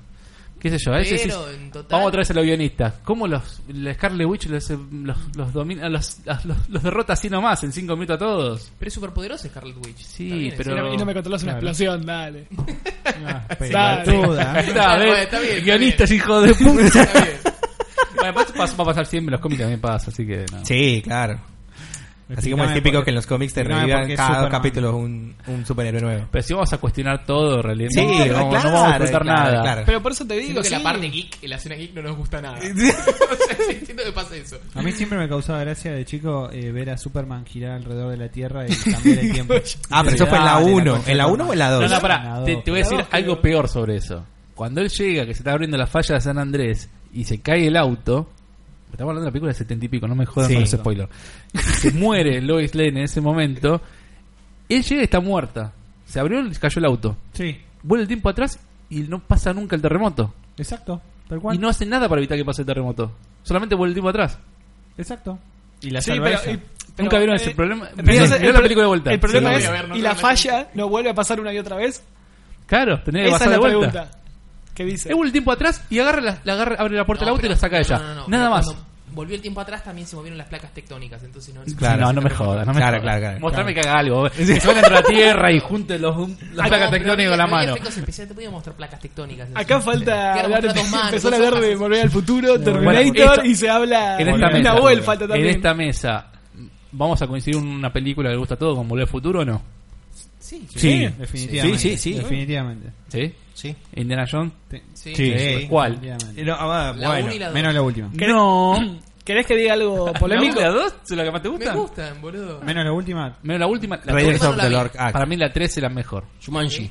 Speaker 3: ¿Qué sé yo? a veces
Speaker 1: Pero,
Speaker 3: es-
Speaker 1: en total-
Speaker 3: Vamos otra vez a los guionistas. ¿Cómo los la Scarlet Witch los, los, los domina, los, los, los derrota así nomás en 5 minutos a todos?
Speaker 1: Pero es súper poderosa Scarlet Witch.
Speaker 3: Sí,
Speaker 1: Está bien,
Speaker 3: pero-
Speaker 6: Y no, y no me controlas una
Speaker 4: Claro.
Speaker 6: explosión, dale.
Speaker 4: Pelotuda.
Speaker 1: Está bien,
Speaker 3: ¿ves?
Speaker 1: está bien, está
Speaker 3: Guionistas, hijo de puta.
Speaker 1: Está bien.
Speaker 3: bueno, pues pasa- va a pasar siempre. Los cómics también pasa, así que. No.
Speaker 2: Sí, claro. Así como es
Speaker 4: Explícame
Speaker 2: típico
Speaker 4: por-
Speaker 2: que en los cómics te
Speaker 4: explícame por
Speaker 2: revivan
Speaker 4: qué
Speaker 2: cada
Speaker 4: Superman.
Speaker 2: capítulo un, un superhéroe nuevo.
Speaker 3: Pero si vamos a cuestionar todo, en realidad.
Speaker 2: Sí,
Speaker 3: no, no, no
Speaker 2: claro,
Speaker 3: vamos a ocultar
Speaker 2: claro,
Speaker 3: nada.
Speaker 2: claro.
Speaker 6: Pero por eso te digo
Speaker 1: Siento que
Speaker 6: sí.
Speaker 1: la parte geek, la escena geek no nos gusta nada. o sea, sí, siento que pasa eso.
Speaker 4: A mí siempre me causaba gracia de chico eh, ver a Superman girar alrededor de la Tierra y cambiar el tiempo.
Speaker 2: Ah, pero eso fue en la
Speaker 4: Dale,
Speaker 2: 1.
Speaker 4: concha
Speaker 2: ¿En la
Speaker 4: de tu
Speaker 2: 1 o en la
Speaker 4: madre.
Speaker 2: 2?
Speaker 3: No, no,
Speaker 4: Dos.
Speaker 3: pará. Te, te voy a
Speaker 4: Dos,
Speaker 3: decir
Speaker 4: creo.
Speaker 3: algo peor sobre eso. Cuando él llega, que se está abriendo la falla de San Andrés y se cae el auto. Estamos hablando de la película de 70 y pico, no me jodan
Speaker 2: Sí.
Speaker 3: con los spoilers. Se muere Lois Lane en ese momento. Él llega y está muerta. Se abrió y cayó el auto.
Speaker 4: Sí,
Speaker 3: Vuelve el tiempo atrás y no pasa nunca el terremoto.
Speaker 4: exacto. Tal
Speaker 3: Y
Speaker 4: cual.
Speaker 3: no hace nada para evitar que pase el terremoto. Solamente vuelve el tiempo atrás.
Speaker 4: Exacto. Y la
Speaker 6: Sí,
Speaker 4: salva
Speaker 6: pero-
Speaker 4: ella.
Speaker 6: y-
Speaker 3: Nunca
Speaker 6: pero,
Speaker 3: vieron ese
Speaker 6: eh,
Speaker 3: problema.
Speaker 6: pero
Speaker 3: Mirá-
Speaker 6: ese-
Speaker 3: mirá
Speaker 6: el
Speaker 3: la
Speaker 6: pro-
Speaker 3: película de vuelta.
Speaker 6: El problema
Speaker 1: Sí, la
Speaker 6: es,
Speaker 1: voy a ver, no
Speaker 6: ¿y
Speaker 1: te
Speaker 6: la
Speaker 1: la meto.
Speaker 6: falla no vuelve a pasar una y otra vez?
Speaker 3: Claro, tenés que
Speaker 6: Esa
Speaker 3: pasar
Speaker 6: es
Speaker 3: de
Speaker 6: la
Speaker 3: vuelta.
Speaker 6: pregunta. ¿Qué dice?
Speaker 3: Él vuelve el tiempo atrás y agarra la, la agarra- abre la puerta del
Speaker 1: No,
Speaker 3: auto y
Speaker 1: pero-
Speaker 3: la saca de ella.
Speaker 1: no, no, no,
Speaker 3: nada
Speaker 1: pero
Speaker 3: más.
Speaker 1: cuando Volvió el tiempo atrás, también se movieron las placas tectónicas. Entonces no es-
Speaker 2: Claro,
Speaker 3: no, no me jodas. No me
Speaker 2: Claro,
Speaker 3: jodas.
Speaker 2: claro, claro.
Speaker 3: Mostrame que haga algo. Que se vayan entre la tierra y junten los, la
Speaker 1: Ah,
Speaker 3: placa
Speaker 1: no, pero
Speaker 3: tectónica con la
Speaker 1: no había
Speaker 3: mano.
Speaker 1: efectos especiales, te podía mostrar placas tectónicas.
Speaker 6: Acá
Speaker 1: Que
Speaker 6: falta
Speaker 1: ahora
Speaker 6: hablar,
Speaker 1: mostró dos manos,
Speaker 6: empezó a
Speaker 1: dos
Speaker 6: hablar de
Speaker 1: hojas.
Speaker 6: Volver al Futuro, Terminator,
Speaker 3: Bueno, esto-
Speaker 6: y se habla
Speaker 3: En esta
Speaker 6: de
Speaker 3: mesa.
Speaker 6: Nahuel falta
Speaker 3: En
Speaker 6: también.
Speaker 3: esta mesa. ¿Vamos a coincidir en una película que le gusta a todo con Volver al Futuro o no?
Speaker 1: Sí, sí.
Speaker 2: Sí,
Speaker 4: Definitivamente.
Speaker 2: Sí, sí, sí.
Speaker 4: Definitivamente.
Speaker 3: ¿Sí?
Speaker 5: Sí.
Speaker 3: ¿Indiana Jones?
Speaker 4: Te-
Speaker 1: sí.
Speaker 2: Sí.
Speaker 3: ¿Cuál?
Speaker 4: definitivamente.
Speaker 2: No, ah,
Speaker 1: La
Speaker 2: bueno.
Speaker 1: uno y la dos.
Speaker 4: Menos la última.
Speaker 3: No.
Speaker 6: ¿Querés que diga algo polémico?
Speaker 3: ¿La 2? ¿Es la que más te
Speaker 1: Me
Speaker 3: gusta?
Speaker 1: gustan, boludo.
Speaker 4: Menos la última.
Speaker 3: Menos la última. La
Speaker 2: Raiders
Speaker 1: última no
Speaker 2: of
Speaker 1: la
Speaker 2: the
Speaker 1: vi.
Speaker 2: Lord
Speaker 3: tres. para
Speaker 2: Act.
Speaker 3: mí la 3 es la mejor.
Speaker 5: Shumanji.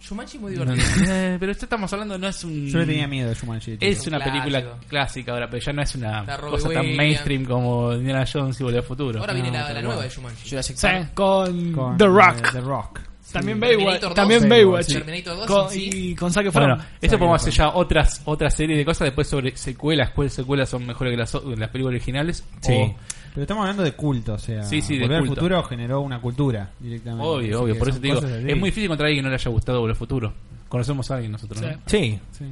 Speaker 1: Shumanji es muy
Speaker 3: No,
Speaker 1: divertido.
Speaker 3: eh, pero ya estamos hablando, no es un...
Speaker 4: Yo le tenía miedo a Shumanji. de chico.
Speaker 3: Es
Speaker 1: Es
Speaker 3: una
Speaker 1: un
Speaker 3: película
Speaker 1: clásico.
Speaker 3: clásica ahora, pero ya no es una
Speaker 1: Está Robbie
Speaker 3: cosa tan
Speaker 1: Williams.
Speaker 3: mainstream como Indiana Jones y Volver al Futuro.
Speaker 1: Ahora viene la, la nueva de Shumanji.
Speaker 5: Jurassic
Speaker 6: Sí,
Speaker 5: Park.
Speaker 6: con,
Speaker 4: Con,
Speaker 6: The
Speaker 4: eh,
Speaker 6: Rock.
Speaker 4: The Rock.
Speaker 6: también
Speaker 1: Terminator
Speaker 6: Baywatch.
Speaker 1: dos,
Speaker 6: también
Speaker 4: Baywatch,
Speaker 6: Baywatch.
Speaker 4: sí.
Speaker 1: Terminator dos,
Speaker 6: Con-
Speaker 1: sí, sí.
Speaker 6: Y con Zac Efron.
Speaker 3: Bueno, esto
Speaker 4: Zac
Speaker 3: podemos hacer
Speaker 4: Efron.
Speaker 3: ya otras otra serie de cosas después sobre secuelas, cuáles secuelas son mejores que las, o- las películas originales.
Speaker 2: Sí.
Speaker 3: O-
Speaker 4: Pero estamos hablando de culto, o sea,
Speaker 3: Sí, sí, de
Speaker 4: Volver al
Speaker 3: culto.
Speaker 4: futuro generó una cultura directamente.
Speaker 3: obvio,
Speaker 4: Así
Speaker 3: obvio,
Speaker 4: que
Speaker 3: por eso
Speaker 4: son
Speaker 3: te digo,
Speaker 4: cosas así.
Speaker 3: es muy difícil encontrar a alguien que no le haya gustado Volver al Futuro. Conocemos a alguien nosotros, ¿no?
Speaker 6: Sí.
Speaker 2: Sí.
Speaker 4: Sí.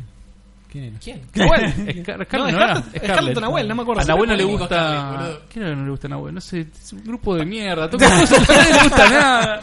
Speaker 4: ¿Quién era?
Speaker 1: ¿Quién?
Speaker 3: Nahuel, Scar- Scarlett,
Speaker 6: No,
Speaker 3: ¿no
Speaker 6: Scarlett-
Speaker 3: era?
Speaker 6: Scarlett
Speaker 3: Scarlett.
Speaker 6: o Nahuel, no me acuerdo.
Speaker 3: A Nahuel no le
Speaker 1: Scarlett,
Speaker 3: gusta.
Speaker 1: boludo.
Speaker 3: ¿Quién era que no le gusta a Nahuel? No sé, es un grupo de mierda. Toca cosas que no le gusta nada.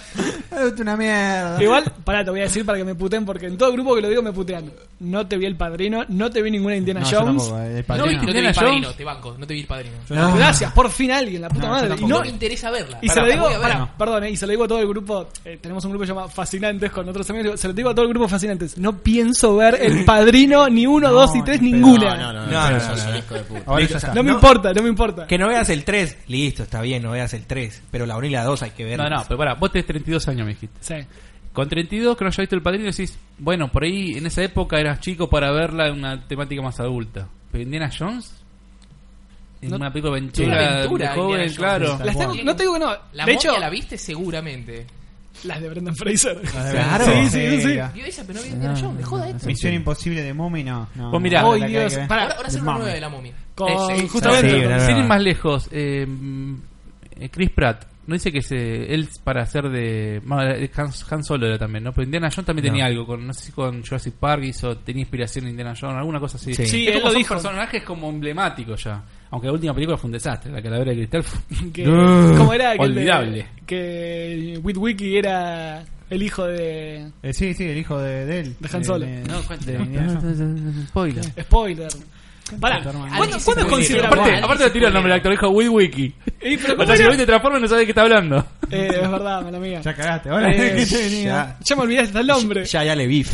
Speaker 4: Es una mierda.
Speaker 6: Igual, pará, te voy a decir para que me puten, porque en todo grupo que lo digo me putean. No te vi el padrino, no te vi ninguna Indiana
Speaker 4: No, yo
Speaker 6: Jones.
Speaker 4: tampoco, eh. el
Speaker 1: No,
Speaker 4: padrino.
Speaker 1: vi- no te vi
Speaker 3: Indiana
Speaker 1: el padrino,
Speaker 3: Jones.
Speaker 1: te banco. No te vi el padrino.
Speaker 4: No.
Speaker 6: Gracias, por fin alguien, la puta
Speaker 4: No, yo
Speaker 6: madre. Y
Speaker 4: tampoco.
Speaker 1: No
Speaker 6: no,
Speaker 1: me interesa verla.
Speaker 6: Y se lo
Speaker 1: La
Speaker 6: digo,
Speaker 1: voy a ver.
Speaker 6: pará, perdón, eh, y se lo digo a todo el grupo, eh, tenemos un grupo llamado Fascinantes con otros amigos, digo, se lo digo a todo el grupo Fascinantes, no pienso ver El Padrino ni uno,
Speaker 4: No,
Speaker 6: dos y tres,
Speaker 4: ni pedo.
Speaker 6: ninguna. No,
Speaker 2: No, no, no, no.
Speaker 4: Ahora ya está.
Speaker 6: me importa, no me importa.
Speaker 2: Que no veas el 3. Listo, está bien, no veas el 3. Pero la 1 y la 2 hay que ver.
Speaker 3: No, no, pero pará, vos tenés 32 años, me dijiste.
Speaker 6: Sí.
Speaker 3: Con 32 que no haya visto El Padrino decís, bueno, por ahí en esa época eras chico para verla en una temática más adulta. Pero Indiana Jones en
Speaker 6: No-
Speaker 3: una película de
Speaker 1: Una
Speaker 3: aventura,
Speaker 1: aventura,
Speaker 3: de joven,
Speaker 1: Indiana
Speaker 3: claro.
Speaker 1: Jones.
Speaker 6: Las tengo-
Speaker 1: cual.
Speaker 6: no te digo que no,
Speaker 1: La momia
Speaker 6: de hecho,
Speaker 1: la viste seguramente.
Speaker 6: las de Brendan Fraser.
Speaker 2: Claro.
Speaker 6: Sí, sí, sí.
Speaker 4: Venga.
Speaker 1: Vio esa, pero no vio Indiana Jones. Me joda esto.
Speaker 4: Misión imposible de Mummy, no. no
Speaker 3: Vos mirá.
Speaker 4: no,
Speaker 6: Ay,
Speaker 4: la que hay
Speaker 6: Dios,
Speaker 4: que ver.
Speaker 6: pará,
Speaker 1: Ahora, ahora se
Speaker 4: Mame.
Speaker 1: una nueva de la momia.
Speaker 6: con,
Speaker 3: Eh, sí,
Speaker 6: justamente,
Speaker 2: sí, una-
Speaker 3: Sin
Speaker 2: nueva.
Speaker 3: ir más lejos, eh, eh, Chris Pratt no dice que se, él para hacer de bueno, de Han, Han Solo era también, ¿no? Pero Indiana Jones también tenía algo, con, no sé si con Jurassic Park hizo, tenía inspiración de Indiana Jones, alguna cosa así.
Speaker 2: Sí.
Speaker 6: Sí,
Speaker 3: Es
Speaker 6: él
Speaker 3: como
Speaker 6: lo
Speaker 3: son
Speaker 6: dijo.
Speaker 3: personajes como emblemáticos ya. Aunque la última película fue un desastre, la calavera de cristal fue
Speaker 6: que,
Speaker 2: Duh.
Speaker 6: ¿Cómo era? aquel de-
Speaker 3: Olvidable.
Speaker 6: que Witwicky era el hijo de...
Speaker 4: Eh, sí, sí, el hijo de, de él.
Speaker 6: De Han Solo.
Speaker 3: No,
Speaker 4: de
Speaker 3: cuéntelo.
Speaker 4: Indiana Jones.
Speaker 3: Spoiler.
Speaker 6: Spoiler.
Speaker 4: Cuéntalo,
Speaker 6: Pará,
Speaker 4: hermano.
Speaker 6: ¿cuándo,
Speaker 1: Alguien
Speaker 6: ¿cuándo
Speaker 1: se
Speaker 6: es
Speaker 1: puede decir,
Speaker 6: considerable?
Speaker 3: Aparte,
Speaker 1: Igual,
Speaker 3: aparte le tiró el nombre del actor, dijo Will Wiki.
Speaker 6: Ey, pero
Speaker 3: O
Speaker 6: ¿cómo
Speaker 3: sea, si
Speaker 6: era?
Speaker 3: hoy te transformas no sabes de qué está hablando.
Speaker 6: Eh, es verdad, mala mía.
Speaker 4: Ya cagaste, ahora.
Speaker 6: Eh,
Speaker 4: ¿qué te venía?
Speaker 2: ya.
Speaker 6: Ya me olvidaste el nombre.
Speaker 2: Ya, ya le vi.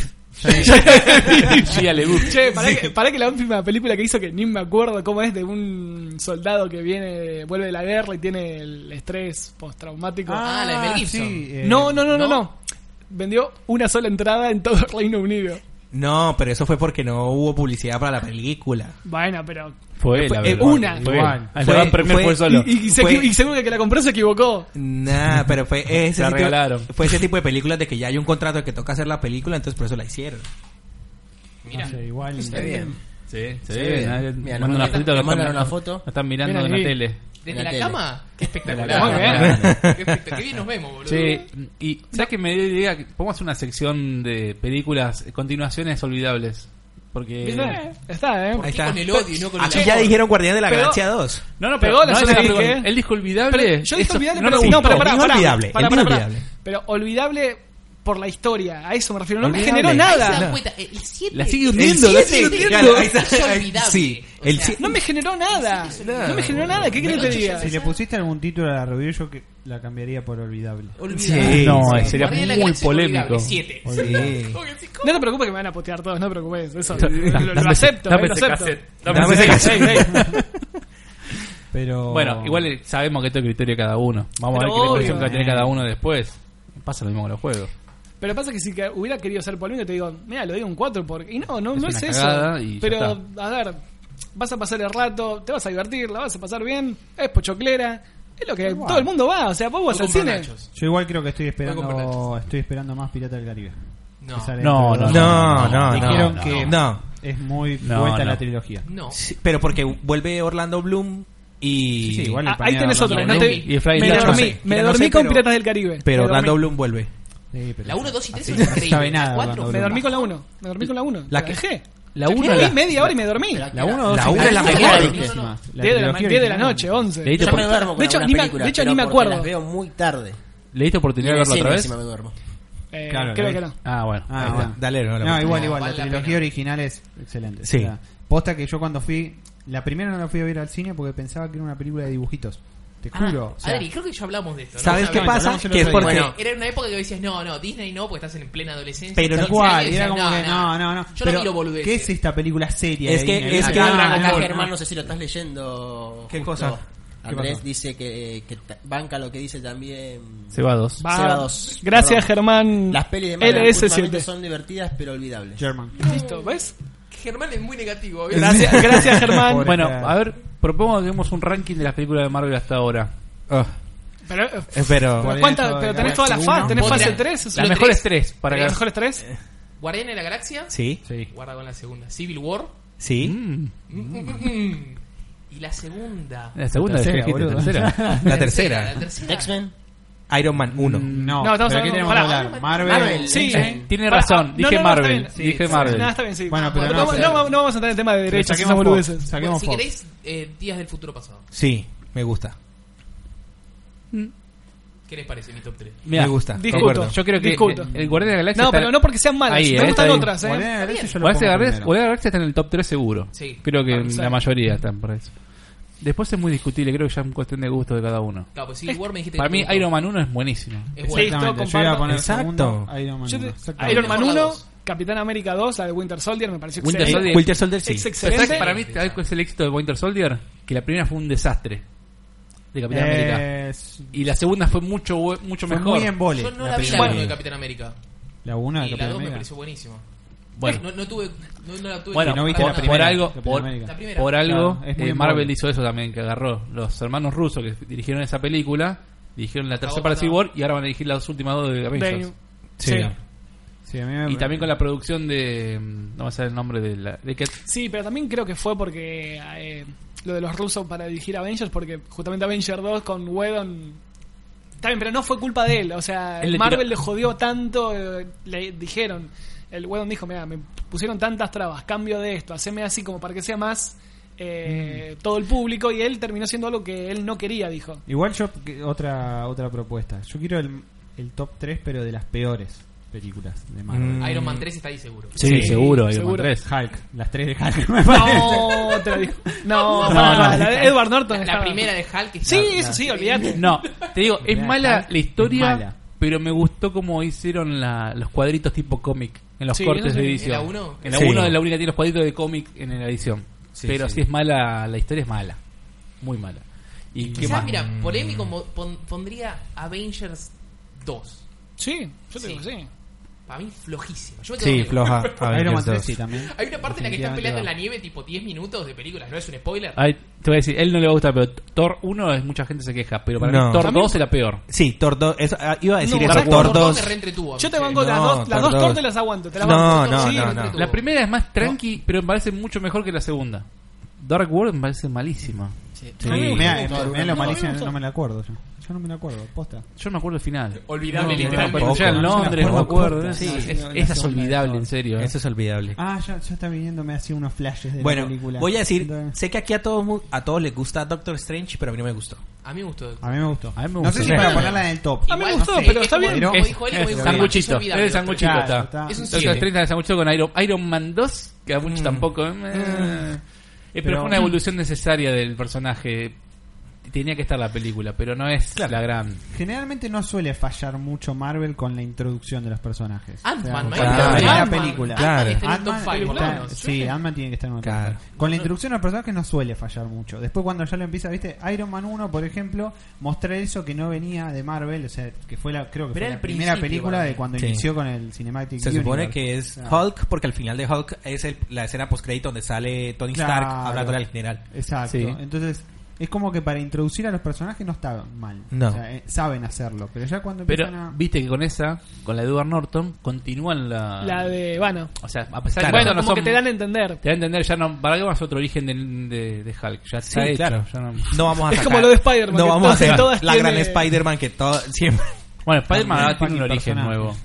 Speaker 3: Sí, ya le gusta.
Speaker 6: Che, pará, que, pará que la última película que hizo, que ni me acuerdo cómo es, de un soldado que viene, vuelve de la guerra y tiene el estrés postraumático. Eh,
Speaker 1: Ah, la de Mel Gibson.
Speaker 4: eh,
Speaker 6: no, no, no,
Speaker 1: no.
Speaker 6: no, no. Vendió una sola entrada en todo el Reino Unido.
Speaker 2: No, pero eso fue porque no hubo publicidad para la película.
Speaker 6: Bueno, pero.
Speaker 3: Fue él, la
Speaker 6: Eh,
Speaker 3: verdad.
Speaker 6: una.
Speaker 3: Fue él.
Speaker 4: Igual.
Speaker 3: Al
Speaker 2: Fue-
Speaker 3: Esteban Premier
Speaker 2: fue-
Speaker 3: fue solo.
Speaker 6: Y, y se-
Speaker 2: Fue- Eh.
Speaker 6: y seguro que el que la compró se equivocó.
Speaker 2: Nah, pero fue ese,
Speaker 3: la
Speaker 2: tipo,
Speaker 3: regalaron.
Speaker 2: fue ese tipo de películas de que ya hay un contrato de que toca hacer la película, entonces por eso la hicieron.
Speaker 1: Mira,
Speaker 4: No sé, igual.
Speaker 5: Está bien.
Speaker 3: Sí, sí.
Speaker 5: Sí, bien.
Speaker 3: nadie- manda
Speaker 5: Mira, nos
Speaker 3: una
Speaker 5: mandan-
Speaker 3: foto, lo
Speaker 5: nos mandan
Speaker 3: están-
Speaker 5: una foto.
Speaker 3: lo Están mirando
Speaker 6: Mira
Speaker 3: en la
Speaker 6: ahí.
Speaker 3: tele.
Speaker 1: desde
Speaker 5: la
Speaker 1: la,
Speaker 5: tele.
Speaker 1: cama, qué espectacular.
Speaker 6: Muy bien.
Speaker 1: Qué, espect- qué bien nos vemos, boludo.
Speaker 3: Che, y ya que me dio idea, que podemos hacer una sección de películas, eh, continuaciones olvidables. Porque.
Speaker 6: ¿Viste? Está, ¿eh?
Speaker 1: ¿Por
Speaker 2: Ahí
Speaker 1: qué
Speaker 2: está.
Speaker 1: con el odio y no con el
Speaker 2: Aquí
Speaker 1: amor?
Speaker 2: ya dijeron Guardián de la
Speaker 6: Pero-
Speaker 2: Galaxia 2.
Speaker 3: No, no,
Speaker 6: Pegó la
Speaker 3: no,
Speaker 6: zona
Speaker 3: esa
Speaker 6: de
Speaker 3: pregunta.
Speaker 6: que-
Speaker 3: Él dijo olvidable.
Speaker 6: Pero yo dije
Speaker 3: Eso
Speaker 6: olvidable,
Speaker 3: no
Speaker 6: pero
Speaker 3: me
Speaker 6: no,
Speaker 3: gustó.
Speaker 6: pero pará,
Speaker 2: Dijo
Speaker 6: pará,
Speaker 2: olvidable,
Speaker 6: pará,
Speaker 2: él
Speaker 6: pará,
Speaker 2: dijo
Speaker 6: pará.
Speaker 2: olvidable.
Speaker 6: Pero olvidable por la historia, a eso me refiero. No
Speaker 2: Olvidable.
Speaker 6: me generó
Speaker 1: Ahí se
Speaker 6: nada.
Speaker 1: dan cuenta, el 7.
Speaker 3: La sigue hundiendo, la sigue
Speaker 1: siete.
Speaker 2: hundiendo.
Speaker 1: Es olvidable.
Speaker 2: Sí, el
Speaker 1: O sea,
Speaker 2: siete.
Speaker 6: No me generó nada. No me generó nada. ¿Qué querés que te diga?
Speaker 4: Si le pusiste algún título a la review, yo que la cambiaría por olvidable.
Speaker 1: olvidable.
Speaker 2: Sí,
Speaker 3: Ah, No,
Speaker 2: sí.
Speaker 3: sería
Speaker 1: Guardián de la
Speaker 3: muy
Speaker 1: Galaxia,
Speaker 3: polémico.
Speaker 1: olvidable, siete.
Speaker 2: Sí.
Speaker 1: Como que sí,
Speaker 6: No te preocupes que me van a putear todos, no te preocupes. Eso,
Speaker 3: Da-
Speaker 6: lo, lo
Speaker 3: dame ese-
Speaker 6: acepto,
Speaker 3: dame
Speaker 6: eh, lo
Speaker 3: ese
Speaker 6: acepto.
Speaker 3: cassette.
Speaker 2: Dame ese cassette.
Speaker 6: Ey, ey.
Speaker 4: Pero.
Speaker 3: Bueno, igual eh, sabemos que esto es criterio de cada uno. Vamos a
Speaker 6: Pero
Speaker 3: ver qué
Speaker 6: obvio.
Speaker 3: impresión que va a tener cada uno después. Pasa lo mismo con los juegos.
Speaker 6: Pero pasa que si que hubiera querido ser polémico, te digo, mira, lo digo un 4 porque. Y no, no, no
Speaker 3: una
Speaker 6: es
Speaker 3: cagada
Speaker 6: eso.
Speaker 3: y ya
Speaker 6: Pero, a ver, vas a pasar el rato, te vas a divertir, la vas a pasar bien, es pochoclera, es lo que todo el mundo va. O sea, vos vas
Speaker 1: Voy
Speaker 6: al
Speaker 1: a comprar
Speaker 6: cine.
Speaker 1: nachos.
Speaker 4: Yo igual creo que estoy
Speaker 1: Voy a
Speaker 4: esperando.
Speaker 1: comprar
Speaker 4: Estoy esperando más Pirata del Caribe.
Speaker 1: No.
Speaker 4: Que sale
Speaker 3: No,
Speaker 4: dentro de dos años.
Speaker 2: No, no, no.
Speaker 4: Dijeron
Speaker 2: no.
Speaker 4: que-
Speaker 2: No.
Speaker 4: Es muy
Speaker 3: No,
Speaker 4: vuelta
Speaker 3: no.
Speaker 4: la trilogía.
Speaker 1: No.
Speaker 2: Sí, pero porque vuelve Orlando Bloom y.
Speaker 4: Sí, sí, igual.
Speaker 6: Ah, ahí tenés otro.
Speaker 1: Orlando
Speaker 6: no te-
Speaker 1: Bloom.
Speaker 3: Y Fray
Speaker 6: me
Speaker 3: Nacho.
Speaker 6: dormí,
Speaker 2: No sé,
Speaker 6: me
Speaker 2: mira, no
Speaker 6: dormí
Speaker 2: sé,
Speaker 6: con
Speaker 2: pero-
Speaker 6: Piratas del Caribe.
Speaker 2: Pero
Speaker 6: Me
Speaker 2: Orlando
Speaker 6: dormí.
Speaker 2: Bloom vuelve.
Speaker 4: Sí, pero-
Speaker 1: La 1, 2 y 3
Speaker 4: así
Speaker 1: son
Speaker 4: no
Speaker 1: increíbles.
Speaker 4: sabe nada.
Speaker 1: La 4
Speaker 4: Orlando
Speaker 6: Me dormí
Speaker 4: Bloom.
Speaker 6: con la 1. Me dormí con la 1.
Speaker 2: La
Speaker 6: La,
Speaker 2: que-
Speaker 6: dejé.
Speaker 3: la uno,
Speaker 6: Leí
Speaker 3: la-
Speaker 6: media hora y me dormí.
Speaker 2: La
Speaker 3: La 1
Speaker 2: uno
Speaker 1: es la mejor.
Speaker 4: Es
Speaker 1: No, no.
Speaker 4: más, la
Speaker 6: 10 de la,
Speaker 4: trilogía
Speaker 6: 10 de la
Speaker 4: original-
Speaker 6: noche, 11.
Speaker 3: Leí-
Speaker 5: Yo me duermo con
Speaker 6: De hecho,
Speaker 5: algunas
Speaker 6: ni me-
Speaker 5: películas,
Speaker 6: de hecho,
Speaker 5: pero
Speaker 6: ni me
Speaker 5: porque
Speaker 6: acuerdo.
Speaker 5: Las veo muy tarde.
Speaker 3: ¿Le diste oportunidad de
Speaker 5: En el
Speaker 3: verlo
Speaker 5: cine
Speaker 3: otra vez?
Speaker 5: encima me duermo.
Speaker 6: Eh,
Speaker 4: Claro,
Speaker 6: creo
Speaker 4: ahí-
Speaker 6: que no.
Speaker 3: Ah, bueno.
Speaker 4: Ah,
Speaker 2: Ahí está.
Speaker 4: bueno.
Speaker 2: Dale, no,
Speaker 4: no,
Speaker 2: la oportunidad.
Speaker 4: igual,
Speaker 1: No,
Speaker 4: igual.
Speaker 1: vale
Speaker 4: la
Speaker 1: la
Speaker 4: trilogía
Speaker 1: pena.
Speaker 4: original es excelente.
Speaker 2: Sí.
Speaker 4: O sea, posta que yo cuando fui. La primera no la fui a ver al cine porque pensaba que era una película de dibujitos.
Speaker 1: Ah,
Speaker 4: Te juro. o sea,
Speaker 1: Adri, creo que ya hablamos de esto. ¿no?
Speaker 2: ¿Sabes
Speaker 1: Ya
Speaker 2: qué
Speaker 1: hablamos.
Speaker 2: pasa?
Speaker 4: hablamos el
Speaker 2: Que es
Speaker 4: otro
Speaker 2: porque.
Speaker 4: día.
Speaker 1: Bueno, era una época que decías, no, no, Disney no, porque estás en plena adolescencia.
Speaker 2: Pero
Speaker 1: Tal
Speaker 2: no-
Speaker 4: Igual,
Speaker 1: cual,
Speaker 4: y era
Speaker 1: decías,
Speaker 4: como que no, no, no.
Speaker 1: Yo
Speaker 4: Pero,
Speaker 1: no miro boludeces.
Speaker 4: ¿Qué es esta película seria?
Speaker 2: Es
Speaker 4: de
Speaker 2: que-
Speaker 4: Disney?
Speaker 2: es
Speaker 4: Ah,
Speaker 2: que-
Speaker 4: no,
Speaker 5: acá, acá
Speaker 4: no,
Speaker 5: Germán,
Speaker 4: no.
Speaker 5: no sé si lo estás leyendo.
Speaker 2: ¿Qué
Speaker 5: justo.
Speaker 2: cosa? ¿Qué
Speaker 5: Andrés
Speaker 2: pasó?
Speaker 5: dice que, que ta- banca lo que dice también.
Speaker 3: Se va a dos.
Speaker 6: Va.
Speaker 5: Seba dos.
Speaker 6: Gracias,
Speaker 5: Perdón.
Speaker 6: Germán.
Speaker 5: Las pelis de Marvel usualmente
Speaker 6: LS7.
Speaker 5: son divertidas pero olvidables.
Speaker 4: German.
Speaker 6: Listo, ¿ves?
Speaker 1: Germán es muy negativo. ¿eh? ¿ves?
Speaker 6: Gracias, gracias Germán.
Speaker 4: Pobre.
Speaker 3: Bueno,
Speaker 4: Claro.
Speaker 3: a ver, propongo que hagamos un ranking de las películas de Marvel hasta ahora.
Speaker 6: Pero, eh,
Speaker 2: Eh, Oh, Pero.
Speaker 4: Guardianes
Speaker 6: ¿cuántas?
Speaker 4: de la
Speaker 6: Pero tenés todas las
Speaker 4: Galaxia
Speaker 6: fases, tenés
Speaker 1: uno.
Speaker 6: fase
Speaker 1: Podría-
Speaker 6: 3, es
Speaker 1: La
Speaker 3: Las
Speaker 1: Los
Speaker 6: una-
Speaker 3: mejores
Speaker 1: tres.
Speaker 3: tres, para
Speaker 6: ¿Tenés las
Speaker 3: que...
Speaker 6: mejores 3.
Speaker 1: Guardián de la Galaxia.
Speaker 2: Sí,
Speaker 4: Sí.
Speaker 1: Guarda con la segunda. Civil War.
Speaker 2: sí.
Speaker 1: Mm, mm, mm, mm. Y la segunda.
Speaker 3: La segunda,
Speaker 4: La
Speaker 3: la
Speaker 4: tercera,
Speaker 3: tercera.
Speaker 4: boludo.
Speaker 3: tercera.
Speaker 2: La tercera.
Speaker 1: La tercera.
Speaker 5: X-Men.
Speaker 2: Iron Man 1.
Speaker 4: No,
Speaker 6: No, estamos
Speaker 4: pero
Speaker 6: hablando-
Speaker 4: ¿qué tenemos que
Speaker 6: pará.
Speaker 4: hablar? Marvel.
Speaker 5: Marvel.
Speaker 6: Sí.
Speaker 5: X-Men.
Speaker 3: Tiene
Speaker 6: Pará,
Speaker 3: razón,
Speaker 6: ah,
Speaker 3: dije
Speaker 6: no, no, no,
Speaker 3: Marvel.
Speaker 6: está bien.
Speaker 3: dije
Speaker 4: Sí,
Speaker 3: Marvel.
Speaker 6: Nada, está bien, sí.
Speaker 4: Bueno, pero
Speaker 6: no,
Speaker 4: no,
Speaker 6: vamos-
Speaker 4: pero-
Speaker 6: no, vamos- no vamos a entrar en tema de derechos, esas
Speaker 4: Saquemos Fox.
Speaker 6: boludeces.
Speaker 1: Bueno,
Speaker 4: Saquemos
Speaker 1: si
Speaker 4: Fox.
Speaker 1: queréis, eh, Días del Futuro Pasado.
Speaker 2: Sí, me gusta.
Speaker 1: ¿Qué les parece mi top 3?
Speaker 3: Mirá,
Speaker 2: me gusta.
Speaker 6: discuto.
Speaker 2: concuerdo.
Speaker 3: Yo creo que
Speaker 6: Discuto.
Speaker 3: el Guardián de la Galaxia
Speaker 6: No,
Speaker 3: está-
Speaker 6: pero no porque sean malas,
Speaker 3: Ahí,
Speaker 6: me
Speaker 3: eh,
Speaker 6: gustan
Speaker 3: está ahí.
Speaker 6: otras,
Speaker 4: Guardianes
Speaker 6: eh.
Speaker 4: de la Galaxia yo lo
Speaker 3: Guardián de la Galaxia-
Speaker 4: pongo primero.
Speaker 3: Guardián de la Galaxia está en el top 3 seguro.
Speaker 1: Sí.
Speaker 3: Creo que
Speaker 6: Ah, sí.
Speaker 3: la mayoría están por eso. Después es muy discutible, creo que ya es cuestión de gusto de cada uno.
Speaker 1: Claro, pues Civil War me dijiste
Speaker 3: Para
Speaker 1: que
Speaker 3: mí
Speaker 1: te gustó.
Speaker 3: Iron Man 1 es buenísimo.
Speaker 1: es bueno.
Speaker 4: Exactamente,
Speaker 6: Listo,
Speaker 4: yo iba a
Speaker 6: comparto.
Speaker 4: poner
Speaker 2: Exacto.
Speaker 4: segundo Iron Man.
Speaker 6: Yo te-
Speaker 4: uno. Exactamente.
Speaker 6: Iron Man
Speaker 1: Por la
Speaker 6: 1,
Speaker 1: dos.
Speaker 6: Capitán América 2, la de Winter Soldier, me pareció
Speaker 3: Winter
Speaker 6: excelente.
Speaker 3: Soldier.
Speaker 2: Eh, Winter Soldier sí.
Speaker 6: Es
Speaker 3: Pero ¿sabes
Speaker 6: excelente.
Speaker 3: que para mí ¿sabes cuál es el éxito de Winter Soldier? Que la primera fue un desastre de Capitán América.
Speaker 4: Eh, es-
Speaker 3: Y la segunda fue mucho bu- mucho
Speaker 4: fue
Speaker 3: mejor.
Speaker 4: muy en vole.
Speaker 1: Yo no la, vi la
Speaker 4: primera.
Speaker 1: uno de Capitán América.
Speaker 4: La 1 de
Speaker 1: y la
Speaker 4: Capitán
Speaker 1: 2 me
Speaker 4: América.
Speaker 1: pareció buenísima.
Speaker 3: Bueno.
Speaker 1: No, no tuve. No, no la tuve.
Speaker 3: Bueno,
Speaker 4: Si no viste
Speaker 3: por,
Speaker 4: la
Speaker 3: por
Speaker 4: primera,
Speaker 3: algo,
Speaker 4: Capitán
Speaker 3: por,
Speaker 4: América.
Speaker 1: La primera.
Speaker 3: por algo
Speaker 4: Claro, es
Speaker 3: eh,
Speaker 4: muy en
Speaker 3: Marvel
Speaker 4: bola.
Speaker 3: hizo eso también, que agarró los hermanos rusos que dirigieron esa película, dirigieron la tercera
Speaker 1: vos,
Speaker 3: para
Speaker 1: no.
Speaker 3: Civil War y ahora van a dirigir las últimas dos de Avengers.
Speaker 6: De-
Speaker 2: Sí.
Speaker 6: Sí.
Speaker 4: Sí, a mí me-
Speaker 3: Y también con la producción de. mm, No me sale el nombre de la. De que,
Speaker 6: Sí, pero también creo que fue porque eh, lo de los rusos para dirigir Avengers, porque justamente Avengers 2 con Whedon. Está bien, pero no fue culpa de él. O sea,
Speaker 3: Él le
Speaker 6: Marvel
Speaker 3: tiró-
Speaker 6: le jodió tanto, eh, le dijeron. El Whedon dijo: Mira, me pusieron tantas trabas, cambio de esto, haceme así como para que sea más eh, todo el público. Y él terminó siendo algo que él no quería, dijo.
Speaker 4: Igual yo que- otra otra propuesta. Yo quiero el, el top 3 pero de las peores películas de Marvel.
Speaker 2: Mm.
Speaker 1: Iron Man 3 está ahí seguro.
Speaker 3: sí, seguro, Iron
Speaker 6: seguro.
Speaker 3: Man 3.
Speaker 4: Hulk, las 3 de Hulk me parece.
Speaker 6: No, te lo dijo. No,
Speaker 4: No, no,
Speaker 6: pará, pará,
Speaker 4: no.
Speaker 6: la de Edward Norton.
Speaker 1: La
Speaker 6: estaba-
Speaker 1: primera de Hulk está.
Speaker 6: Sí, eso sí, olvídate.
Speaker 3: No, te digo, es
Speaker 4: Mirá,
Speaker 3: mala
Speaker 4: Hulk
Speaker 3: la
Speaker 4: es
Speaker 3: historia.
Speaker 4: mala.
Speaker 3: pero me gustó como hicieron la- los cuadritos tipo cómic en los
Speaker 6: Sí,
Speaker 3: cortes
Speaker 6: eso
Speaker 3: de
Speaker 6: sí,
Speaker 3: edición.
Speaker 1: ¿en la uno?
Speaker 3: En la
Speaker 2: Sí.
Speaker 3: 1 es la única que tiene los cuadritos de cómic en la edición.
Speaker 2: Sí,
Speaker 3: pero
Speaker 2: sí.
Speaker 3: si es mala, la historia es mala. Muy mala. ¿Y, qué
Speaker 1: Quizás,
Speaker 3: más?
Speaker 1: mira, polémico mo- pon- pondría Avengers 2.
Speaker 6: Sí, yo te digo,
Speaker 1: Sí.
Speaker 6: sí.
Speaker 1: Para mí, flojísimo. Yo me quedo
Speaker 2: Sí,
Speaker 1: dormido.
Speaker 2: floja.
Speaker 4: Iron Man
Speaker 2: Avengers
Speaker 4: 3
Speaker 2: 2.
Speaker 4: sí también.
Speaker 1: Hay una parte en la que están
Speaker 4: Definitivamente
Speaker 1: peleando en
Speaker 4: va.
Speaker 1: la nieve, tipo 10 minutos de películas, no es un spoiler.
Speaker 3: Ay, te voy a decir, él no le va a gustar, pero Thor 1 es mucha gente se queja, pero para
Speaker 2: No.
Speaker 3: mí Thor
Speaker 6: También-
Speaker 3: 2 es la peor.
Speaker 2: Sí, Thor 2. eso, ah, iba a decir
Speaker 6: No,
Speaker 2: eso.
Speaker 6: exacto,
Speaker 2: Thor
Speaker 1: Thor
Speaker 2: 2.
Speaker 1: me reentrituvo.
Speaker 6: Yo te
Speaker 1: Sí.
Speaker 6: banco las
Speaker 2: No,
Speaker 6: dos, las
Speaker 2: Thor
Speaker 6: dos Thor
Speaker 2: dos.
Speaker 6: te las aguanto, te las
Speaker 2: No,
Speaker 6: banco.
Speaker 2: no,
Speaker 6: sí,
Speaker 2: no,
Speaker 6: te
Speaker 2: no.
Speaker 1: Estuvo.
Speaker 3: La primera es más tranqui, pero me parece mucho mejor que la segunda. Dark World me parece malísima.
Speaker 6: No me gusta,
Speaker 4: Mirá,
Speaker 6: no me
Speaker 4: eh,
Speaker 6: gusta.
Speaker 4: mirá lo
Speaker 6: No, me
Speaker 4: malísimo,
Speaker 6: gusta.
Speaker 4: no me la acuerdo yo. Yo no me la acuerdo, posta.
Speaker 3: Yo no me acuerdo el final.
Speaker 1: Olvidable,
Speaker 3: no,
Speaker 1: literalmente.
Speaker 3: No, me acuerdo. Llega el
Speaker 4: No, no
Speaker 3: nombre,
Speaker 4: me
Speaker 3: no me
Speaker 4: acuerdo.
Speaker 3: acuerdo. Sí,
Speaker 4: Sí,
Speaker 3: es-
Speaker 4: no, no,
Speaker 3: esa es
Speaker 4: no, no,
Speaker 3: olvidable,
Speaker 4: no.
Speaker 3: en serio. ¿eh?
Speaker 2: Eso es olvidable.
Speaker 4: Ah, ya, ya está viniéndome así unos flashes de
Speaker 2: bueno,
Speaker 4: la película.
Speaker 2: voy a decir,
Speaker 4: Entonces-
Speaker 2: sé que aquí a todos mu- a todos les gusta Doctor Strange, pero a mí no me gustó.
Speaker 1: A mí me gustó.
Speaker 4: A mí me gustó.
Speaker 3: A mí me
Speaker 4: No
Speaker 3: gustó.
Speaker 4: sé si
Speaker 2: Sí.
Speaker 4: para ponerla en el top.
Speaker 6: A mí me
Speaker 1: Igual,
Speaker 6: gustó,
Speaker 1: no sé,
Speaker 6: pero
Speaker 1: es
Speaker 6: está
Speaker 1: como-
Speaker 6: bien.
Speaker 1: Como dijo él,
Speaker 3: Es-
Speaker 1: como
Speaker 3: es
Speaker 1: dijo
Speaker 3: sanguchito.
Speaker 1: Olvidable,
Speaker 3: Eres
Speaker 1: pero-
Speaker 3: sanguchito.
Speaker 4: Claro,
Speaker 3: está.
Speaker 4: está.
Speaker 1: Es un
Speaker 3: Entonces,
Speaker 1: siete.
Speaker 3: 30 de Samuel con Iron, Iron Man 2, que a muchos tampoco. eh, eh. Eh, pero
Speaker 2: Pero-
Speaker 3: fue una evolución necesaria del personaje. Tenía que estar la película, pero no es la gran.
Speaker 4: Generalmente no suele fallar mucho Marvel con la introducción de los personajes.
Speaker 1: Ant-Man,
Speaker 4: O
Speaker 1: man.
Speaker 4: sea,
Speaker 2: Claro.
Speaker 4: la primera
Speaker 1: Ant-Man,
Speaker 4: película.
Speaker 1: Ant-Man está en el top
Speaker 4: Ant-Man
Speaker 1: five, por lo
Speaker 4: está-
Speaker 1: menos.
Speaker 4: sí, Ant-Man tiene que estar en el top
Speaker 2: Claro.
Speaker 4: five. Con la introducción a los personajes no suele fallar mucho. Después cuando ya lo empieza, viste, Iron Man 1, por ejemplo, mostrar eso que no venía de Marvel, o sea, que fue la creo
Speaker 1: Pero
Speaker 4: que fue
Speaker 1: era
Speaker 4: la
Speaker 1: el
Speaker 4: primera
Speaker 1: principio,
Speaker 4: película
Speaker 1: para
Speaker 4: de
Speaker 1: mí.
Speaker 4: cuando
Speaker 2: Sí.
Speaker 4: inició con el Cinematic
Speaker 2: Se supone
Speaker 4: Universe.
Speaker 2: que es
Speaker 4: Ah.
Speaker 2: Hulk, porque al final de Hulk es el- la escena post-crédito donde sale Tony Stark
Speaker 4: Claro.
Speaker 2: hablándole al general.
Speaker 4: Exacto.
Speaker 3: Sí.
Speaker 4: Entonces, es como que para introducir a los personajes no está mal.
Speaker 2: No.
Speaker 4: O sea, eh, saben hacerlo, pero ya cuando
Speaker 3: Pero
Speaker 4: empiezan a
Speaker 3: viste que con esa, con la de Edward Norton, continúan la.
Speaker 6: La de, bueno,
Speaker 3: O sea, a pesar
Speaker 2: Claro.
Speaker 3: de que
Speaker 6: bueno,
Speaker 3: no
Speaker 6: como
Speaker 3: son-
Speaker 6: que te dan a entender.
Speaker 3: Te va a entender, ya no, ¿para qué vas a otro origen del- de, de Hulk? Ya está hecho, ya no-
Speaker 2: No vamos a
Speaker 6: Es
Speaker 2: sacar-
Speaker 6: como lo de Spider-Man,
Speaker 2: No
Speaker 6: que
Speaker 2: vamos a
Speaker 6: todas-
Speaker 2: hacer
Speaker 6: todas
Speaker 2: la gran
Speaker 6: tiene-
Speaker 2: Spider-Man que todo siempre.
Speaker 3: Bueno, Spider-Man ahora
Speaker 4: También
Speaker 3: tiene un
Speaker 4: fucking
Speaker 3: origen
Speaker 4: personaje.
Speaker 3: nuevo.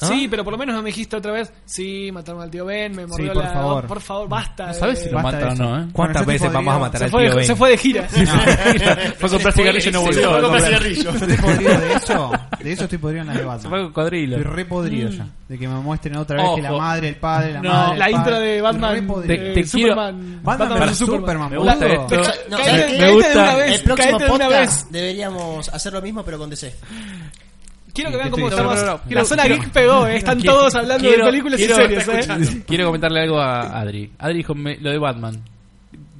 Speaker 2: ¿Ah?
Speaker 6: Sí, pero por lo menos no me dijiste otra vez, sí, mataron al tío Ben, me mordió
Speaker 4: por
Speaker 6: la...
Speaker 4: favor.
Speaker 6: Por favor, basta.
Speaker 3: No sabes si lo
Speaker 4: basta
Speaker 3: mata
Speaker 4: de
Speaker 3: o
Speaker 4: eso.
Speaker 3: no, ¿eh?
Speaker 2: ¿Cuántas
Speaker 4: Bueno, yo te
Speaker 2: veces
Speaker 4: podría-
Speaker 2: vamos a matar
Speaker 6: se,
Speaker 2: al
Speaker 6: fue
Speaker 2: tío
Speaker 6: de,
Speaker 2: Ben?
Speaker 6: se fue de gira.
Speaker 3: Fue a comprar cigarrillo y no
Speaker 1: Se fue a
Speaker 3: volvió.
Speaker 1: comprar
Speaker 4: Yo estoy podrido de eso. De eso estoy podrido en la de
Speaker 3: Se fue
Speaker 4: Batman.
Speaker 3: con cuadrilo.
Speaker 4: Estoy re podrido ya. De que me muestren otra vez que la
Speaker 3: Ojo.
Speaker 4: madre, el padre, la
Speaker 3: No,
Speaker 4: madre. el
Speaker 6: La intro
Speaker 4: padre.
Speaker 6: de
Speaker 4: Estoy re
Speaker 6: Batman,
Speaker 4: podrido.
Speaker 3: Te-
Speaker 6: eh,
Speaker 3: te quiero-
Speaker 6: Superman,
Speaker 4: Batman
Speaker 6: versus
Speaker 4: versus Superman,
Speaker 3: Me
Speaker 4: boludo.
Speaker 3: gusta esto.
Speaker 6: Ca-
Speaker 5: No,
Speaker 6: caete-
Speaker 5: ¿sabes
Speaker 3: qué?
Speaker 6: caete
Speaker 3: Me gusta.
Speaker 6: de una vez,
Speaker 5: El próximo
Speaker 6: caete de una vez.
Speaker 5: podcast deberíamos hacer lo mismo, pero con DC.
Speaker 6: Quiero que
Speaker 4: Sí,
Speaker 6: vean
Speaker 4: te
Speaker 6: cómo
Speaker 4: estoy-
Speaker 6: estamos.
Speaker 3: no, no, no.
Speaker 6: la
Speaker 3: Quiero-
Speaker 6: zona
Speaker 3: quiero-
Speaker 6: geek pegó, eh, están
Speaker 3: Quiero-
Speaker 6: todos hablando
Speaker 3: quiero-
Speaker 6: de películas
Speaker 3: quiero-
Speaker 6: y series. eh.
Speaker 3: Quiero comentarle algo a Adri. Adri dijo me- lo de Batman.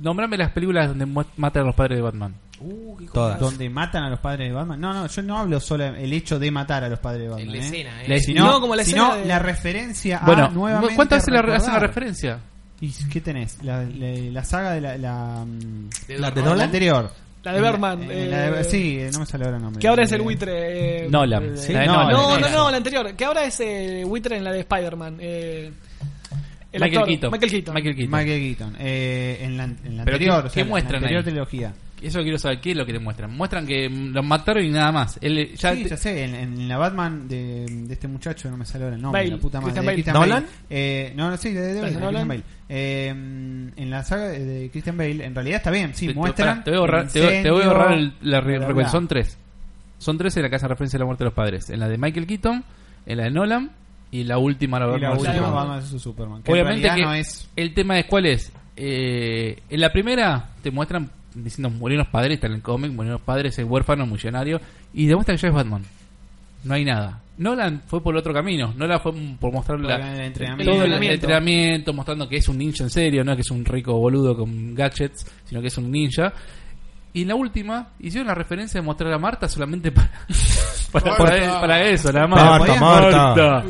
Speaker 3: Nombrame las películas donde mu- matan a los padres de Batman.
Speaker 1: Uh, qué cosa.
Speaker 2: Todas.
Speaker 4: Donde matan a los padres de Batman. No, no, yo no hablo solo el hecho de matar a los padres de Batman.
Speaker 1: La
Speaker 4: eh.
Speaker 1: escena,
Speaker 3: La
Speaker 1: eh.
Speaker 3: escena.
Speaker 4: Sino,
Speaker 6: No, como la
Speaker 4: sino
Speaker 6: escena de-
Speaker 4: la
Speaker 6: Ah,
Speaker 4: referencia a
Speaker 3: bueno,
Speaker 4: nuevamente
Speaker 3: ¿cuántas veces le hacen la
Speaker 4: recordar.
Speaker 3: referencia?
Speaker 4: ¿Y qué tenés? La, la- la saga de la... la, mm,
Speaker 2: ¿La de
Speaker 4: la
Speaker 2: Nolan?
Speaker 4: anterior.
Speaker 6: La de Berman.
Speaker 4: Eh, la de-
Speaker 6: eh,
Speaker 4: sí, eh, no me sale ahora el nombre.
Speaker 6: Que ahora es el
Speaker 4: Eh,
Speaker 6: buitre. eh,
Speaker 3: Nolan.
Speaker 4: sí.
Speaker 3: La de
Speaker 4: No,
Speaker 3: Nolan.
Speaker 6: No,
Speaker 4: Nolan.
Speaker 6: no, no, la anterior. Que ahora es el buitre en la de Spider-Man. eh, el
Speaker 3: Michael,
Speaker 6: actor,
Speaker 3: Keaton.
Speaker 6: Michael Keaton.
Speaker 3: Michael Keaton.
Speaker 4: Michael Keaton. Eh, en la, en la
Speaker 3: Pero
Speaker 4: anterior,
Speaker 3: ¿qué-
Speaker 4: o sea,
Speaker 3: qué muestran
Speaker 4: la anterior
Speaker 3: ahí?
Speaker 4: trilogía.
Speaker 3: Eso quiero saber qué es lo que le muestran. Muestran que mm, los mataron y nada más. Él, eh, ya
Speaker 4: sí,
Speaker 3: te-
Speaker 4: ya sé, en, en la Batman de, de este muchacho, no me sale ahora el nombre,
Speaker 6: Bale,
Speaker 4: la puta madre.
Speaker 6: Christian
Speaker 4: de
Speaker 6: Bale.
Speaker 2: ¿Nolan?
Speaker 4: Eh, no, no, sí, de, de- de-
Speaker 6: ¿La de
Speaker 4: de Christian
Speaker 6: Nolan?
Speaker 4: Bale. Eh, en la saga de, de Christian Bale, en realidad está bien, sí,
Speaker 3: te- te-
Speaker 4: muestran.
Speaker 3: pará, Te voy a ahorrar,
Speaker 4: el
Speaker 3: te voy- te voy a ahorrar el-
Speaker 4: incendio,
Speaker 3: la
Speaker 4: bla,
Speaker 3: re-
Speaker 4: bla,
Speaker 3: recuerdo.
Speaker 4: bla.
Speaker 3: Son tres. Son tres en la que hacen referencia a la muerte de los padres. En la de Michael Keaton, en la de Nolan y la última, la
Speaker 4: Y la
Speaker 3: Batman
Speaker 4: última
Speaker 3: Superman.
Speaker 4: Batman vs Superman. Que en
Speaker 3: Obviamente
Speaker 4: realidad
Speaker 3: que
Speaker 4: no es.
Speaker 3: el tema es cuál es. Eh, en la primera te muestran diciendo murieron los padres, está en el cómic, murieron los padres, es huérfano, millonario, y demuestra que ya es Batman. No hay nada. Nolan fue por otro camino. Nolan fue por mostrar
Speaker 4: Por
Speaker 3: la-
Speaker 4: el entrenamiento.
Speaker 3: todo el
Speaker 6: entrenamiento.
Speaker 3: entrenamiento, mostrando que es un ninja en serio, no que es un rico boludo con gadgets, sino que es un ninja. Y en la última hicieron la referencia de mostrar a Marta solamente para, para, para- para eso, nada más.
Speaker 2: Marta, Marta. Ah,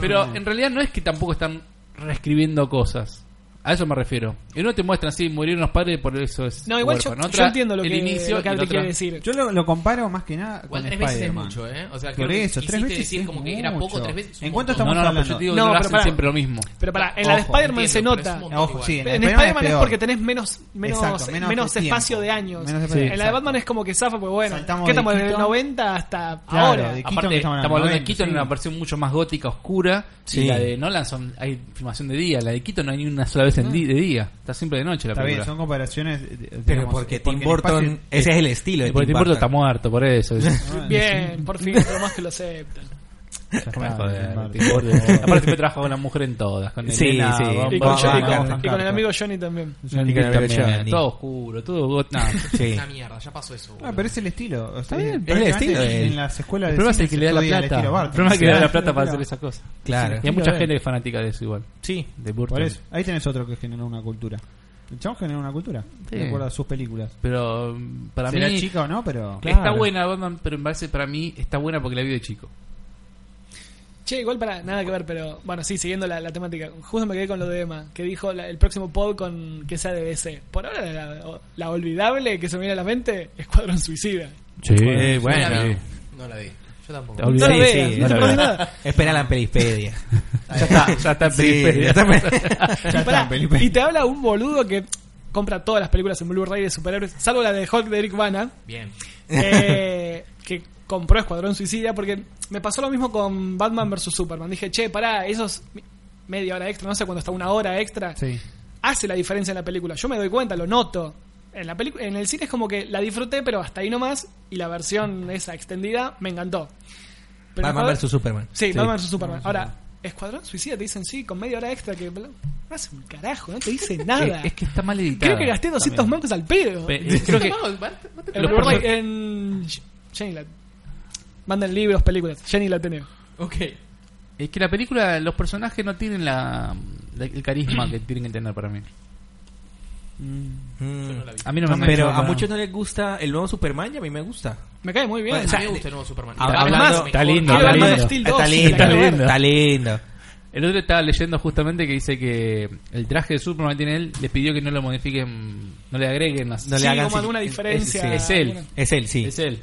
Speaker 3: Pero en realidad no es que tampoco están reescribiendo cosas. A eso me refiero. En uno te muestran, sí, murieron los padres, por eso es.
Speaker 6: No, igual yo,
Speaker 3: huérfano.
Speaker 6: yo
Speaker 3: Otra,
Speaker 6: entiendo lo
Speaker 3: el
Speaker 6: que,
Speaker 3: inicio
Speaker 6: lo que
Speaker 3: y
Speaker 6: Adri
Speaker 3: la otra-
Speaker 6: quiere decir.
Speaker 4: Yo lo, lo comparo más que nada
Speaker 1: Igual
Speaker 4: con
Speaker 1: tres veces es
Speaker 4: Spider-Man.
Speaker 1: mucho, ¿eh? O sea, creo
Speaker 4: Por
Speaker 1: que
Speaker 4: eso, tres
Speaker 1: quisiste
Speaker 4: veces.
Speaker 1: decir
Speaker 4: es
Speaker 1: como que era
Speaker 4: mucho.
Speaker 1: poco, tres veces es un
Speaker 4: ¿En cuánto
Speaker 1: montón.
Speaker 3: No,
Speaker 4: estamos
Speaker 3: no, pero
Speaker 4: hablando?
Speaker 3: yo te digo
Speaker 6: No,
Speaker 3: que lo
Speaker 6: pero
Speaker 3: hacen
Speaker 6: pará.
Speaker 3: siempre lo mismo.
Speaker 6: Pero para, en la de
Speaker 4: Ojo,
Speaker 6: Spider-Man se
Speaker 1: entiendo, pero es
Speaker 6: nota.
Speaker 1: un montón
Speaker 4: Ojo,
Speaker 1: igual.
Speaker 4: sí, en,
Speaker 6: En
Speaker 4: Spider-Man
Speaker 6: Spider-Man es
Speaker 4: peor.
Speaker 6: porque tenés menos menos
Speaker 4: Exacto, menos
Speaker 6: menos,
Speaker 4: tiempo.
Speaker 6: espacio de años.
Speaker 4: Menos espacio,
Speaker 6: en la de
Speaker 4: exacto.
Speaker 6: Batman es como que zafa, porque bueno,
Speaker 4: Saltamos de
Speaker 6: ¿qué estamos desde el
Speaker 4: Keaton.
Speaker 6: 90 hasta
Speaker 4: Claro,
Speaker 6: ahora?
Speaker 4: de- Keaton
Speaker 3: Aparte, estamos
Speaker 4: que estamos hablando,
Speaker 3: hablando de
Speaker 4: 90,
Speaker 3: Keaton
Speaker 4: sí.
Speaker 3: en una versión mucho más gótica, oscura.
Speaker 2: Sí.
Speaker 3: Y la de Nolan son, hay filmación de día. La de Keaton no hay ni una sola vez en di- de día. Está siempre de noche la
Speaker 4: Está bien,
Speaker 3: película.
Speaker 4: son comparaciones. eh, digamos,
Speaker 2: Pero porque Tim
Speaker 4: el espacio- Ah,
Speaker 2: Burton, ese es el estilo de
Speaker 3: Porque
Speaker 2: Tim
Speaker 3: Tim Burton
Speaker 2: Burton.
Speaker 3: está muerto, por eso. Es-
Speaker 6: Bien, por fin, pero más que lo aceptan.
Speaker 3: Ya está,
Speaker 4: Claro,
Speaker 3: joder,
Speaker 4: claro.
Speaker 3: te juro. Aparte siempre trabajo con la mujer en todas. Con
Speaker 2: Sí,
Speaker 3: Elena,
Speaker 2: sí.
Speaker 3: Bamba,
Speaker 6: Y con,
Speaker 3: Bamba,
Speaker 6: Johnny- y con-
Speaker 3: Bamba.
Speaker 4: vamos,
Speaker 6: y con el
Speaker 4: claro.
Speaker 6: amigo Johnny también.
Speaker 2: Y con el
Speaker 3: También,
Speaker 2: Johnny.
Speaker 3: Todo oscuro, todo... got- nah,
Speaker 2: Sí.
Speaker 1: Una mierda, ya pasó eso.
Speaker 4: Ah,
Speaker 1: boludo.
Speaker 4: pero es el estilo. O sea,
Speaker 3: bien, es el
Speaker 4: prácticamente
Speaker 2: estilo de él.
Speaker 4: En las escuelas
Speaker 3: El
Speaker 4: de
Speaker 3: problema es
Speaker 4: cine
Speaker 3: el que
Speaker 4: se
Speaker 3: le da la
Speaker 4: estudia el
Speaker 3: plata.
Speaker 4: estilo
Speaker 3: El
Speaker 4: Barton.
Speaker 3: problema es que le da la plata para hacer
Speaker 4: Claro.
Speaker 3: esas cosas.
Speaker 2: Claro.
Speaker 3: Y hay mucha
Speaker 4: Sí,
Speaker 3: gente que es fanática de eso igual.
Speaker 2: Sí.
Speaker 3: De Burton.
Speaker 4: Por eso. Ahí tenés otro que generó una cultura. El chabón generó una cultura.
Speaker 3: Sí.
Speaker 4: De acuerdo a sus películas.
Speaker 3: Pero mm, para
Speaker 4: Será
Speaker 3: mí...
Speaker 4: chica o no, pero.
Speaker 3: Está
Speaker 4: Claro.
Speaker 3: buena Batman, pero me parece para mí está buena porque la vi de chico.
Speaker 6: Che, igual para nada que ver, pero bueno, sí, siguiendo la, la temática. Justo me quedé con lo de Emma, que dijo la- el próximo pod con que sea de DC. Por ahora, la, la olvidable que se me viene a la mente es Cuadrón Suicida.
Speaker 3: Sí,
Speaker 1: no la vi. No la vi. Yo tampoco.
Speaker 3: Eh, Te olvidé.
Speaker 6: No lo
Speaker 2: Sí,
Speaker 6: veas,
Speaker 2: sí,
Speaker 6: no
Speaker 2: es
Speaker 6: te
Speaker 2: verdad.
Speaker 6: pasa nada.
Speaker 2: Espera la perispedia.
Speaker 3: Ya está, ya está en Perispedia.
Speaker 6: Y, pará, y te habla un boludo que compra todas las películas en Blu-ray de superhéroes, salvo la de Hulk de Eric Bana,
Speaker 1: Bien.
Speaker 6: eh, que compró Escuadrón Suicida, porque me pasó lo mismo con Batman vs. Superman. Dije, che, pará, esos mi- media hora extra, no sé cuándo está una hora extra.
Speaker 3: Eh,
Speaker 4: Sí.
Speaker 6: hace la diferencia en la película. Yo me doy cuenta, lo noto. En, la pelicu- en el cine es como que la disfruté, pero hasta ahí nomás. Y la versión esa extendida me encantó. Pero
Speaker 2: Batman
Speaker 6: ahora-
Speaker 2: vs Superman.
Speaker 6: Sí, Batman vs. Superman. Ahora, Escuadrón Suicida te dicen sí, con media hora extra que. bla- No hace un carajo, no te dice nada.
Speaker 3: Es que está mal editada.
Speaker 6: Creo que gasté 200
Speaker 3: También.
Speaker 6: mangos al pedo.
Speaker 3: Pe- eh, Creo que
Speaker 1: No, no, va- va a tener-
Speaker 6: En,
Speaker 3: los
Speaker 6: Blu-ray,
Speaker 3: perso-
Speaker 6: en Jenny la- Mandan libros, películas. Jenny la tenía.
Speaker 1: Ok.
Speaker 3: Es que la película, los personajes no tienen la, la- el carisma que tienen que tener para mí.
Speaker 2: Mm.
Speaker 1: No la vi.
Speaker 3: A mí no me
Speaker 2: Pero
Speaker 3: engancha.
Speaker 2: a muchos no les gusta el nuevo Superman y a mí me gusta.
Speaker 6: Me cae muy bien.
Speaker 1: Bueno, sí me gusta el nuevo Superman.
Speaker 2: Ahora,
Speaker 1: Cada vez
Speaker 2: hablando-
Speaker 1: mejor.
Speaker 3: está lindo,
Speaker 6: Quiero
Speaker 3: está
Speaker 6: ver Man
Speaker 3: lindo.
Speaker 6: of Steel
Speaker 2: Está
Speaker 6: 2,
Speaker 2: lindo,
Speaker 6: la quiero ver.
Speaker 2: está lindo.
Speaker 3: El otro estaba leyendo justamente que dice que el traje de Superman que tiene él le pidió que no lo modifiquen, no le agreguen las.
Speaker 2: No le
Speaker 6: Sí,
Speaker 2: hagan
Speaker 6: como
Speaker 2: sin-
Speaker 6: alguna
Speaker 2: es-
Speaker 6: diferencia.
Speaker 3: es él.
Speaker 2: Es él, sí.
Speaker 3: Es él.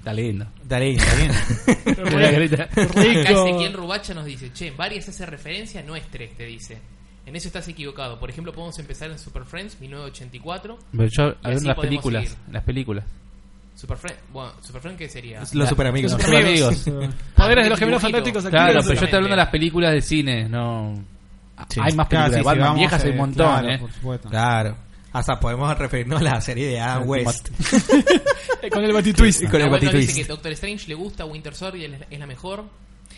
Speaker 3: Está lindo.
Speaker 2: Está lindo, está liendo.
Speaker 1: Acá
Speaker 6: Rico.
Speaker 1: Ezequiel Rubacha nos dice, che, en varias hace referencia, no es tres, te dice. En eso estás equivocado. Por ejemplo, podemos empezar en Super Friends 1984.
Speaker 3: Pero yo, a ver
Speaker 1: así
Speaker 3: las
Speaker 1: podemos
Speaker 3: películas,
Speaker 1: seguir.
Speaker 3: las películas.
Speaker 1: Super Friends, bueno, Super Friends ¿qué sería?
Speaker 2: Los superamigos.
Speaker 3: Los super amigos.
Speaker 6: Poderes de
Speaker 1: Ah,
Speaker 6: los gemelos
Speaker 1: dibujito.
Speaker 6: fantásticos aquí.
Speaker 3: Claro,
Speaker 1: Sí,
Speaker 3: pero yo estoy hablando de
Speaker 1: exactamente.
Speaker 3: las películas de cine, no.
Speaker 2: Sí.
Speaker 3: Hay más películas
Speaker 4: Claro, sí,
Speaker 3: de
Speaker 4: sí,
Speaker 3: Batman
Speaker 4: vamos,
Speaker 3: viejas, hay
Speaker 4: eh,
Speaker 3: un montón,
Speaker 4: claro,
Speaker 3: ¿eh?
Speaker 4: Por supuesto.
Speaker 2: Claro. Hasta podemos referirnos a la serie de Adam West.
Speaker 6: Eh, con el Batitwist.
Speaker 2: Y con el
Speaker 1: Nahuel nos
Speaker 2: Batitwist.
Speaker 1: dice que Doctor Strange le gusta, Winter Soldier es la- es la mejor.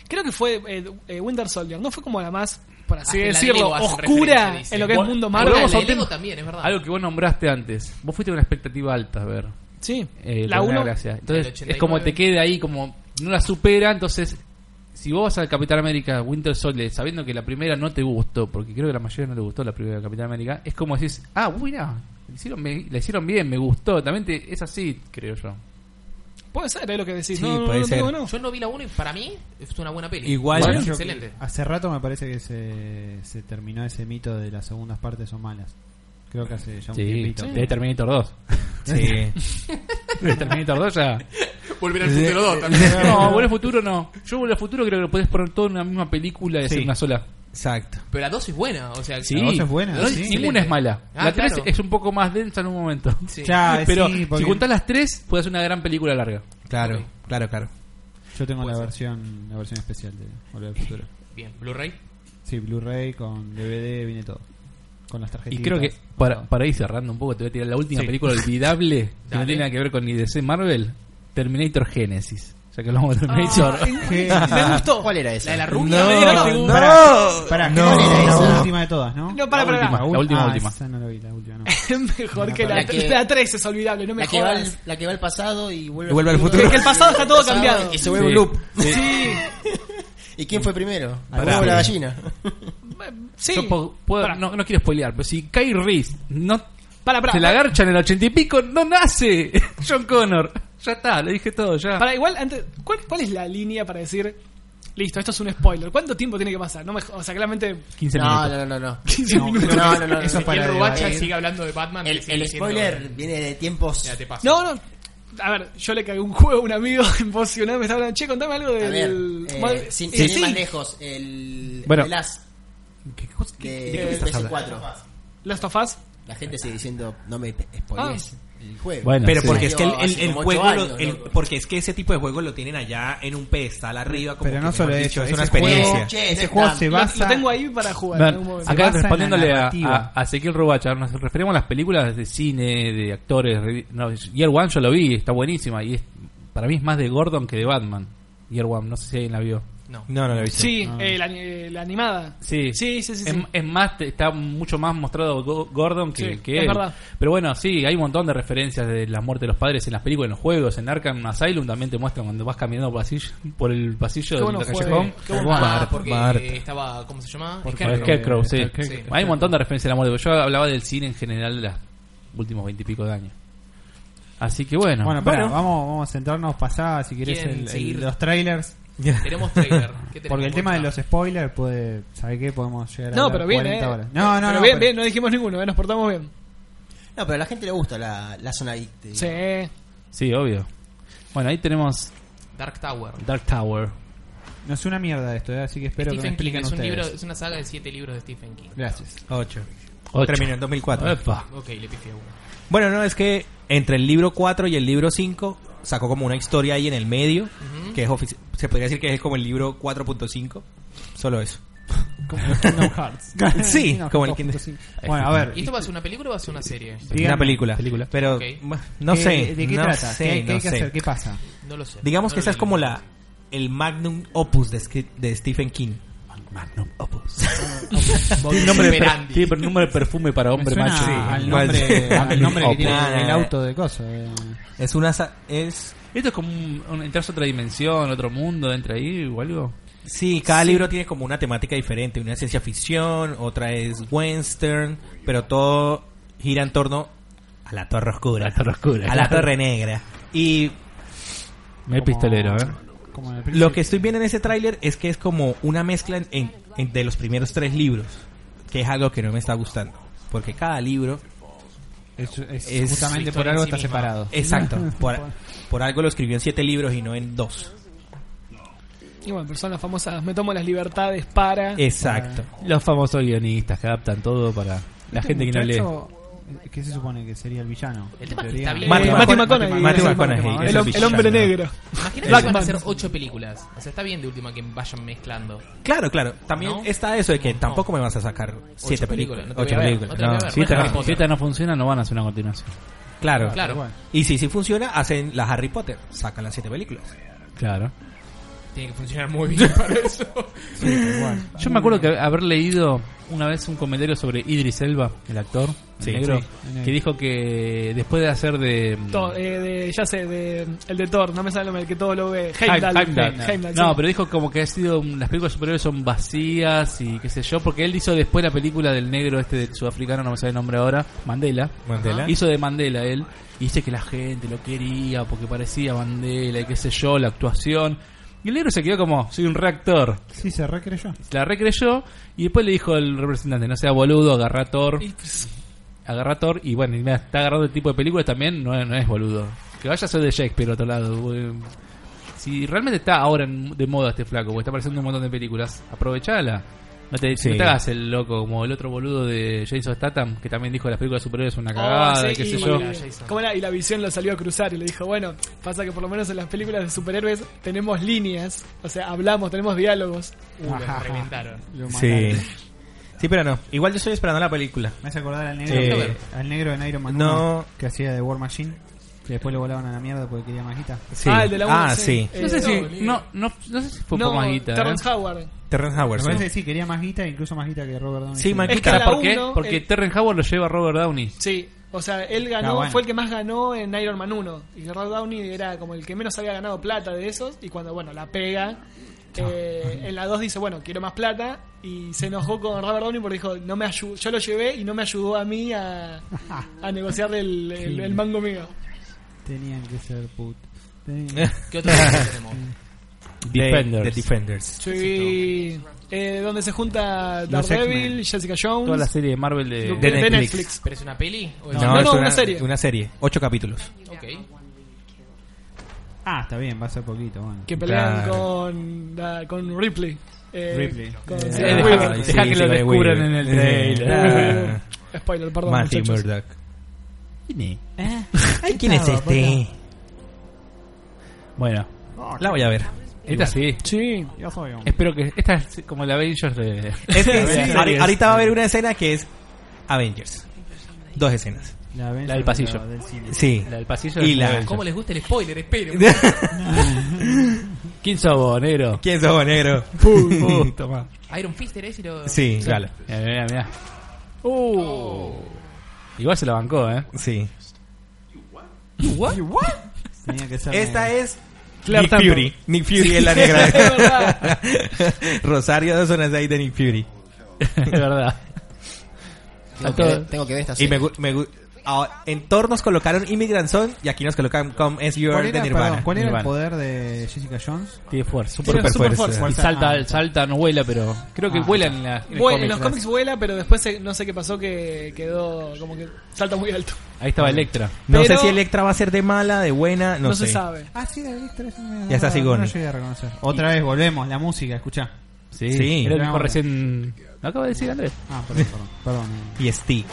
Speaker 6: Creo que fue eh, eh, Winter Soldier, ¿no? Fue como la más, por así
Speaker 1: Ah, en la de
Speaker 6: decirlo,
Speaker 1: Lego hacen referencia,
Speaker 6: oscura
Speaker 1: dice.
Speaker 6: en lo que es el
Speaker 3: Bueno,
Speaker 6: mundo
Speaker 1: Marvel,
Speaker 6: Marvel.
Speaker 3: volvemos a
Speaker 1: la
Speaker 3: un
Speaker 1: de Lego
Speaker 3: tema-
Speaker 1: también, es verdad.
Speaker 3: Algo que vos nombraste antes. Vos fuiste con una expectativa alta, a ver.
Speaker 6: Sí,
Speaker 3: eh,
Speaker 6: la
Speaker 3: con una
Speaker 6: 1.
Speaker 3: gracia.
Speaker 1: El
Speaker 3: Entonces,
Speaker 1: 89.
Speaker 3: es como te queda ahí, como no la supera. Entonces, si vos vas al Capitán América Winter Soldier sabiendo que la primera no te gustó, porque creo que la mayoría no le gustó la primera de Capitán América, es como decís, ah, mira, la hicieron, me- la hicieron bien, me gustó. También te- es así, creo yo.
Speaker 6: Puede ser, es lo que decís.
Speaker 2: Sí,
Speaker 6: no, no,
Speaker 2: puede
Speaker 6: no,
Speaker 2: ser.
Speaker 6: no, no.
Speaker 1: Yo no vi la 1 y para mí es una buena peli.
Speaker 2: Igual-
Speaker 1: Para mí
Speaker 2: Bueno,
Speaker 1: es
Speaker 4: Yo-
Speaker 1: excelente.
Speaker 4: Hace rato me parece que se, se terminó ese mito de las segundas partes son malas. Creo que hace ya un
Speaker 3: Sí,
Speaker 4: tiempito.
Speaker 3: de Terminator 2.
Speaker 2: Sí.
Speaker 3: De Terminator 2 ya.
Speaker 1: Volver al futuro 2 también.
Speaker 3: No, Volver al Futuro no. Yo Volver al Futuro creo que lo podés poner todo en una misma película y hacer
Speaker 4: Sí.
Speaker 3: una sola.
Speaker 2: Exacto.
Speaker 1: Pero la 2 es buena, o sea,
Speaker 3: Sí.
Speaker 4: La dos es buena,
Speaker 1: la dos
Speaker 4: sí.
Speaker 1: excelente.
Speaker 3: Ninguna es mala.
Speaker 1: Ah,
Speaker 3: la 3
Speaker 1: claro.
Speaker 3: es un poco más densa en un momento.
Speaker 1: Sí.
Speaker 4: Ya,
Speaker 3: Pero
Speaker 4: Ah, sí, porque
Speaker 3: si juntás las 3, puedes hacer una gran película larga.
Speaker 2: Claro,
Speaker 1: Ok.
Speaker 2: claro, claro.
Speaker 4: yo tengo la versión, la versión especial de Volver al Futuro.
Speaker 1: Bien, Blu-ray.
Speaker 4: Sí, Blu-ray con DVD viene todo. Con las tarjetitas.
Speaker 3: Y creo que, para, para ir cerrando un poco, te voy a tirar la última película olvidable que no
Speaker 1: Dale.
Speaker 3: tiene nada que ver con ni DC Marvel: Terminator Genesis. Ya que hablamos de Terminator.
Speaker 6: Ah, Me gustó.
Speaker 5: ¿Cuál era esa?
Speaker 1: La de la rubia.
Speaker 2: Ah. No,
Speaker 1: medio larga.
Speaker 2: no,
Speaker 4: Pará,
Speaker 2: no.
Speaker 4: creo que era
Speaker 5: No.
Speaker 4: la última de todas, ¿no?
Speaker 6: No, para, para,
Speaker 3: última.
Speaker 6: para.
Speaker 4: ul-
Speaker 3: última,
Speaker 4: ah,
Speaker 3: última.
Speaker 4: Esa no la vi, la última no.
Speaker 6: Mejor que
Speaker 5: La
Speaker 6: la
Speaker 5: que-
Speaker 6: la 3 es olvidable, no me
Speaker 5: La que, va al,
Speaker 6: jodas.
Speaker 5: la que va al pasado y vuelve,
Speaker 2: Y vuelve al futuro.
Speaker 6: Que el pasado está todo
Speaker 5: Pasado
Speaker 6: cambiado.
Speaker 5: Y se vuelve un
Speaker 3: Sí.
Speaker 5: loop.
Speaker 3: Sí.
Speaker 5: ¿Y quién fue primero? ¿El
Speaker 2: Pará.
Speaker 5: huevo o la gallina?
Speaker 6: Eh, Sí.
Speaker 3: Yo po- puedo-
Speaker 6: Pará.
Speaker 3: no, no quiero spoilear, pero si Kai Reese no
Speaker 6: Para, para.
Speaker 3: se la garcha en el ochenta y pico, no nace John Connor. Ya está, lo dije todo, ya.
Speaker 6: Para igual, antes, ¿cuál, ¿cuál es la línea para decir, listo, esto es un spoiler? ¿Cuánto tiempo tiene que pasar? No me, jo- o sea, claramente
Speaker 3: 15
Speaker 5: No,
Speaker 3: minutos.
Speaker 5: no, no, no.
Speaker 6: 15
Speaker 5: No,
Speaker 6: minutos.
Speaker 5: no, no, no,
Speaker 1: Eso
Speaker 5: no.
Speaker 1: para el
Speaker 5: El
Speaker 1: Rubacha
Speaker 5: el-
Speaker 1: sigue hablando de Batman.
Speaker 5: El,
Speaker 1: que sigue
Speaker 5: el
Speaker 1: diciendo-
Speaker 5: spoiler viene de tiempos.
Speaker 1: Ya te paso.
Speaker 6: No, no. A ver, yo le cagué un juego a un amigo emocionado. Me estaba hablando, che, contame algo
Speaker 5: A ver,
Speaker 6: del.
Speaker 5: eh,
Speaker 6: Mal-
Speaker 5: sin,
Speaker 6: Sí,
Speaker 5: sin ir
Speaker 6: sí,
Speaker 5: más lejos, el.
Speaker 3: Bueno.
Speaker 5: el As
Speaker 3: ¿Qué cosa?
Speaker 5: de,
Speaker 6: qué me
Speaker 5: de
Speaker 6: estás
Speaker 5: PS4.
Speaker 6: Last of Us.
Speaker 5: La gente sigue diciendo, no me
Speaker 6: Ah.
Speaker 5: spoilees el juego.
Speaker 3: Bueno,
Speaker 2: Pero
Speaker 3: sí.
Speaker 2: porque es que el, el-
Speaker 5: Hace
Speaker 2: el
Speaker 5: como ocho
Speaker 2: juego, lo-
Speaker 5: años,
Speaker 2: el-
Speaker 5: loco.
Speaker 2: porque es que ese tipo de juegos lo tienen allá en un pedestal arriba. Como
Speaker 4: Pero
Speaker 2: que,
Speaker 4: no solo
Speaker 2: mejor
Speaker 4: eso,
Speaker 2: dicho, es una
Speaker 4: ese juego-
Speaker 2: experiencia.
Speaker 5: Che,
Speaker 4: Ese
Speaker 5: no,
Speaker 4: juego se
Speaker 6: Lo,
Speaker 4: basa.
Speaker 6: lo tengo ahí para jugar. en
Speaker 3: Bueno,
Speaker 6: algún momento.
Speaker 3: acá
Speaker 4: basa en la
Speaker 3: respondiéndole a,
Speaker 4: narrativa.
Speaker 3: a, a Ezequiel Rubacha, nos referimos a las películas de cine, de actores. re- No, Year One yo lo vi, está buenísima. y es, Para mí es más de Gordon que de Batman. Year One, no sé si alguien la vio.
Speaker 1: No.
Speaker 2: No, no lo he visto.
Speaker 6: Sí,
Speaker 4: Ah.
Speaker 6: eh, la, eh, la animada.
Speaker 3: Sí, Em,
Speaker 6: Sí, sí, sí,
Speaker 3: Es,
Speaker 6: sí.
Speaker 3: es más, te- está mucho más mostrado Go- Gordon que,
Speaker 6: Sí,
Speaker 3: que
Speaker 6: es
Speaker 3: él.
Speaker 6: verdad.
Speaker 3: Pero bueno, sí, hay un montón de referencias de la muerte de los padres en las películas, en los juegos. En Arkham Asylum también te muestran cuando vas caminando por, pasillo- por el pasillo
Speaker 6: Qué bueno
Speaker 3: del
Speaker 6: juego,
Speaker 3: callejón.
Speaker 6: qué bueno.
Speaker 1: Ah,
Speaker 2: Bart,
Speaker 1: porque
Speaker 2: Bart.
Speaker 1: estaba, ¿cómo se llamaba?
Speaker 3: Por
Speaker 1: Scarecrow.
Speaker 3: Scarecrow, sí.
Speaker 4: Scarecrow.
Speaker 1: Sí.
Speaker 3: Hay un montón de referencias a la muerte. Yo hablaba del cine en general de los últimos veintipico de años. Así que bueno.
Speaker 4: Bueno, pará, vamos, vamos a centrarnos, pasá si querés
Speaker 1: ¿Quieren
Speaker 4: el- el-
Speaker 1: seguir?
Speaker 4: los trailers.
Speaker 1: Tenemos trailer. ¿Qué tenemos
Speaker 4: Porque el tema de los
Speaker 1: puesto?
Speaker 4: spoilers puede, ¿sabes qué? Podemos llegar a
Speaker 6: No,
Speaker 4: hablar
Speaker 6: pero bien,
Speaker 4: 40
Speaker 6: eh.
Speaker 4: horas. No, no,
Speaker 6: Pero
Speaker 4: no.
Speaker 6: bien,
Speaker 4: pero-
Speaker 6: bien, no dijimos ninguno, eh, nos portamos bien.
Speaker 5: No, pero a la gente le gusta la, la zona geek. te digo.
Speaker 6: Sí.
Speaker 3: Sí, obvio. Bueno, ahí tenemos
Speaker 1: Dark Tower.
Speaker 3: Dark Tower.
Speaker 4: No es una mierda esto, eh, así que espero que me
Speaker 1: Stephen King
Speaker 4: expliquen
Speaker 1: es, un
Speaker 4: ustedes.
Speaker 1: libro, es una saga de siete libros de Stephen King.
Speaker 4: Gracias.
Speaker 2: 8.
Speaker 3: Ocho.
Speaker 2: Terminó en 2004.
Speaker 3: Epa.
Speaker 1: Ok, le pifié uno.
Speaker 2: Bueno, no, es que entre el libro 4 y el libro 5 sacó como una historia ahí en el medio, que es ofici- se podría decir que es como el libro 4.5, solo eso.
Speaker 4: Como el Kingdom Hearts.
Speaker 2: sí,
Speaker 4: Kingdom
Speaker 2: como el
Speaker 4: Hearts
Speaker 2: Kingdom
Speaker 4: 2.5. Bueno, a
Speaker 1: ¿Y
Speaker 4: ver.
Speaker 1: esto va a ser una película o va a ser una serie?
Speaker 4: Díganme.
Speaker 2: una película.
Speaker 3: Película.
Speaker 2: Pero
Speaker 1: Ok.
Speaker 2: bah, no
Speaker 4: ¿qué-
Speaker 2: sé.
Speaker 4: ¿De qué
Speaker 2: no
Speaker 4: trata?
Speaker 2: sé,
Speaker 4: ¿Qué, qué
Speaker 2: no
Speaker 4: hay que
Speaker 2: sé.
Speaker 4: hacer? ¿Qué pasa?
Speaker 1: No lo sé.
Speaker 2: Digamos
Speaker 1: No
Speaker 2: que
Speaker 1: lo
Speaker 2: esa es
Speaker 1: leí.
Speaker 2: como la el magnum opus de, Sk- de Stephen King.
Speaker 3: Magnum Opus.
Speaker 1: Modus
Speaker 3: nombre de per-
Speaker 1: operandi.
Speaker 3: tiene per- nombre de perfume para hombre
Speaker 4: Me suena
Speaker 3: macho.
Speaker 4: Al
Speaker 2: Igual.
Speaker 4: nombre, al nombre que tiene
Speaker 2: Nah, nah,
Speaker 4: el
Speaker 2: nah.
Speaker 4: auto de cosas. eh.
Speaker 2: Es una sa- es
Speaker 3: Esto es como un, un- entras a otra dimensión, otro mundo, entra ahí o algo.
Speaker 2: Sí, cada libro tiene como una temática diferente. Una es ciencia ficción, otra es western, pero todo gira en torno a la torre oscura.
Speaker 3: La torre oscura,
Speaker 2: A la
Speaker 3: claro.
Speaker 2: torre negra. Y
Speaker 3: Me pistolero, ¿eh?
Speaker 4: Como en el
Speaker 2: lo
Speaker 4: príncipe.
Speaker 2: que estoy viendo en ese tráiler es que es como una mezcla en- en- en- de los primeros tres libros, que es algo que no me está gustando. Porque cada libro
Speaker 4: es, es
Speaker 2: es
Speaker 4: justamente por
Speaker 1: historia
Speaker 4: algo
Speaker 1: en sí
Speaker 4: está
Speaker 1: misma.
Speaker 4: separado.
Speaker 2: Exacto. Por, por algo lo escribió en siete libros y no en dos.
Speaker 6: Y bueno, personas famosas, me tomo las libertades para.
Speaker 2: Eh,
Speaker 6: eh,
Speaker 2: Exacto.
Speaker 3: Los famosos guionistas que adaptan todo para la
Speaker 4: Este
Speaker 3: gente que no lee.
Speaker 4: muchacho, eh, ¿Qué se supone que sería el villano?
Speaker 1: El tema es que
Speaker 4: En teoría.
Speaker 1: está bien.
Speaker 6: Matthew
Speaker 2: Matthew
Speaker 6: McConaughey.
Speaker 2: Matthew
Speaker 6: Sí,
Speaker 2: McConaughey,
Speaker 4: es
Speaker 6: el,
Speaker 2: el
Speaker 6: hom- el
Speaker 2: villano.
Speaker 6: hombre negro.
Speaker 1: Imagínate
Speaker 6: Black
Speaker 1: que van a
Speaker 6: Man.
Speaker 1: hacer ocho películas. O sea, está bien de última que vayan mezclando.
Speaker 2: Claro, claro. También
Speaker 1: ¿No?
Speaker 2: está eso de que
Speaker 1: No.
Speaker 2: tampoco me vas a sacar siete películas.
Speaker 1: películas, no te
Speaker 2: ocho
Speaker 1: voy a ver,
Speaker 2: películas.
Speaker 1: no te voy a
Speaker 2: no.
Speaker 1: ver.
Speaker 3: Si esta,
Speaker 1: Harry
Speaker 3: no, si
Speaker 1: Potter.
Speaker 3: esta no funciona, no van a hacer una continuación.
Speaker 2: Claro.
Speaker 1: Claro.
Speaker 4: Bueno.
Speaker 2: Y si sí funciona, hacen las Harry Potter. Sacan las siete películas.
Speaker 3: Claro.
Speaker 1: Tiene que funcionar muy bien para eso.
Speaker 3: Yo me acuerdo que haber leído una vez un comentario sobre Idris Elba, el actor el
Speaker 2: Sí,
Speaker 3: negro,
Speaker 2: sí,
Speaker 4: el negro.
Speaker 3: que dijo que después de hacer de.
Speaker 6: To- eh, de- ya sé, de, el de Thor, no me sale el nombre, el que todo lo ve.
Speaker 3: Heim-
Speaker 6: Heimdall.
Speaker 3: Heimdall.
Speaker 6: Heimdall, sí.
Speaker 3: No, pero dijo como que ha sido las películas superiores son vacías y qué sé yo, porque él hizo después la película del negro este del sudafricano, no me sale el nombre ahora, Mandela.
Speaker 2: Mandela.
Speaker 3: Hizo de Mandela él y dice que la gente lo quería porque parecía Mandela y qué sé yo, la actuación. Y el negro se quedó como, soy un reactor.
Speaker 4: Sí, se recreyó.
Speaker 3: La recreyó y después le dijo el representante, no sea boludo, agarra a Thor.
Speaker 6: Y, pues,
Speaker 3: Agarra a Thor y bueno, y nada, está agarrando el tipo de películas también, no, no es boludo. Que vaya a ser de Shakespeare otro lado. eh. Si realmente está ahora en- de moda este flaco, porque está apareciendo en un montón de películas, aprovechala. No te,
Speaker 2: Sí.
Speaker 3: no te hagas el loco como el otro boludo de Jason Statham, que también dijo las películas superiores son una
Speaker 6: oh,
Speaker 3: cagada,
Speaker 6: sí,
Speaker 3: qué sé
Speaker 6: y-
Speaker 3: yo.
Speaker 1: Jason.
Speaker 6: ¿cómo era? Y la visión lo salió a cruzar y le dijo, bueno, pasa que por lo menos en las películas de superhéroes tenemos líneas, o sea, hablamos, tenemos diálogos.
Speaker 1: Uh, lo
Speaker 4: Ajá.
Speaker 1: reventaron.
Speaker 4: Lo
Speaker 2: Sí.
Speaker 4: mataron.
Speaker 2: Sí, pero no. Igual yo estoy esperando la película.
Speaker 4: Me hace acordar al negro,
Speaker 2: Eh,
Speaker 4: al negro en Iron Man.
Speaker 2: no.
Speaker 4: uno, Que hacía de War Machine. Que después lo volaban a la mierda porque quería más guita.
Speaker 2: Sí.
Speaker 6: Ah, el de la uno,
Speaker 2: Ah, sí.
Speaker 6: Eh,
Speaker 3: No sé si,
Speaker 6: boludo.
Speaker 3: no, no, no sé si fue
Speaker 6: No,
Speaker 3: por más guita. ¿eh?
Speaker 6: Terrence Howard.
Speaker 2: Terrence Howard.
Speaker 4: Me
Speaker 2: sí.
Speaker 4: parece que sí, quería más guita, incluso más guita que Robert Downey.
Speaker 2: Sí,
Speaker 4: Jr.
Speaker 2: más
Speaker 6: Es que
Speaker 2: guita.
Speaker 6: la
Speaker 3: ¿Por qué?
Speaker 6: uno,
Speaker 3: Porque
Speaker 6: el-
Speaker 3: Terrence Howard lo lleva a Robert Downey.
Speaker 6: Sí, o sea, él ganó,
Speaker 4: Ah, bueno.
Speaker 6: fue el que más ganó en Iron Man 1. Y Robert Downey era como el que menos había ganado plata de esos. Y cuando, bueno, la pega, eh, en la 2 dice, bueno, quiero más plata. Y se enojó con Robert Downey porque dijo, no me ayudó, yo lo llevé y no me ayudó a mí a, a negociar el, el- el mango mío.
Speaker 4: Tenían que ser put. Tenían-
Speaker 1: ¿Qué otra cosa tenemos?
Speaker 2: De-
Speaker 3: Defenders.
Speaker 2: de Defenders.
Speaker 6: Sí, eh, donde se junta
Speaker 4: Los
Speaker 6: Daredevil,
Speaker 4: X-Men.
Speaker 6: Jessica
Speaker 3: Toda la
Speaker 6: Jones,
Speaker 3: serie de Marvel de,
Speaker 6: de, de
Speaker 2: Netflix.
Speaker 6: Netflix.
Speaker 1: ¿Pero es una peli? ¿O es
Speaker 6: No, no,
Speaker 2: es
Speaker 6: una serie.
Speaker 2: Una serie. Ocho capítulos.
Speaker 1: Ok.
Speaker 4: Ah, está bien, va a ser poquito. Bueno.
Speaker 6: Que pelean
Speaker 2: Claro.
Speaker 6: con, la- con Ripley. Eh,
Speaker 4: Ripley.
Speaker 6: con-
Speaker 4: Eh,
Speaker 6: sí,
Speaker 3: Eh,
Speaker 2: Weaver.
Speaker 3: deja,
Speaker 2: Ay,
Speaker 3: deja
Speaker 2: sí,
Speaker 3: que
Speaker 2: sí,
Speaker 3: lo
Speaker 2: Weaver.
Speaker 3: descubran en el
Speaker 2: Sí.
Speaker 3: trailer.
Speaker 2: Ah.
Speaker 6: eh, Spoiler, perdón.
Speaker 2: Matthew
Speaker 6: muchachos.
Speaker 2: Murdock.
Speaker 4: ¿Quién es este?
Speaker 3: Bueno,
Speaker 2: La voy a ver.
Speaker 3: esta sí.
Speaker 6: Sí.
Speaker 4: Yo soy un.
Speaker 3: Espero que. Esta es como la Avengers de.
Speaker 2: Es que
Speaker 3: Sí,
Speaker 2: Este, ahori-
Speaker 3: series.
Speaker 2: ahorita va a haber una escena que es Avengers. Dos escenas.
Speaker 4: La, Avenger
Speaker 3: La del pasillo.
Speaker 4: Del cine.
Speaker 2: Sí.
Speaker 3: La del pasillo
Speaker 2: Y
Speaker 3: de
Speaker 2: la-
Speaker 3: Avengers.
Speaker 1: ¿Cómo les gusta el spoiler? Esperen.
Speaker 3: ¿Quién sos vos, negro?
Speaker 2: ¿Quién sos, negro?
Speaker 3: Pum, toma.
Speaker 1: Iron Fist era ese y lo.
Speaker 2: Sí, claro.
Speaker 3: Mirá, mirá, mirá. Uh. Igual se la bancó, ¿eh?
Speaker 2: Sí.
Speaker 4: Tenía que ser
Speaker 2: Esta es
Speaker 3: Claire
Speaker 2: Nick
Speaker 3: Temple.
Speaker 2: Fury. Nick Fury es la
Speaker 6: Es verdad.
Speaker 2: negra. Rosario Dawson es ahí de Nick Fury.
Speaker 3: Es verdad.
Speaker 5: Tengo que, ver, tengo que ver esta
Speaker 2: Y me,
Speaker 5: serie.
Speaker 2: gu- me gu- ah, en Thor nos colocaron Immigrant Song y aquí nos colocan Come As You
Speaker 4: ¿Cuál
Speaker 2: Are
Speaker 4: era,
Speaker 2: de
Speaker 4: perdón,
Speaker 2: Nirvana.
Speaker 4: ¿cuál era el
Speaker 3: Nirvana.
Speaker 4: poder de Jessica Jones?
Speaker 3: Tiene fuerza.
Speaker 2: Super
Speaker 4: Tiene
Speaker 2: fuerza.
Speaker 3: Y
Speaker 4: fuerza.
Speaker 3: salta,
Speaker 4: Ah.
Speaker 3: salta, no vuela, pero creo que
Speaker 4: Ah.
Speaker 3: vuela en, la, en el
Speaker 6: Vuela-
Speaker 3: cómic.
Speaker 6: en los cómics vuela, pero después se- no sé qué pasó que quedó como que salta muy alto.
Speaker 3: Ahí estaba Electra.
Speaker 2: No sé
Speaker 6: Pero-
Speaker 2: si Electra va a ser de mala, de buena,
Speaker 6: No,
Speaker 2: no, sé.
Speaker 6: se sabe.
Speaker 4: Ah, sí, la Electra. esa me-
Speaker 2: Ya está
Speaker 4: no,
Speaker 2: Sigourney.
Speaker 4: No la llegué a reconocer. Otra vez, volvemos, la música, escuchá.
Speaker 3: Sí,
Speaker 2: Sí.
Speaker 3: era el
Speaker 4: No,
Speaker 3: mismo
Speaker 4: no.
Speaker 3: recién. ¿No acaba de decir Andrés?
Speaker 4: Ah, perdón, perdón. perdón eh.
Speaker 2: Y Stick.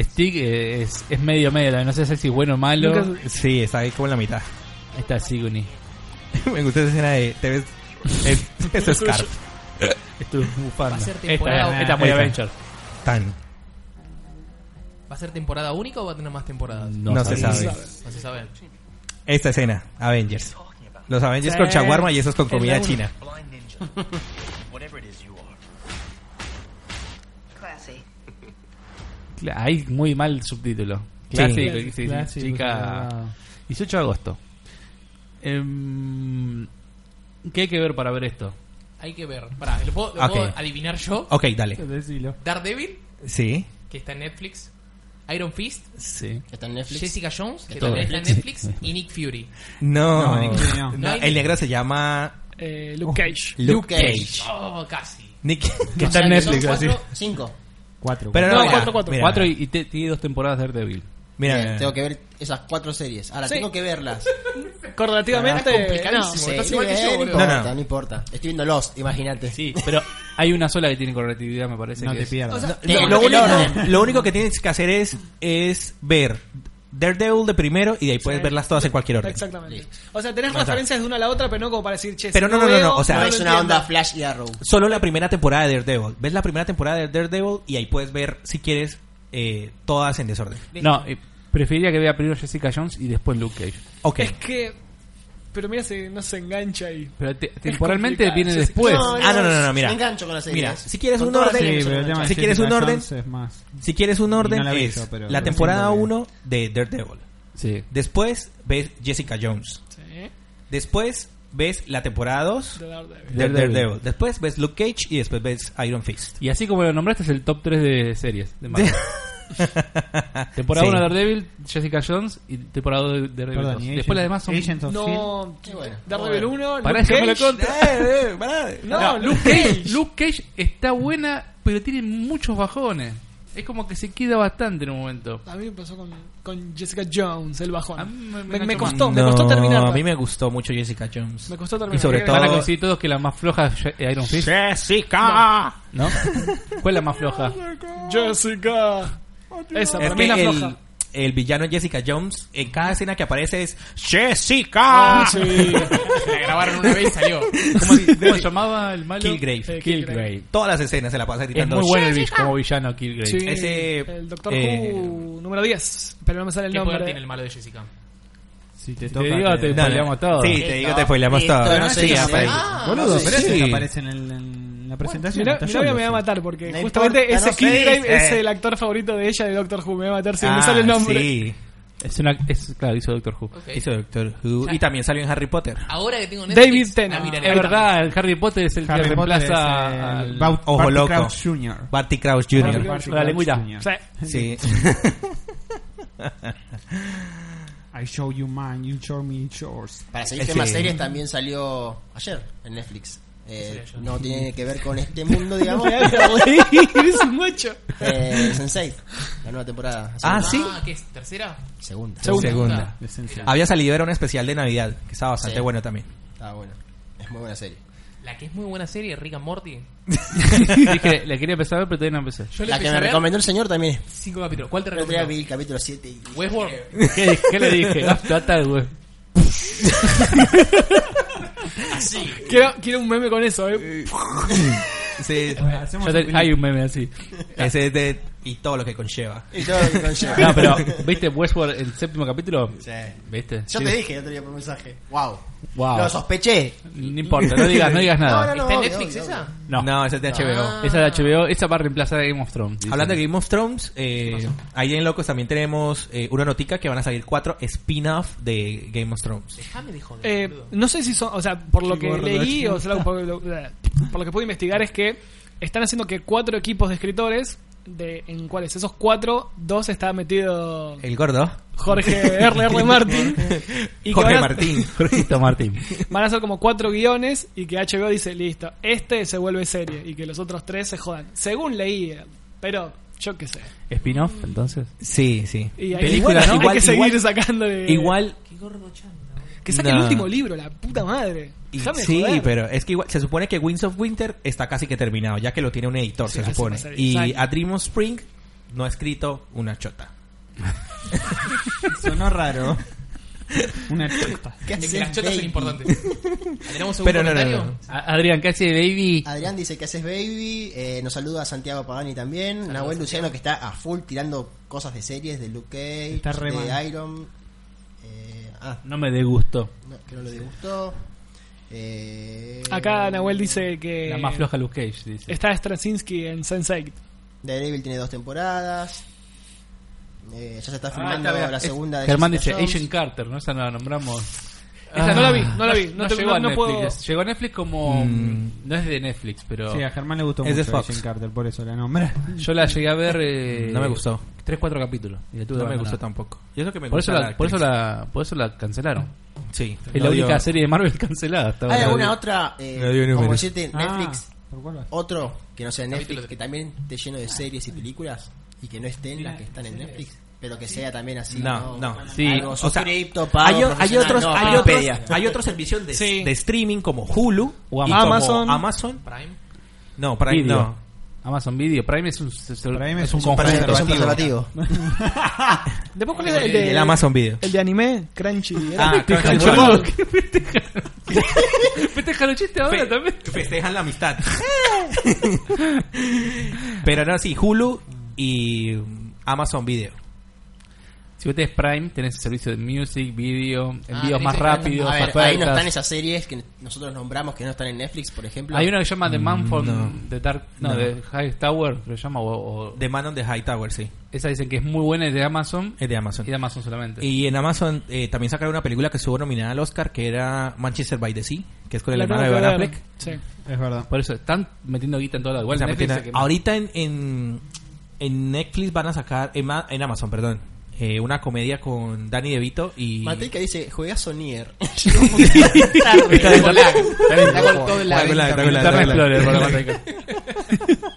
Speaker 3: Stick eh, es, es medio medio, la- no sé si es bueno o malo.
Speaker 6: Nunca-
Speaker 2: Sí, está ahí como en la mitad.
Speaker 3: Ahí Está Siguni.
Speaker 2: me gusta esa escena de. Te ves. Es, eso es Scarf.
Speaker 3: Es tu
Speaker 1: Va
Speaker 3: bufanda.
Speaker 1: a ser temporada-
Speaker 3: Esta, esta es muy
Speaker 2: Esta.
Speaker 3: Avenger.
Speaker 2: Tan.
Speaker 1: ¿Va a ser temporada única o va a tener más temporadas?
Speaker 2: No, se
Speaker 3: sabemos.
Speaker 2: sabe.
Speaker 1: No se sabe.
Speaker 2: Esta escena, Avengers. Los Avengers
Speaker 6: Sí.
Speaker 2: con chaguarma y esos con
Speaker 6: Es la
Speaker 2: comida
Speaker 6: una.
Speaker 2: china.
Speaker 7: blind ninja. Whatever it is you are.
Speaker 8: Classy.
Speaker 3: Cla- Ahí muy mal subtítulo. Clásico,
Speaker 6: Sí.
Speaker 3: sí, sí,
Speaker 4: Clásico,
Speaker 3: chica.
Speaker 4: claro.
Speaker 3: 18 de agosto. Em, ¿Qué hay que ver para ver esto?
Speaker 1: Hay que ver. Pará, ¿lo puedo, lo
Speaker 2: Ok.
Speaker 1: puedo adivinar yo?
Speaker 2: Ok, dale.
Speaker 4: Decilo.
Speaker 1: Daredevil,
Speaker 2: Sí.
Speaker 1: que está en Netflix. Iron Fist,
Speaker 3: Sí.
Speaker 5: Está en Netflix.
Speaker 1: Jessica Jones, que
Speaker 5: Todo.
Speaker 1: también está en
Speaker 3: Netflix.
Speaker 1: Netflix, y Nick Fury.
Speaker 2: No.
Speaker 4: No, Nick Fury no.
Speaker 2: No,
Speaker 1: No hay-
Speaker 2: el negro se llama
Speaker 6: Eh, Luke Cage.
Speaker 2: Luke
Speaker 5: Luke
Speaker 2: Cage.
Speaker 1: Oh, casi.
Speaker 2: Nick.
Speaker 5: Que
Speaker 3: está en Netflix,
Speaker 5: Son
Speaker 3: así.
Speaker 5: cuatro, cinco.
Speaker 4: Cuatro.
Speaker 2: Pero
Speaker 6: No,
Speaker 2: no, mira,
Speaker 6: cuatro, cuatro.
Speaker 2: mira,
Speaker 3: Cuatro y, y te- tiene dos temporadas de Daredevil.
Speaker 2: Mira, eh.
Speaker 5: Bien,
Speaker 2: mira,
Speaker 5: tengo que ver esas cuatro series. Ahora
Speaker 6: Sí.
Speaker 5: tengo que verlas.
Speaker 6: Correlativamente.
Speaker 1: Está complicadísimo.
Speaker 5: Sí,
Speaker 1: Como estás
Speaker 5: sí,
Speaker 1: igual que yo,
Speaker 5: no
Speaker 1: boludo.
Speaker 5: importa,
Speaker 2: No,
Speaker 5: no,
Speaker 2: no.
Speaker 5: importa. Estoy viendo Lost, imagínate.
Speaker 3: Sí, pero hay una sola que tiene correlatividad, me parece.
Speaker 4: No
Speaker 3: que
Speaker 4: te
Speaker 3: es-
Speaker 4: pierdas.
Speaker 5: Sí,
Speaker 2: Eh, Lo, lo
Speaker 5: el
Speaker 2: único,
Speaker 5: orden.
Speaker 2: lo único que tienes que hacer es, es ver Daredevil de primero y de ahí puedes
Speaker 6: Sí.
Speaker 2: verlas todas en cualquier orden.
Speaker 6: Exactamente.
Speaker 5: Listo.
Speaker 6: O sea, tenés
Speaker 2: sea.
Speaker 6: referencias de una a la otra, pero no como para decir, che,
Speaker 2: Pero
Speaker 6: si
Speaker 2: no, no, no,
Speaker 6: veo,
Speaker 2: no, o sea,
Speaker 5: No,
Speaker 2: lo
Speaker 5: es una
Speaker 6: entiendo.
Speaker 5: onda Flash y Arrow.
Speaker 2: Solo la primera temporada de Daredevil. Ves la primera temporada de Daredevil y ahí puedes ver, si quieres, eh, todas en desorden.
Speaker 3: No, eh, preferiría que vea primero Jessica Jones y después Luke Cage.
Speaker 2: Ok.
Speaker 6: Es que. Pero mira, si no se engancha ahí.
Speaker 3: Pero te- temporalmente
Speaker 6: complicado,
Speaker 3: viene
Speaker 6: Jessica.
Speaker 3: después.
Speaker 2: Ah, no, no, no, no, mira.
Speaker 5: Me engancho con la serie.
Speaker 2: Mira, si quieres un orden-
Speaker 4: Sí, pero el tema de
Speaker 2: Si quieres
Speaker 4: Jessica
Speaker 2: un orden-
Speaker 4: Jones es más.
Speaker 2: Si quieres un orden,
Speaker 4: Y no la
Speaker 2: es
Speaker 4: aviso, pero
Speaker 2: la
Speaker 4: lo
Speaker 2: temporada
Speaker 4: siento que-
Speaker 2: 1 de Daredevil.
Speaker 3: Sí.
Speaker 2: Después ves Jessica Jones.
Speaker 6: Sí.
Speaker 2: Después ves la temporada 2
Speaker 6: The Daredevil.
Speaker 2: de
Speaker 3: Daredevil.
Speaker 2: Daredevil. Después ves Luke Cage y después ves Iron Fist.
Speaker 3: Y así como lo nombraste, es el top 3 de series. De Marvel. temporada
Speaker 2: Sí.
Speaker 3: 1 Daredevil, Jessica Jones y temporada 2 de Daredevil.
Speaker 4: Perdón,
Speaker 3: 2.
Speaker 4: y
Speaker 3: Después las demás
Speaker 4: Agents-
Speaker 3: son.
Speaker 4: Agents of Shield.
Speaker 6: No.
Speaker 5: Sí, bueno.
Speaker 6: Daredevil
Speaker 5: Bueno.
Speaker 6: 1.
Speaker 3: Pará,
Speaker 6: Luke
Speaker 3: ya me lo
Speaker 6: Cage.
Speaker 3: conté.
Speaker 2: Eh, eh, pará.
Speaker 6: No,
Speaker 3: No,
Speaker 6: Luke Cage.
Speaker 3: Luke Cage está buena, pero tiene muchos bajones. Es como que se queda bastante en un momento.
Speaker 6: A mí me pasó con, con Jessica Jones, el bajón.
Speaker 3: A mí me-
Speaker 6: me,
Speaker 3: me
Speaker 6: me
Speaker 3: enganchó
Speaker 6: costó,
Speaker 3: más.
Speaker 6: me costó
Speaker 2: No,
Speaker 6: terminarla.
Speaker 2: A mí me gustó mucho Jessica Jones.
Speaker 6: Me costó
Speaker 2: Y
Speaker 6: terminarla.
Speaker 2: sobre
Speaker 3: Van a
Speaker 2: todo.
Speaker 3: coincidir todos que la más floja es Ye- Iron Fist,
Speaker 2: ¡Jessica!
Speaker 3: ¿no? ¿Cuál es la más floja?
Speaker 6: Jessica. Esa,
Speaker 2: Es
Speaker 6: para mí
Speaker 2: que
Speaker 6: la
Speaker 2: Este, el,
Speaker 6: floja.
Speaker 2: el villano en Jessica Jones, en cada escena que aparece es ¡Jessica!
Speaker 6: Ah, sí.
Speaker 1: La grabaron una vez y salió.
Speaker 3: ¿Cómo, cómo se llamaba el malo?
Speaker 2: Killgrave.
Speaker 6: Eh,
Speaker 3: Killgrave.
Speaker 2: Todas las escenas se la pasa
Speaker 3: Es
Speaker 2: gritando.
Speaker 3: muy bueno el vi- como villano Killgrave.
Speaker 6: Sí,
Speaker 2: Ese,
Speaker 6: el Doctor
Speaker 2: eh,
Speaker 6: Who número 10. Pero no me sale el
Speaker 1: ¿Qué poder tiene
Speaker 6: nombre.
Speaker 1: el malo de Jessica?
Speaker 4: Si te
Speaker 3: Si
Speaker 4: toca.
Speaker 3: te digo, te
Speaker 2: No, no.
Speaker 3: spoileamos todo.
Speaker 2: Sí, te digo, te spoileamos
Speaker 5: Listo,
Speaker 2: todo.
Speaker 5: no sé
Speaker 2: Sí,
Speaker 5: qué
Speaker 2: aparece.
Speaker 5: hacer. Ah,
Speaker 4: Boludo,
Speaker 2: sí.
Speaker 4: pero ese
Speaker 2: Sí.
Speaker 4: que aparece en, el- en la presentación.
Speaker 6: Mirá,
Speaker 4: está
Speaker 6: mi novia
Speaker 4: solo,
Speaker 6: me va a
Speaker 4: sí.
Speaker 6: matar porque
Speaker 5: No
Speaker 6: justamente
Speaker 5: importa,
Speaker 6: ese
Speaker 5: no
Speaker 6: Killgrave
Speaker 5: sé.
Speaker 6: es
Speaker 5: Eh.
Speaker 6: el actor favorito de ella de Doctor Who. Me va a matar si
Speaker 2: Ah,
Speaker 6: me sale el nombre.
Speaker 2: Sí.
Speaker 3: Es una, es, claro, hizo Doctor Who.
Speaker 1: Ok.
Speaker 2: Hizo Doctor Who.
Speaker 1: Ya.
Speaker 2: Y también salió en Harry Potter.
Speaker 1: Ahora que tengo Netflix,
Speaker 6: David Tennant.
Speaker 1: la miraré.
Speaker 3: Es verdad, el Harry Potter es el que
Speaker 4: Harry Potter es,
Speaker 3: reemplaza
Speaker 4: eh,
Speaker 3: al...
Speaker 4: Bout-
Speaker 2: Ojo
Speaker 4: Barty
Speaker 2: loco.
Speaker 4: Crouch Jr.
Speaker 2: Barty Crouch
Speaker 4: Barty
Speaker 2: Jr.
Speaker 4: Crouch
Speaker 3: Con la lengüita.
Speaker 4: Jr..
Speaker 6: O sea,
Speaker 2: Sí.
Speaker 4: I show you mine, you show me yours.
Speaker 5: Para seguir
Speaker 2: Sí.
Speaker 5: temas series también salió ayer en Netflix. Eh,
Speaker 1: salió ayer?
Speaker 5: no tiene que ver con este mundo, digamos.
Speaker 6: eres un macho.
Speaker 5: eh, Sensei, la nueva temporada. la
Speaker 2: Ah,
Speaker 5: segunda.
Speaker 2: sí.
Speaker 1: Ah, ¿qué es? ¿Tercera?
Speaker 5: Segunda.
Speaker 2: Segunda.
Speaker 1: Segunda.
Speaker 4: Es sencillo.
Speaker 2: Había salido, era un especial de Navidad, que estaba bastante
Speaker 5: Sí.
Speaker 2: bueno también.
Speaker 5: Está Ah, bueno. Es muy buena serie.
Speaker 1: La que es muy buena serie, Rick and Morty.
Speaker 3: Dije, la quería empezar a ver, pero todavía no empecé.
Speaker 1: Yo le
Speaker 5: La que
Speaker 1: empecé
Speaker 5: me
Speaker 1: a ver
Speaker 5: recomendó el señor también.
Speaker 1: cinco capítulos. ¿Cuál te
Speaker 5: El otro día
Speaker 1: recomendó?
Speaker 5: vi el capítulo 7 y...
Speaker 1: Westworld.
Speaker 3: ¿Qué, qué le dije? Ah, Total, güey.
Speaker 6: Quiero, quiero un meme con eso. eh.
Speaker 2: Sí.
Speaker 4: Hacemos
Speaker 3: Ya
Speaker 4: un
Speaker 3: te-
Speaker 4: peli-
Speaker 3: Hay un meme así.
Speaker 2: Ese es de y todo lo que conlleva.
Speaker 5: Y todo lo que conlleva.
Speaker 3: No, pero, ¿viste Westworld el séptimo capítulo?
Speaker 5: Sí.
Speaker 3: ¿Viste?
Speaker 5: Yo
Speaker 3: Sí.
Speaker 5: te dije el otro día por mensaje. Wow.
Speaker 3: Wow.
Speaker 5: Lo sospeché.
Speaker 3: No importa, no digas, no digas nada.
Speaker 5: No, no,
Speaker 1: ¿Está en
Speaker 5: obvio,
Speaker 1: Netflix
Speaker 5: obvio,
Speaker 1: esa?
Speaker 3: No.
Speaker 2: No, ese es de HBO.
Speaker 1: Ah.
Speaker 3: Esa de HBO, esa va a reemplazar a Game of Thrones. dicen.
Speaker 2: Hablando de Game of Thrones, eh, ahí en Locos también tenemos eh, una notica que van a salir cuatro spin-off de Game of Thrones.
Speaker 1: Déjame de joder.
Speaker 6: Eh,
Speaker 1: boludo.
Speaker 6: no sé si son, o sea, por lo
Speaker 3: Qué
Speaker 6: que
Speaker 3: gordo,
Speaker 6: leí,
Speaker 3: chico.
Speaker 6: o sea, por lo, por lo que pude investigar es que están haciendo que cuatro equipos de escritores, de, en cuales esos cuatro, dos está metido
Speaker 2: El gordo.
Speaker 6: Jorge R. R. Martin. que
Speaker 2: Jorge
Speaker 6: van a-
Speaker 2: Martín.
Speaker 3: Jorgito Martín.
Speaker 6: Van a ser como cuatro guiones y que HBO dice, listo, este se vuelve serie y que los otros tres se jodan. Según leí, pero yo qué sé.
Speaker 3: ¿Spin-off, entonces?
Speaker 2: Sí, sí.
Speaker 6: Y hay,
Speaker 3: Película,
Speaker 6: igual,
Speaker 3: ¿no?
Speaker 6: hay
Speaker 2: Igual-
Speaker 6: que seguir
Speaker 2: igual-
Speaker 6: sacando de...
Speaker 2: Igual
Speaker 1: Qué gordo chanda. boludo.
Speaker 6: Que saque el
Speaker 2: No.
Speaker 6: último libro, la puta madre.
Speaker 2: Y-
Speaker 6: Déjame de
Speaker 2: sí,
Speaker 6: joder.
Speaker 2: pero es que igual, se supone que Winds of Winter está casi que terminado, ya que lo tiene un editor,
Speaker 6: Sí,
Speaker 2: se
Speaker 6: hace
Speaker 2: supone.
Speaker 6: más de diez
Speaker 2: Y
Speaker 6: años.
Speaker 2: A Dream of Spring no ha escrito una chota.
Speaker 5: Sonó raro.
Speaker 4: Una chota.
Speaker 5: ¿Qué
Speaker 1: Es
Speaker 5: haces,
Speaker 1: que las chotas son
Speaker 5: baby?
Speaker 1: importantes. ¿Tenemos un
Speaker 2: Pero no, no,
Speaker 1: comentario?
Speaker 2: no, no.
Speaker 3: A- Adrián, ¿qué hace Baby?
Speaker 5: Adrián dice que haces baby. eh, nos saluda Santiago Pagani también. Nahuel Luciano que está a full tirando cosas de series de Luke Cage,
Speaker 4: Está re
Speaker 5: de
Speaker 4: mal.
Speaker 5: Iron. eh, ah,
Speaker 3: No me degustó.
Speaker 5: no, que no le gustó. Eh,
Speaker 6: Acá Nahuel dice que...
Speaker 3: La más floja Luke Cage, dice.
Speaker 6: Está Straczynski en Sense8.
Speaker 5: Daredevil tiene dos temporadas. Eh, ya se está
Speaker 3: Ah,
Speaker 5: filmando
Speaker 3: está bien.
Speaker 5: la
Speaker 3: Es-
Speaker 5: segunda de
Speaker 3: Germán dice
Speaker 5: Jessica Jones.
Speaker 3: Agent Carter, ¿no? Esa no la nombramos. Ah,
Speaker 6: Esa no la vi, no la vi, no te-
Speaker 3: llegó
Speaker 6: no-
Speaker 3: a
Speaker 6: no
Speaker 3: Netflix.
Speaker 6: puedo-
Speaker 3: Llegó a Netflix como...
Speaker 2: Mm.
Speaker 3: No es de Netflix, pero...
Speaker 4: Sí, a Germán le gustó
Speaker 2: Es de
Speaker 4: mucho
Speaker 2: Fox.
Speaker 4: Agent Carter, por eso la nombra.
Speaker 3: Yo la llegué a ver... eh,
Speaker 2: No me gustó.
Speaker 3: Tres, cuatro capítulos. Y la tuve
Speaker 2: No me
Speaker 3: abandonada.
Speaker 2: gustó tampoco. Y es lo que me
Speaker 3: Por eso,
Speaker 2: gusta
Speaker 3: la, por, eso
Speaker 2: actriz.
Speaker 3: la, por eso la cancelaron.
Speaker 2: Sí.
Speaker 3: Es
Speaker 2: no
Speaker 3: la única
Speaker 2: dio-
Speaker 3: serie de Marvel cancelada. hasta
Speaker 5: ¿Hay
Speaker 3: ahora.
Speaker 5: alguna otra, eh,
Speaker 2: No dio
Speaker 5: como
Speaker 2: números.
Speaker 5: decirte, Netflix,
Speaker 4: Ah, ¿Por cuál vas?
Speaker 5: otro que no sea
Speaker 1: Capítulo
Speaker 5: Netflix,
Speaker 1: tres.
Speaker 5: que también esté lleno de series y películas y que no estén las que están en Netflix, pero que sea también así?
Speaker 2: No, no.
Speaker 3: Sí,
Speaker 5: Algo
Speaker 2: o sea,
Speaker 5: suscripto, pago,
Speaker 2: Hay, o- hay
Speaker 5: profesional,
Speaker 2: otros,
Speaker 5: no,
Speaker 2: hay, otros,
Speaker 5: Wikipedia.
Speaker 2: hay otros servicios de,
Speaker 6: Sí.
Speaker 2: de streaming como Hulu
Speaker 3: O
Speaker 2: y
Speaker 6: Amazon.
Speaker 2: como Amazon.
Speaker 1: Prime.
Speaker 2: No, Prime
Speaker 3: Video.
Speaker 2: no.
Speaker 3: Amazon Video. Prime es un, es un-
Speaker 4: Prime
Speaker 3: es un
Speaker 4: es un
Speaker 5: Para
Speaker 3: conjunto.
Speaker 5: el
Speaker 4: Conservativo.
Speaker 5: conservativo.
Speaker 6: Después, ¿cuál es el de,
Speaker 2: Eh, El Amazon Video.
Speaker 6: Eh, El de anime, Crunchy. era.
Speaker 2: Ah, Crunchyroll.
Speaker 3: Crunchyroll. Festeja los chistes ahora
Speaker 2: Fe-
Speaker 3: también.
Speaker 2: Festejan la amistad. Pero no, sí, Hulu y mm, Amazon Video.
Speaker 3: Si vos tenés Prime, tenés el servicio de music, video,
Speaker 5: Ah,
Speaker 3: envíos
Speaker 1: tenés
Speaker 3: más
Speaker 1: el-
Speaker 3: rápidos,
Speaker 5: A ver, ahí no
Speaker 3: ofertas.
Speaker 5: están esas series que nosotros nombramos que no están en Netflix, por ejemplo.
Speaker 3: Hay una que se llama The
Speaker 4: Mm,
Speaker 3: Man from the Dark, no,
Speaker 2: No.
Speaker 3: de High Tower, lo llama o, o-
Speaker 2: The Man on the High Tower, sí.
Speaker 3: esa dicen que es muy buena es de Amazon
Speaker 2: Es de Amazon.
Speaker 3: y de Amazon solamente.
Speaker 2: Y en Amazon eh, también sacaron una película que estuvo nominada al Oscar, que era Manchester by the Sea, que es con el
Speaker 6: La
Speaker 2: hermano de
Speaker 6: tengo
Speaker 2: Ben
Speaker 6: que
Speaker 2: Affleck.
Speaker 6: ver. Sí.
Speaker 4: Es verdad.
Speaker 3: Por eso están metiendo guita en todo lado. Igual
Speaker 2: O sea,
Speaker 3: Netflix
Speaker 2: tiene-
Speaker 3: se quema.
Speaker 2: ahorita en, en, en Netflix van a sacar, en, ma- en Amazon, perdón, eh, una comedia con Danny DeVito y...
Speaker 5: Matei que dice, juegas Nier.
Speaker 1: Está con lag. Está con todo el lag.
Speaker 2: Está con lag, está con lag,
Speaker 3: Internet
Speaker 2: está con lag.
Speaker 3: Explorer, para Mateica.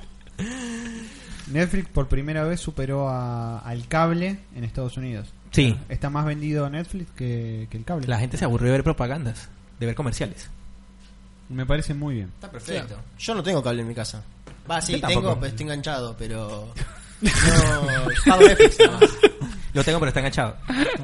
Speaker 4: Netflix por primera vez superó a- al cable en Estados Unidos.
Speaker 2: Sí,
Speaker 4: Está más vendido Netflix que, que el cable.
Speaker 2: la gente se aburrió de ver propagandas, de ver comerciales.
Speaker 4: Me parece muy bien.
Speaker 5: Está perfecto. Yo no tengo cable en mi casa. Va, sí,
Speaker 2: Yo tampoco.
Speaker 5: tengo, pues estoy enganchado, pero... No, pago Netflix nada más.
Speaker 2: Lo tengo, pero está enganchado.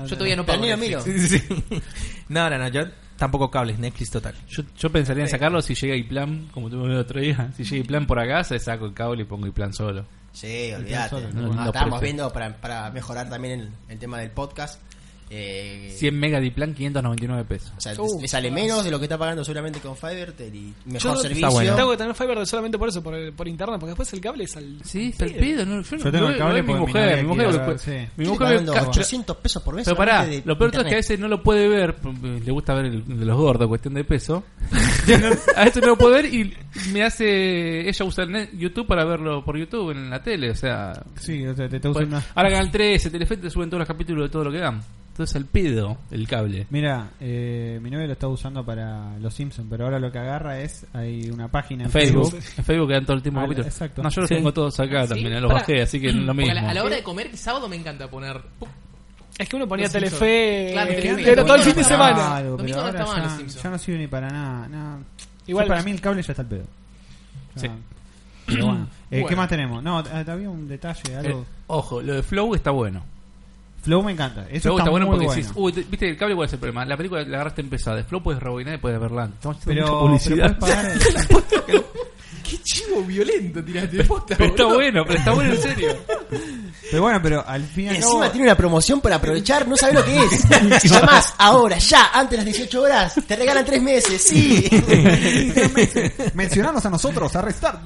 Speaker 1: Yo todavía no
Speaker 5: Pero
Speaker 1: pago.
Speaker 5: ni lo
Speaker 1: Netflix.
Speaker 5: miro.
Speaker 2: Sí. No, no, no, yo tampoco cables, Netflix total.
Speaker 3: Yo, yo pensaría en sacarlo si llega Iplan, como tuvimos el otro día. Si llega Iplan por acá, se saco el cable y pongo Iplan solo.
Speaker 5: Sí, olvídate.
Speaker 4: solo,
Speaker 5: Ah,
Speaker 3: no, no precio.
Speaker 5: estábamos viendo para, para mejorar también el, el tema del podcast. Eh,
Speaker 3: 100 mega de Iplan, 599 pesos.
Speaker 5: O sea,
Speaker 6: Uh,
Speaker 5: le sale menos de lo que está pagando seguramente con Fivertel y
Speaker 6: Yo
Speaker 5: mejor
Speaker 6: no-
Speaker 5: servicio.
Speaker 2: bueno.
Speaker 6: Tengo que tener Fiverr solamente por eso, por, por internet, porque después el cable es al...
Speaker 3: Sí, está el pedo. No, yo, no-
Speaker 4: Yo tengo
Speaker 3: no-
Speaker 4: el cable
Speaker 3: no es mi
Speaker 4: porque mi
Speaker 3: mujer. Mi
Speaker 4: novia
Speaker 3: mujer,
Speaker 4: quiere
Speaker 3: lo-
Speaker 4: ver, sí.
Speaker 3: mi
Speaker 5: Yo estoy
Speaker 3: mujer ve
Speaker 5: pagando
Speaker 3: ca-
Speaker 5: 800 pesos por mes.
Speaker 3: Pero pará,
Speaker 5: solamente de
Speaker 3: lo peor de todo es que a
Speaker 5: internet.
Speaker 3: veces no lo puede ver, pues, le gusta ver el, de los gordos, cuestión de peso. a veces no lo puede ver y me hace ella usa net- YouTube para verlo por YouTube en la tele, o sea...
Speaker 4: Sí, o sea, te, te usan
Speaker 3: pues,
Speaker 4: una-
Speaker 3: ahora Canal 13, Telefe te suben todos los capítulos de todo lo que dan. Entonces al pedo el cable.
Speaker 4: Mira, eh, mi novia lo está usando para los Simpsons, pero ahora lo que agarra es, hay una página
Speaker 3: En Facebook, en Facebook quedan todo el tiempo
Speaker 4: Ah,
Speaker 3: capítulos.
Speaker 4: exacto.
Speaker 3: No, yo los
Speaker 2: Sí.
Speaker 3: tengo todos acá
Speaker 1: ¿Sí?
Speaker 3: también, los
Speaker 1: Pará.
Speaker 3: bajé, así que lo
Speaker 1: Porque
Speaker 3: mismo.
Speaker 1: a la, a la hora de comer, el sábado me encanta poner. ¡pum!
Speaker 6: Es que uno ponía
Speaker 1: Los
Speaker 6: Telefe,
Speaker 1: Simpsons. Claro,
Speaker 6: eh,
Speaker 1: Telefe. Ah.
Speaker 6: pero todo el fin de
Speaker 1: Bueno,
Speaker 6: semana.
Speaker 4: Algo, pero
Speaker 1: Domingo no
Speaker 4: ahora
Speaker 1: está mal los
Speaker 4: ya,
Speaker 1: Simpsons.
Speaker 4: ya no sirve ni para nada. nada.
Speaker 6: Igual-
Speaker 4: Yo para mí el cable ya está el pedo. Ya.
Speaker 3: Sí.
Speaker 4: Pero bueno. Eh, ¿Qué
Speaker 1: Bueno.
Speaker 4: más tenemos? No, eh, había un detalle,
Speaker 3: Eh,
Speaker 4: algo.
Speaker 3: Ojo, lo de Flow está bueno.
Speaker 4: Flow me encanta. Eso
Speaker 3: Flow
Speaker 4: está,
Speaker 3: está bueno
Speaker 4: muy
Speaker 3: porque
Speaker 4: bueno.
Speaker 3: decís, uy, te- viste, el cable cuál es el problema. La película la agarraste empezada. De Flow puedes rebobinar y puedes verla. Estamos haciendo
Speaker 4: pero,
Speaker 3: mucha publicidad.
Speaker 4: pero podés pagar-
Speaker 1: chivo violento tiraste posta,
Speaker 3: Pero está
Speaker 1: boludo.
Speaker 3: bueno, pero está bueno en serio.
Speaker 4: Pero bueno, pero al fin y al cabo.
Speaker 5: Encima tiene una promoción para aprovechar, no sabe lo que es. Si llamás ahora, ya, antes de las 18 horas, te regalan 3 meses, sí.
Speaker 4: Mencionanos a nosotros, a Restart.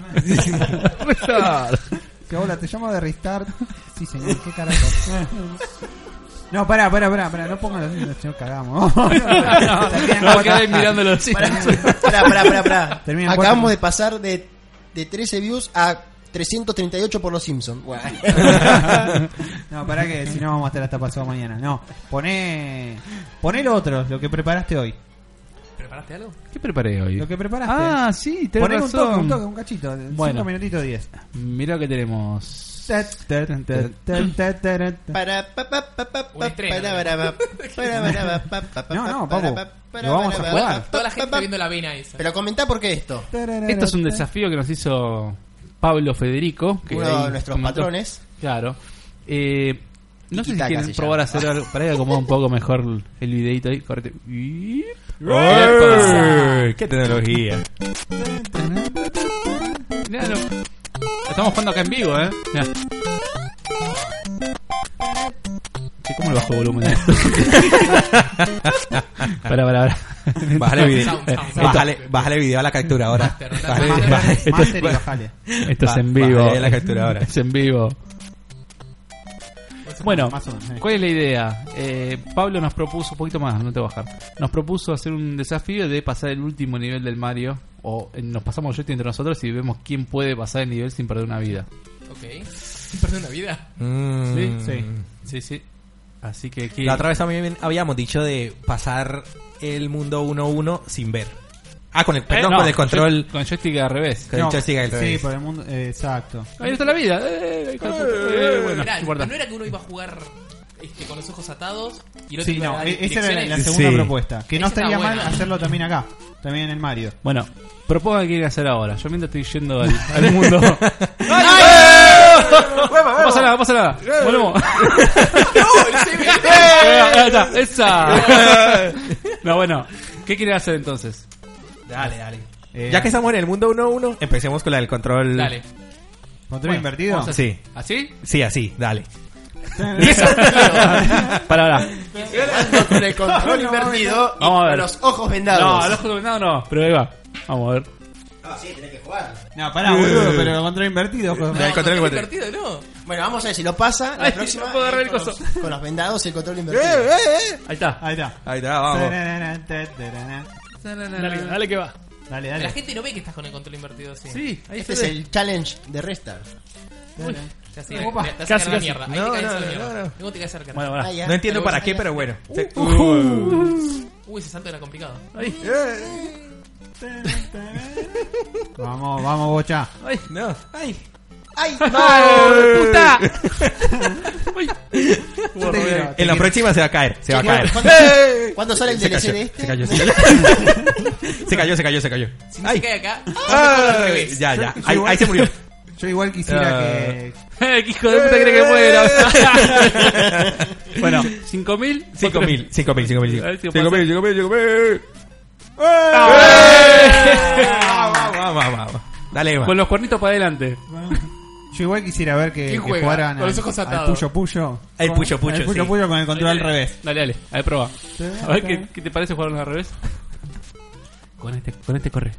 Speaker 4: que hola, te llamo de Restart. Sí, señor, qué carajo. No, pará, pará, pará, pará, no pongan los señor, cagamos.
Speaker 3: No quedes mirando los
Speaker 5: Pará,
Speaker 3: chistes.
Speaker 5: pará, pará, pará.
Speaker 4: Termina en cuatro.
Speaker 5: Acabamos de pasar de, de 13 views a 338 por los Simpsons.
Speaker 4: No, pará que si no vamos a estar hasta pasado mañana. No, poné, poné lo otro, lo que preparaste hoy.
Speaker 1: ¿Preparaste algo?
Speaker 3: ¿Qué preparé hoy?
Speaker 4: Lo que preparaste.
Speaker 3: Ah, sí, tenés
Speaker 4: poné un
Speaker 3: razón.
Speaker 4: toque, un toque, un cachito.
Speaker 3: Bueno.
Speaker 4: 5 minutitos 10.
Speaker 3: Mirá que tenemos.
Speaker 5: No,
Speaker 4: No, no, Papu, lo vamos a jugar.
Speaker 1: Toda la gente está viendo la vena esa.
Speaker 5: Pero comentá por qué esto.
Speaker 3: Esto es un desafío que nos hizo Pablo Federico, que
Speaker 5: Uno
Speaker 3: ahí
Speaker 5: de nuestros
Speaker 3: comentó.
Speaker 5: patrones.
Speaker 3: Claro. Eh, no sé si
Speaker 5: Tiki-taka
Speaker 3: quieren
Speaker 5: se
Speaker 3: probar a
Speaker 5: llama.
Speaker 3: hacer algo. Para que acomoda un poco mejor el videito ahí. Corte. Y-
Speaker 2: ¡Ey! ¡Qué tecnología!
Speaker 3: Mirá, lo- lo Estamos jugando acá en vivo, ¿eh? Mirá. Che, ¿cómo le bajo el volumen a esto? Pará, pará, pará.
Speaker 2: Bájale video.
Speaker 1: Sound, sound, sound.
Speaker 2: Bájale, bájale video a la capturadora.
Speaker 1: Master, master.
Speaker 2: Bájale-
Speaker 1: Master.
Speaker 2: bájale-
Speaker 4: Master y bajale.
Speaker 3: Esto es
Speaker 2: Ba-
Speaker 3: en vivo.
Speaker 2: bájale la capturadora.
Speaker 3: Es en vivo. Bueno,
Speaker 4: Más o menos, eh.
Speaker 3: ¿cuál es la idea? Eh, Pablo nos propuso, un poquito más, no te voy a bajar. Nos propuso hacer un desafío de pasar el último nivel del Mario. O eh, nos pasamos yo entre nosotros y vemos quién puede pasar el nivel sin perder una vida.
Speaker 1: Ok. Perdón una vida.
Speaker 2: Mm.
Speaker 3: Sí, Sí, sí. Así que aquí.
Speaker 2: La otra vez también habíamos dicho de pasar el mundo 1-1 sin ver. Ah, con el,
Speaker 3: Eh,
Speaker 2: perdón,
Speaker 3: no,
Speaker 2: con el control.
Speaker 3: joy- Con joystick al revés.
Speaker 2: Con el joystick al
Speaker 4: Sí,
Speaker 2: revés.
Speaker 4: por el mundo. eh, exacto.
Speaker 3: Ahí está la vida. Eh, hijo de puta. Eh, bueno,
Speaker 1: Mirá,
Speaker 3: no importa.
Speaker 1: no era que uno iba a jugar este, con los ojos atados y el otro
Speaker 4: Sí,
Speaker 1: iba a
Speaker 4: no,
Speaker 1: dar
Speaker 4: e- esa era la, la
Speaker 1: direcciones.
Speaker 4: segunda
Speaker 2: Sí.
Speaker 4: propuesta. Que no
Speaker 1: Esa
Speaker 4: estaría
Speaker 1: está
Speaker 4: mal
Speaker 1: buena.
Speaker 4: hacerlo también acá. También en el Mario.
Speaker 3: Bueno, proponga qué quieren hacer ahora. Yo mientras estoy yendo al, al mundo. No pasa nada, no pasa nada. Volvemos. Eh, Ahí está, ¡Esa! No, bueno. ¿Qué quieren hacer entonces?
Speaker 2: Dale, dale.
Speaker 4: Eh,
Speaker 2: Ya que estamos en el mundo 1-1, empecemos con la del control.
Speaker 1: Dale.
Speaker 4: ¿Control invertido?
Speaker 2: a- Sí.
Speaker 3: ¿Así?
Speaker 2: Sí, así, dale.
Speaker 3: Para, para.
Speaker 5: Con el control invertido y
Speaker 3: Vamos a ver.
Speaker 5: con los ojos
Speaker 3: No, el
Speaker 5: vendados.
Speaker 3: ojo dominado no. Pero ahí va. Vamos a ver.
Speaker 5: Ah, sí, tenés que jugar.
Speaker 4: No, pará, boludo, pero control invertido. pues, ojo.
Speaker 2: Dale, control
Speaker 1: No, no,
Speaker 2: invertido.
Speaker 1: divertido, no.
Speaker 5: Bueno, vamos a ver si lo pasa. La
Speaker 3: Ay,
Speaker 5: próxima. eh,
Speaker 3: no puedo agarrar el
Speaker 5: con, los,
Speaker 3: coso.
Speaker 5: con los vendados y el control
Speaker 2: Eh,
Speaker 5: invertido.
Speaker 2: eh, eh.
Speaker 3: Ahí está.
Speaker 4: Ahí está.
Speaker 2: Ahí está, vamos.
Speaker 6: Dale, dale que va.
Speaker 4: Dale,
Speaker 1: La
Speaker 4: dale.
Speaker 1: gente no ve que estás con el control invertido así.
Speaker 3: Sí, ahí
Speaker 5: Este
Speaker 3: está.
Speaker 5: es el challenge de Restart.
Speaker 1: Ya sé,
Speaker 4: Opa.
Speaker 1: te vas a
Speaker 6: Casi,
Speaker 1: sacar la
Speaker 6: casi.
Speaker 1: mierda. Ahí
Speaker 2: No,
Speaker 1: te caes
Speaker 2: no,
Speaker 1: a la
Speaker 2: no,
Speaker 1: mierda.
Speaker 2: no, no.
Speaker 1: Luego te caes cerca.
Speaker 3: Bueno, pará.
Speaker 5: Ah, ya.
Speaker 2: No entiendo
Speaker 5: Ahí
Speaker 2: para
Speaker 5: va,
Speaker 2: qué,
Speaker 5: ahí va.
Speaker 2: pero bueno. Uh.
Speaker 1: Uy, ese salto era complicado.
Speaker 3: Ahí.
Speaker 4: Vamos, vamos, bocha.
Speaker 3: Ay,
Speaker 2: No. Ay.
Speaker 5: ¡Ay!
Speaker 3: puta!
Speaker 4: Yo te quiero, te
Speaker 2: En la
Speaker 4: quiero.
Speaker 2: próxima se va a caer, se va a
Speaker 5: ¿Cuándo-
Speaker 2: caer.
Speaker 5: ¿Cuándo, cuándo sale el
Speaker 2: Se
Speaker 5: DLC
Speaker 2: cayó,
Speaker 5: de
Speaker 2: se
Speaker 5: este?
Speaker 2: cayó, se cayó. Se cayó, se cayó, se cayó.
Speaker 1: Si no se
Speaker 2: Ay.
Speaker 1: cae acá,
Speaker 2: Ay, Ya, ya. Ahí, ahí se murió.
Speaker 4: Yo igual quisiera
Speaker 2: Ah.
Speaker 4: que.
Speaker 3: ¡Eh, qué hijo de puta cree que
Speaker 1: Eh.
Speaker 3: muera! bueno, 5000.
Speaker 2: 5000, 5000, 5000.
Speaker 3: A ver si lo
Speaker 2: 5000, 5000, 5000. ¡Eh! Vamos, vamos, vamos. Dale, Emma.
Speaker 3: Con los cuernitos para adelante.
Speaker 4: Yo igual quisiera ver que,
Speaker 1: ¿Quién
Speaker 4: que
Speaker 1: juega?
Speaker 4: jugaran
Speaker 1: Con
Speaker 4: al-
Speaker 1: los ojos
Speaker 4: al,
Speaker 1: atados.
Speaker 4: Puyo Puyo.
Speaker 2: El
Speaker 4: Con-
Speaker 2: Puyo Puyo,
Speaker 4: al Puyo
Speaker 2: sí.
Speaker 4: Puyo con el control al revés.
Speaker 3: Dale, dale, a ver, prueba. A ver qué, qué te parece jugarlos al revés. Con este, con este corre.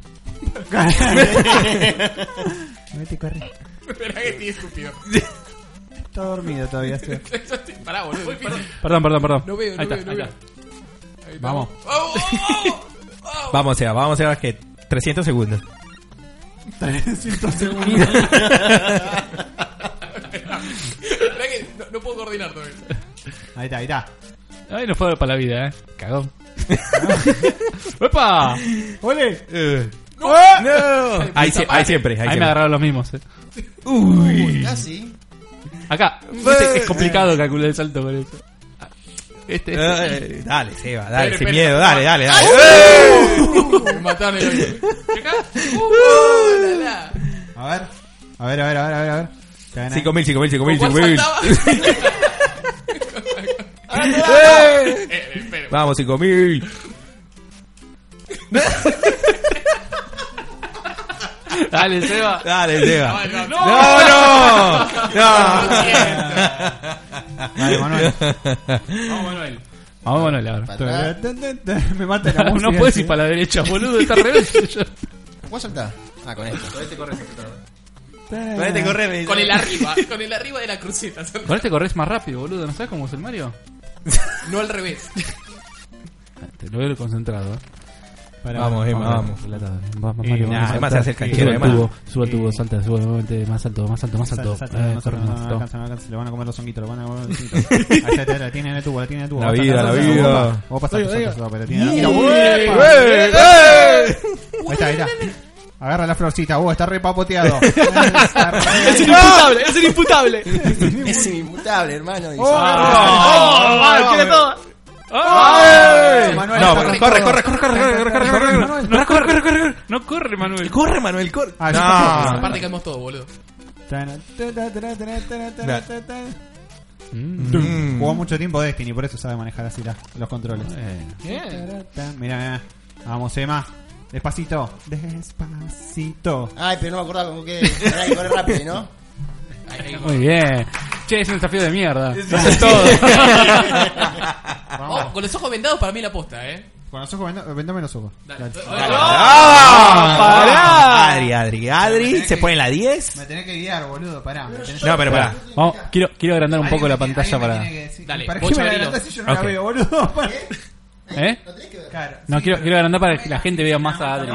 Speaker 4: Vete, corre.
Speaker 1: Esperá que estoy estúpido.
Speaker 4: Está dormido todavía. este.
Speaker 1: Pará, boludo. perdón.
Speaker 3: Perdón, perdón, perdón.
Speaker 1: No veo, no
Speaker 3: Ahí está,
Speaker 1: veo, no
Speaker 3: ahí
Speaker 1: veo.
Speaker 3: está.
Speaker 1: Ahí está.
Speaker 4: Vamos.
Speaker 1: ¡Oh, oh, oh! ¡Oh!
Speaker 2: Vamos, Seba, vamos, Seba, que 300 segundos.
Speaker 4: 300 segundos.
Speaker 1: Esperá que no, no puedo coordinar todavía.
Speaker 4: Ahí está, ahí está.
Speaker 3: Ay, no fue para la vida, eh. Cagón. ¡Epa! Ahí,
Speaker 4: ¡Ole!
Speaker 2: Eh. No. Ahí, sie- ahí siempre, ahí
Speaker 3: me
Speaker 2: siempre.
Speaker 3: agarraron los mismos, eh.
Speaker 5: Uy, casi.
Speaker 3: Acá. Viste, Es complicado calcular el salto con eso. Ah, Este, este.
Speaker 2: Eh, Dale, Seba, dale,
Speaker 1: Espera,
Speaker 2: sin
Speaker 1: espera.
Speaker 2: miedo, dale, dale, Eh, dale.
Speaker 1: Me mataron el oído. Acá. Uh, la, la.
Speaker 4: A ver. A ver, a ver, a ver, a ver. A ver. Te ganas.
Speaker 2: 5000, 5000, 5000,
Speaker 1: ¿Cuál
Speaker 2: 5000.
Speaker 1: faltaba?
Speaker 2: Eh,
Speaker 1: Eh, espera.
Speaker 2: Vamos, 5000.
Speaker 3: Dale, Seba.
Speaker 2: Dale, Seba.
Speaker 1: No, no,
Speaker 2: ¡No, no! ¡No!
Speaker 1: Siento.
Speaker 4: Dale, Manuel.
Speaker 3: Vamos, Manuel. Vamos, Manuel, ahora.
Speaker 5: atrás.
Speaker 4: Me mata la música.
Speaker 3: No puedes ir para la derecha, boludo, está al revés.
Speaker 5: ¿Vos saltás? Ah, con esto.
Speaker 2: Ponete, corre, me dice.
Speaker 1: Con el arriba, con el arriba de la cruceta.
Speaker 3: Con este corres más rápido, boludo. ¿No sabes cómo es el Mario?
Speaker 1: No al revés.
Speaker 3: Ah, Te lo veo concentrado. ¿eh?
Speaker 4: Para-
Speaker 2: Vamos, Emma, vamos.
Speaker 3: Vamos,
Speaker 4: Eh,
Speaker 3: Mario.
Speaker 2: nah,
Speaker 3: vamos,
Speaker 2: Emma
Speaker 3: salta.
Speaker 2: se acerca,
Speaker 3: Sube
Speaker 2: quiero,
Speaker 3: el
Speaker 2: Emma.
Speaker 3: tubo, sube el tubo,
Speaker 4: Eh.
Speaker 3: salta, sube, muévete, más alto, más alto, más alto.
Speaker 4: Salta, salta,
Speaker 3: Eh,
Speaker 4: no,
Speaker 3: corre
Speaker 4: no,
Speaker 3: más
Speaker 4: no, no
Speaker 3: alto.
Speaker 4: alcanza, no alcanza, le van a comer los honguitos, le van a comer los honguitos. Ahí está, está, la tiene en el tubo, la tiene en el tubo.
Speaker 2: La
Speaker 4: Vos
Speaker 2: vida,
Speaker 4: pasás,
Speaker 2: la
Speaker 4: pasás,
Speaker 2: vida.
Speaker 4: vos pasás, Vos pasás,
Speaker 6: Oiga,
Speaker 4: pasás,
Speaker 6: oiga.
Speaker 4: pasás, pero tiene
Speaker 2: ¡Eh,
Speaker 4: Mira, vos-
Speaker 2: eh, eh!
Speaker 4: Ahí está, ahí está. Agarra la florcita, vos, está repapoteado. Está re-
Speaker 6: Es inimputable, es inimputable.
Speaker 5: Es inmutable, hermano. dice.
Speaker 6: ¡Oh! ¡Ah, tiene todo!
Speaker 4: Manuel,
Speaker 2: No,
Speaker 4: corre,
Speaker 2: corre, corre, corre, corre, corre, corre, corre, corre, corre.
Speaker 3: No corre, corre, corre, corre. No corre, Manuel.
Speaker 2: Corre, Manuel, corre.
Speaker 4: Ah, ya
Speaker 2: No.
Speaker 1: Aparte caemos todo, boludo.
Speaker 2: Mm.
Speaker 4: Jugó mucho tiempo Destiny, por eso sabe manejar así la- los controles.
Speaker 3: eh.
Speaker 6: Bien.
Speaker 4: Mira, mira. Vamos, Emma. Despacito. Despacito.
Speaker 5: Ay, pero no me acordaba con qué. Ahora hay que correr rápido, ¿no?
Speaker 3: Muy bien. Che, es un desafío de mierda.
Speaker 1: Oh, con los ojos vendados para mí la posta, eh.
Speaker 4: Con los ojos, vendó- vendame los ojos.
Speaker 1: Dale.
Speaker 4: Dale.
Speaker 2: ¡Ah! Adri, Adri, Adri, se pone la 10.
Speaker 4: Me tenés que guiar, boludo, pará. Me tenés-
Speaker 2: No, pero pará.
Speaker 3: Vamos, quiero, quiero agrandar un poco la
Speaker 4: Alguien me
Speaker 3: pantalla
Speaker 4: tiene-
Speaker 3: para.
Speaker 4: alguien me tiene que decir-
Speaker 1: Dale,
Speaker 4: ¿Para qué
Speaker 1: vos,
Speaker 4: me la
Speaker 1: Chabrino.
Speaker 4: agrandás si yo no la
Speaker 3: Ok.
Speaker 4: veo, boludo? Para-
Speaker 3: ¿Eh?
Speaker 4: Claro,
Speaker 3: No,
Speaker 4: sí,
Speaker 3: quiero,
Speaker 4: pero-
Speaker 3: quiero agrandar para que la gente vea más a Adri.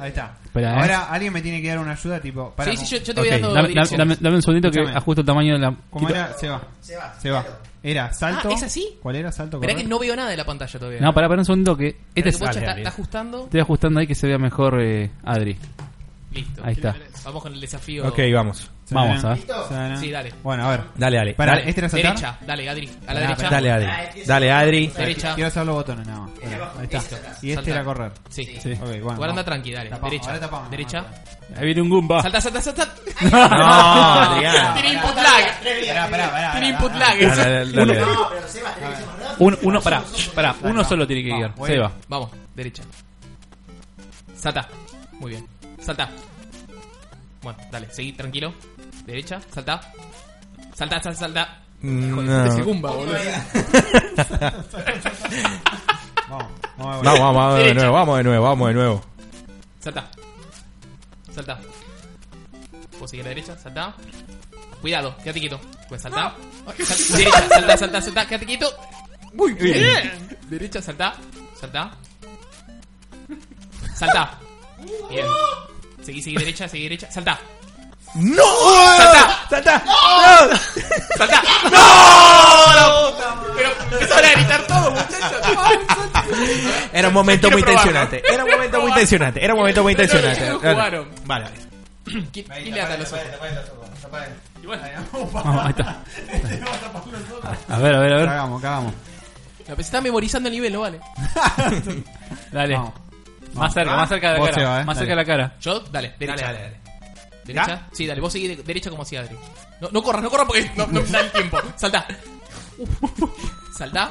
Speaker 4: Ahí está.
Speaker 3: Espera, eh.
Speaker 4: Ahora alguien me tiene que dar una ayuda, tipo. Para,
Speaker 1: Sí, sí, yo, yo te
Speaker 3: Ah. Ok,
Speaker 1: voy dando
Speaker 3: dame, dame-
Speaker 1: dirección.
Speaker 3: dame- dame un segundito que
Speaker 4: Escúchame.
Speaker 3: ajusto el tamaño de la.
Speaker 4: ¿Cómo era? Se va.
Speaker 5: Se va.
Speaker 4: Se va. Era salto.
Speaker 1: Ah, ¿es así?
Speaker 4: ¿Cuál era salto?
Speaker 1: Verá que
Speaker 4: correr?
Speaker 1: no veo nada de la pantalla todavía.
Speaker 3: No, pará, pará un segundo que. Este
Speaker 1: Pero
Speaker 3: es
Speaker 1: que Bocha
Speaker 3: Adri.
Speaker 1: está, está ajustando.
Speaker 3: Estoy ajustando ahí que se vea mejor eh, Adri.
Speaker 1: Listo.
Speaker 3: Ahí está.
Speaker 1: Vamos con el desafío.
Speaker 2: Ok, vamos.
Speaker 4: Se
Speaker 3: Vamos,
Speaker 4: va.
Speaker 3: ¿ah?
Speaker 4: Se va.
Speaker 1: Sí, dale.
Speaker 4: Bueno, a ver.
Speaker 2: Dale, dale.
Speaker 4: Pará,
Speaker 2: dale,
Speaker 4: ¿este era saltar?
Speaker 1: Derecha, dale, Adri. A la
Speaker 4: Pará,
Speaker 1: derecha.
Speaker 2: dale, Adri. Dale, Adri.
Speaker 1: Derecha.
Speaker 4: Quiero hacer los botones nada más. Pará, Ahí está. Y este
Speaker 1: Saltar.
Speaker 4: era correr.
Speaker 1: Sí.
Speaker 4: Sí. Ok, bueno.
Speaker 1: Guarda
Speaker 4: vamos.
Speaker 1: tranqui, dale.
Speaker 4: Tapamos,
Speaker 1: Derecha.
Speaker 4: ahora tapamos.
Speaker 1: Derecha.
Speaker 3: Ahí viene un Goomba.
Speaker 1: Salta, salta, salta.
Speaker 2: No, Adri, dale.
Speaker 1: Tiene input lag.
Speaker 4: Pará, pará, pará.
Speaker 1: Tiene
Speaker 4: pará.
Speaker 1: input lag.
Speaker 2: Dale, dale, dale, dale.
Speaker 5: Ah,
Speaker 3: Uno, uno, pará, pará, uno solo tiene que guiar.
Speaker 4: bueno.
Speaker 3: Seba.
Speaker 1: Vamos, derecha. Salta. Muy bien. Salta. Bueno, dale, seguí tranquilo. Derecha, salta. Salta, salta, salta. Hijo de
Speaker 2: No.
Speaker 1: puta, ese Goomba, boludo.
Speaker 4: Vamos,
Speaker 2: Vamos,
Speaker 4: vamos,
Speaker 2: vamos, vamos de
Speaker 1: Derecha.
Speaker 2: nuevo, vamos de nuevo, vamos de nuevo.
Speaker 1: Salta. Salta. Vos seguir a la derecha, salta. Cuidado, quédate quieto. Pues salta. Sal- derecha, salta, salta, salta, quédate quieto. Muy bien. Derecha, salta. Salta. Salta. Bien. Seguí, seguí derecha, seguí derecha. Salta.
Speaker 2: ¡No!
Speaker 1: ¡Saltá!
Speaker 2: ¡Saltá!
Speaker 1: ¡Saltá! ¡No! Pero empezaron a gritar todo, muchachos.
Speaker 2: Era un momento
Speaker 1: Quiero
Speaker 2: muy
Speaker 1: probarlo.
Speaker 2: tensionante. Era un momento muy
Speaker 1: Probar.
Speaker 2: tensionante. Era un momento muy
Speaker 1: No, no,
Speaker 2: tensionante.
Speaker 1: no, no
Speaker 2: Dale.
Speaker 1: jugaron.
Speaker 2: Vale, vale.
Speaker 1: ¿Qui- ¿Quién le ata los ojos? Y bueno,
Speaker 3: Vamos, ahí está.
Speaker 4: Este
Speaker 3: A ver, a ver, a ver.
Speaker 4: Cagamos, cagamos.
Speaker 1: no, pero pues, se está memorizando el nivel, no vale.
Speaker 3: Dale.
Speaker 4: Vamos.
Speaker 3: Más cerca, más cerca de la
Speaker 4: Vos,
Speaker 3: cara.
Speaker 4: Seba, eh,
Speaker 3: Más
Speaker 4: dale.
Speaker 3: cerca de la cara.
Speaker 1: Yo, dale, derecha.
Speaker 2: Dale, dale,
Speaker 1: ¿Derecha? Sí, dale, vos seguís de- derecha como hacía Adri. No, no corras, no corras porque no, no da el tiempo. Saltá. Saltá.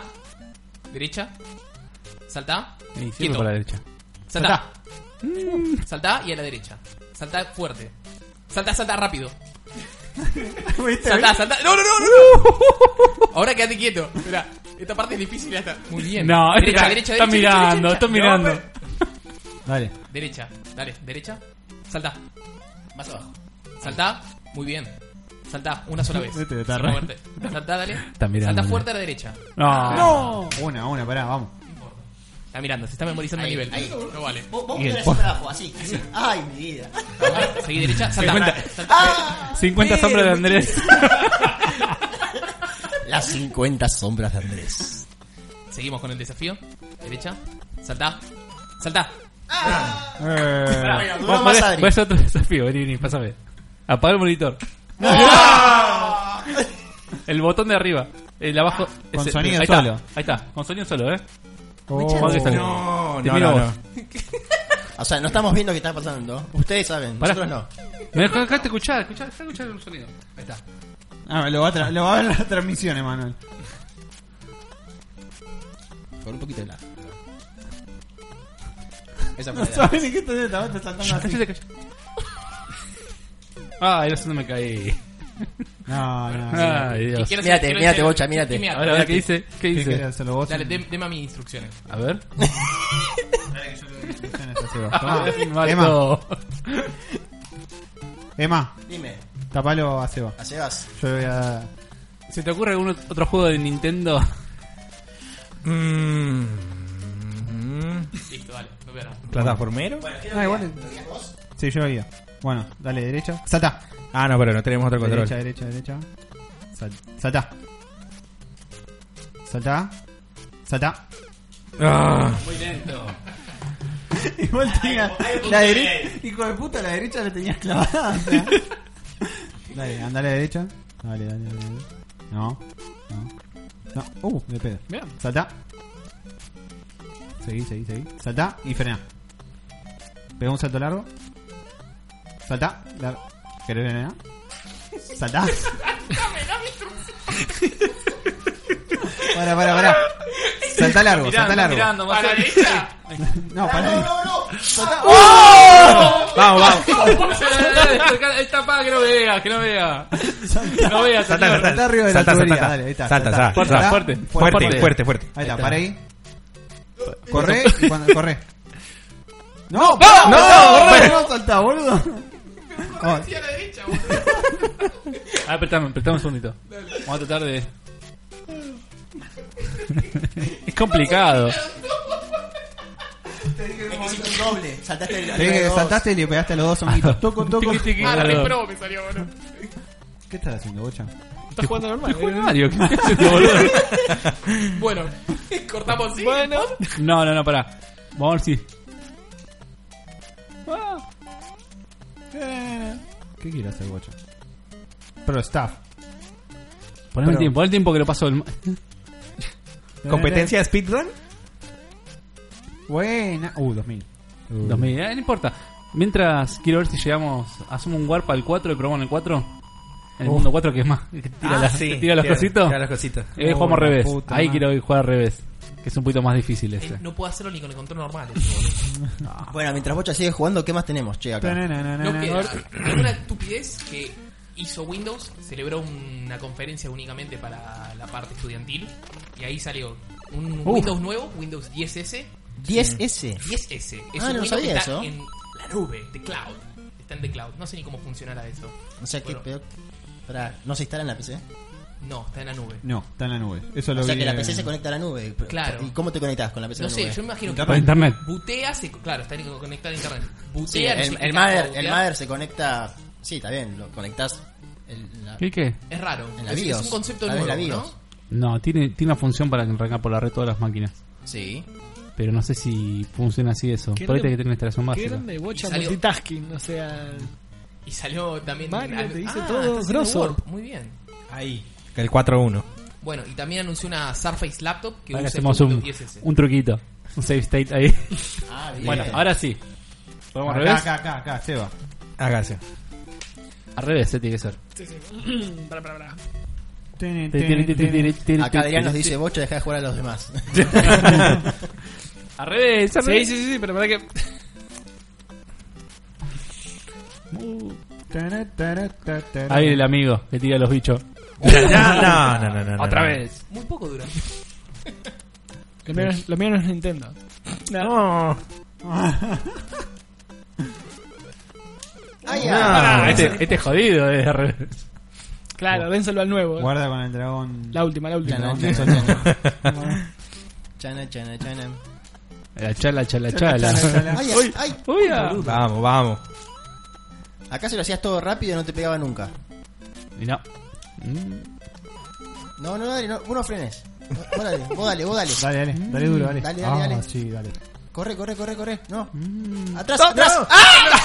Speaker 1: Derecha. Saltá.
Speaker 3: Y siempre
Speaker 1: Quieto.
Speaker 3: por la derecha.
Speaker 1: Saltá. Saltá y a la derecha. Saltá fuerte. Saltá, saltá rápido. Saltá, saltá. No, no, no,
Speaker 3: Uh.
Speaker 1: no. no. Ahora quédate quieto. Mirá, esta parte es difícil hasta. Muy bien.
Speaker 3: No,
Speaker 1: derecha,
Speaker 3: está-
Speaker 1: derecha,
Speaker 3: está
Speaker 1: derecha.
Speaker 3: mirando,
Speaker 1: derecha,
Speaker 3: está mirando.
Speaker 4: Dale.
Speaker 1: Derecha, dale, derecha. Saltá. Más abajo. Saltá. Muy bien. Saltá una sola vez.
Speaker 4: Este está
Speaker 1: sin
Speaker 4: re-
Speaker 1: moverte. Saltá, dale.
Speaker 3: Está mirando,
Speaker 1: Saltá
Speaker 3: mira.
Speaker 1: fuerte a la derecha.
Speaker 3: No.
Speaker 4: Una, una, pará, vamos.
Speaker 1: Está mirando, se está memorizando
Speaker 5: Ahí,
Speaker 1: el nivel.
Speaker 5: ahí.
Speaker 1: No vale.
Speaker 5: Vos vos mirá hacia abajo, así, así. Ay, mi vida.
Speaker 1: Seguí derecha,
Speaker 3: cuenta. ¡Ah!
Speaker 1: saltá. saltá.
Speaker 3: 50 sombras de Andrés.
Speaker 5: Las 50 sombras de Andrés.
Speaker 1: Seguimos con el desafío. Derecha. Saltá. Saltá.
Speaker 4: Eh,
Speaker 5: Bueno, duró
Speaker 3: Vamos,
Speaker 5: más
Speaker 3: voy a-
Speaker 5: Adri.
Speaker 3: voy a hacer otro desafío. Vení, vení, pásame. Apaga el monitor. El botón de arriba. El abajo.
Speaker 4: Con
Speaker 3: ese-
Speaker 4: sonido
Speaker 3: ahí está,
Speaker 4: solo.
Speaker 3: ahí está. Con sonido solo, ¿eh?
Speaker 4: oh,
Speaker 3: Juan, que sale.
Speaker 2: No,
Speaker 3: Te
Speaker 2: no,
Speaker 3: miro
Speaker 2: no,
Speaker 3: vos.
Speaker 5: O sea, no estamos viendo qué está pasando. Ustedes saben,
Speaker 3: Pará.
Speaker 5: nosotros no.
Speaker 3: Me dejaste escuchar, escuchar, dejá escuchar el sonido. Ahí está.
Speaker 4: Ah, lo va, a tra- lo va a ver la transmisión, Emanuel.
Speaker 5: Con un poquito de la. Esa fue
Speaker 4: No
Speaker 5: la idea.
Speaker 4: sabes ni qué te estaba saltando así.
Speaker 3: Cállate, cállate. Ah, eso no me caí.
Speaker 4: No, no. no.
Speaker 3: Ay, Dios.
Speaker 1: Quiero
Speaker 5: Mírate,
Speaker 1: quiero
Speaker 5: mírate, bocha, mírate.
Speaker 1: quiero
Speaker 3: A ver, a ver, ¿qué dice? ¿Qué
Speaker 4: ¿Qué querés
Speaker 3: Ah, dice?
Speaker 4: hacerlo vos?
Speaker 1: Dale, dem- deme a mis instrucciones.
Speaker 3: A ver.
Speaker 4: Tomá. Ah, Emma,
Speaker 3: Ah, Mato.
Speaker 4: Emma,
Speaker 5: Dime,
Speaker 4: tapalo a Seba.
Speaker 5: a Sebas.
Speaker 4: Yo le voy a.
Speaker 3: ¿Se te ocurre algún otro juego de Nintendo?
Speaker 2: Mm, mm,
Speaker 1: Listo, dale, no veo nada.
Speaker 2: ¿Plataformero?
Speaker 4: Ah, igual. Sí, yo lo guía. Bueno, dale, derecha. Salta.
Speaker 2: Ah, no, pero no tenemos otro control.
Speaker 4: Derecha, derecha, derecha. Sal- saltá. Saltá. Saltá.
Speaker 2: Ah,
Speaker 3: Muy lento.
Speaker 4: Igual tenía. La derecha. Hijo de puta, la derecha la tenías clavada. o sea. dale, anda a la derecha. Dale, dale, dale. dale. No. No. No. Uh, me pedo.
Speaker 6: Mirá.
Speaker 4: Saltá. Seguí, seguí, seguí. Saltá y frená. Pega un salto largo. Saltá. Largo. ¿Querés frenar? Saltá. Para, para, para. Saltá largo, saltá largo.
Speaker 1: ¿A la derecha?
Speaker 4: No, para.
Speaker 5: Oh,
Speaker 2: Vamos, vamos.
Speaker 3: Está para que no vea, que no vea. No vea,
Speaker 2: Salta,
Speaker 3: señor.
Speaker 2: salta,
Speaker 4: Está arriba de la
Speaker 2: salta,
Speaker 4: tubería,
Speaker 2: salta.
Speaker 4: dale, ahí está,
Speaker 2: Salta,
Speaker 4: salta.
Speaker 2: salta,
Speaker 3: Fuerte,
Speaker 2: salta.
Speaker 3: fuerte,
Speaker 2: fuerte,
Speaker 3: fuerte.
Speaker 2: fuerte, fuerte.
Speaker 4: Ahí está, para ahí. Corre y cuando corre. No, no,
Speaker 2: no,
Speaker 4: no,
Speaker 2: corre.
Speaker 4: no, saltá, boludo. Oh,
Speaker 1: Sí, a la derecha, boludo.
Speaker 3: Ah, apretame, apretame un segundito. Vamos a tratar de. es complicado.
Speaker 5: Es que hiciste un doble. Saltaste el.
Speaker 4: tenés que
Speaker 5: dos.
Speaker 4: saltaste y le pegaste a los dos honguitos. Toco, toco.
Speaker 3: Tiki, tiki.
Speaker 1: Ah, la repro me salió, boludo.
Speaker 4: ¿Qué estás haciendo, bocha?
Speaker 6: Estás jugando normal. eh.
Speaker 3: Juega Mario, ¿qué estás haciendo, boludo?
Speaker 1: Bueno, cortamos así.
Speaker 6: Bueno,
Speaker 3: No, no, no, pará. Vamos a ver si.
Speaker 4: ¿Qué quiere hacer, bocha? Pro staff.
Speaker 3: Poneme el
Speaker 4: Pero-
Speaker 3: tiempo, poneme el tiempo que lo paso. El...
Speaker 2: ¿Competencia de speedrun?
Speaker 4: Buena. Uh, 2000. Uh.
Speaker 3: 2000, eh, no importa. Mientras quiero ver si llegamos, hacemos un warp al 4 y probamos en el 4. En el mundo 4 que es más. que tira,
Speaker 2: Ah,
Speaker 3: las-
Speaker 2: sí,
Speaker 3: que tira los
Speaker 2: tira-
Speaker 3: cositos.
Speaker 2: tira los cositos.
Speaker 3: Eh,
Speaker 4: Oh,
Speaker 3: jugamos al
Speaker 4: la
Speaker 3: revés.
Speaker 4: puta
Speaker 3: Ahí
Speaker 4: madre.
Speaker 3: quiero jugar al revés. Que es un poquito más difícil ese.
Speaker 1: Eh, No puedo hacerlo ni con el control normal. ese, boludo.
Speaker 5: Bueno, mientras Bocha sigue jugando, ¿qué más tenemos? Che, acá.
Speaker 1: No que
Speaker 4: Ta-na-na-na-na.
Speaker 1: alguna estupidez que hizo Windows, celebró una conferencia únicamente para la parte estudiantil y ahí salió un Windows nuevo, Windows 10S,
Speaker 5: 10S.
Speaker 1: 10S. Es un
Speaker 5: Ah, no
Speaker 1: Windows
Speaker 5: sabía
Speaker 1: que está
Speaker 5: eso.
Speaker 1: en la nube, de cloud. Está en the cloud. No sé ni cómo funcionará eso.
Speaker 5: O sea, que
Speaker 1: Bueno,
Speaker 5: peor. Pará, ¿no se instala en la PC?
Speaker 1: No, está en la nube.
Speaker 4: No, está en la nube. Eso lo
Speaker 5: O sea,
Speaker 4: vi
Speaker 5: que la
Speaker 4: en-
Speaker 5: PC se conecta a la nube.
Speaker 1: Claro.
Speaker 5: ¿Y cómo te conectas con la PC
Speaker 1: No
Speaker 5: a la
Speaker 1: sé,
Speaker 5: nube?
Speaker 1: yo me imagino
Speaker 3: Por
Speaker 1: que
Speaker 3: internet.
Speaker 1: butea, se, claro, está conectado a internet. Butea, no
Speaker 5: Sí,
Speaker 1: sé
Speaker 5: el,
Speaker 1: qué
Speaker 5: el,
Speaker 1: carajo
Speaker 5: Mother,
Speaker 1: butea.
Speaker 5: el Mother se conecta. Sí, está bien, lo conectás. en la-
Speaker 3: ¿Qué qué?
Speaker 1: Es raro.
Speaker 5: En la
Speaker 1: es, es
Speaker 5: BIOS.
Speaker 1: un concepto
Speaker 5: Tal vez
Speaker 1: nuevo,
Speaker 5: la BIOS.
Speaker 1: ¿no?
Speaker 3: No, tiene, tiene una función para arrancar por la red todas las máquinas.
Speaker 5: Sí.
Speaker 3: Pero no sé si funciona así eso.
Speaker 6: ¿Qué
Speaker 3: Por ahí tiene
Speaker 6: grande-
Speaker 3: que tener una instalación
Speaker 6: qué
Speaker 3: básica.
Speaker 6: grande bocha
Speaker 1: Y salió-
Speaker 6: multitasking. O sea,
Speaker 1: Y salió también.
Speaker 6: Mario, te dice
Speaker 1: ah, está
Speaker 6: todo
Speaker 1: haciendo
Speaker 6: grosso.
Speaker 1: Word. Muy bien.
Speaker 2: Ahí. El 4-1.
Speaker 1: Bueno, y también anunció una Surface Laptop que
Speaker 3: Ahora
Speaker 1: usa el
Speaker 3: hacemos un,
Speaker 1: Windows 10S.
Speaker 3: un truquito. Un save state ahí.
Speaker 5: Ah, bien.
Speaker 3: bueno, ahora sí. ¿Podemos al
Speaker 4: Acá,
Speaker 3: revés?
Speaker 4: acá, acá, acá, Seba.
Speaker 2: Hágase.
Speaker 3: Al revés, eh, tiene que ser.
Speaker 6: sí, sí. Pará, pará, pará.
Speaker 5: Acá Adrián nos dice, Bocha, deja de jugar a los demás.
Speaker 3: Al revés, al
Speaker 6: Sí,
Speaker 3: revés.
Speaker 6: sí, sí, sí, pero para que.
Speaker 3: Ahí viene el amigo que tira los bichos.
Speaker 2: No, no, no, no.
Speaker 3: Otra vez.
Speaker 1: Muy poco dura.
Speaker 6: Lo mío, no es- lo mío no es Nintendo.
Speaker 5: ¡Ay,
Speaker 3: Ah, este, este es jodido, es al revés.
Speaker 6: Claro, dénselo al nuevo.
Speaker 4: Guarda con el dragón.
Speaker 6: La última, la última. ah.
Speaker 4: no,
Speaker 5: Chana, chana,
Speaker 4: no,
Speaker 5: chana. Chana, chana, chana.
Speaker 3: La chala, chala, chala.
Speaker 5: Ay, ay, ay.
Speaker 6: Mm,
Speaker 3: Uy, ah.
Speaker 2: Vamos, vamos.
Speaker 5: Acá si lo hacías todo rápido no te pegaba nunca.
Speaker 3: Y no. Mm.
Speaker 5: No, no, dale, no, vos no frenes. Vos vos dale, vos dale, vos dale.
Speaker 4: Dale, dale, dale duro, dale.
Speaker 5: Dale, dale,
Speaker 4: Ah,
Speaker 5: dale.
Speaker 4: Sí, dale.
Speaker 5: Corre, corre, corre, corre. No.
Speaker 3: Mm.
Speaker 5: Atrás, atrás. ¡Ah!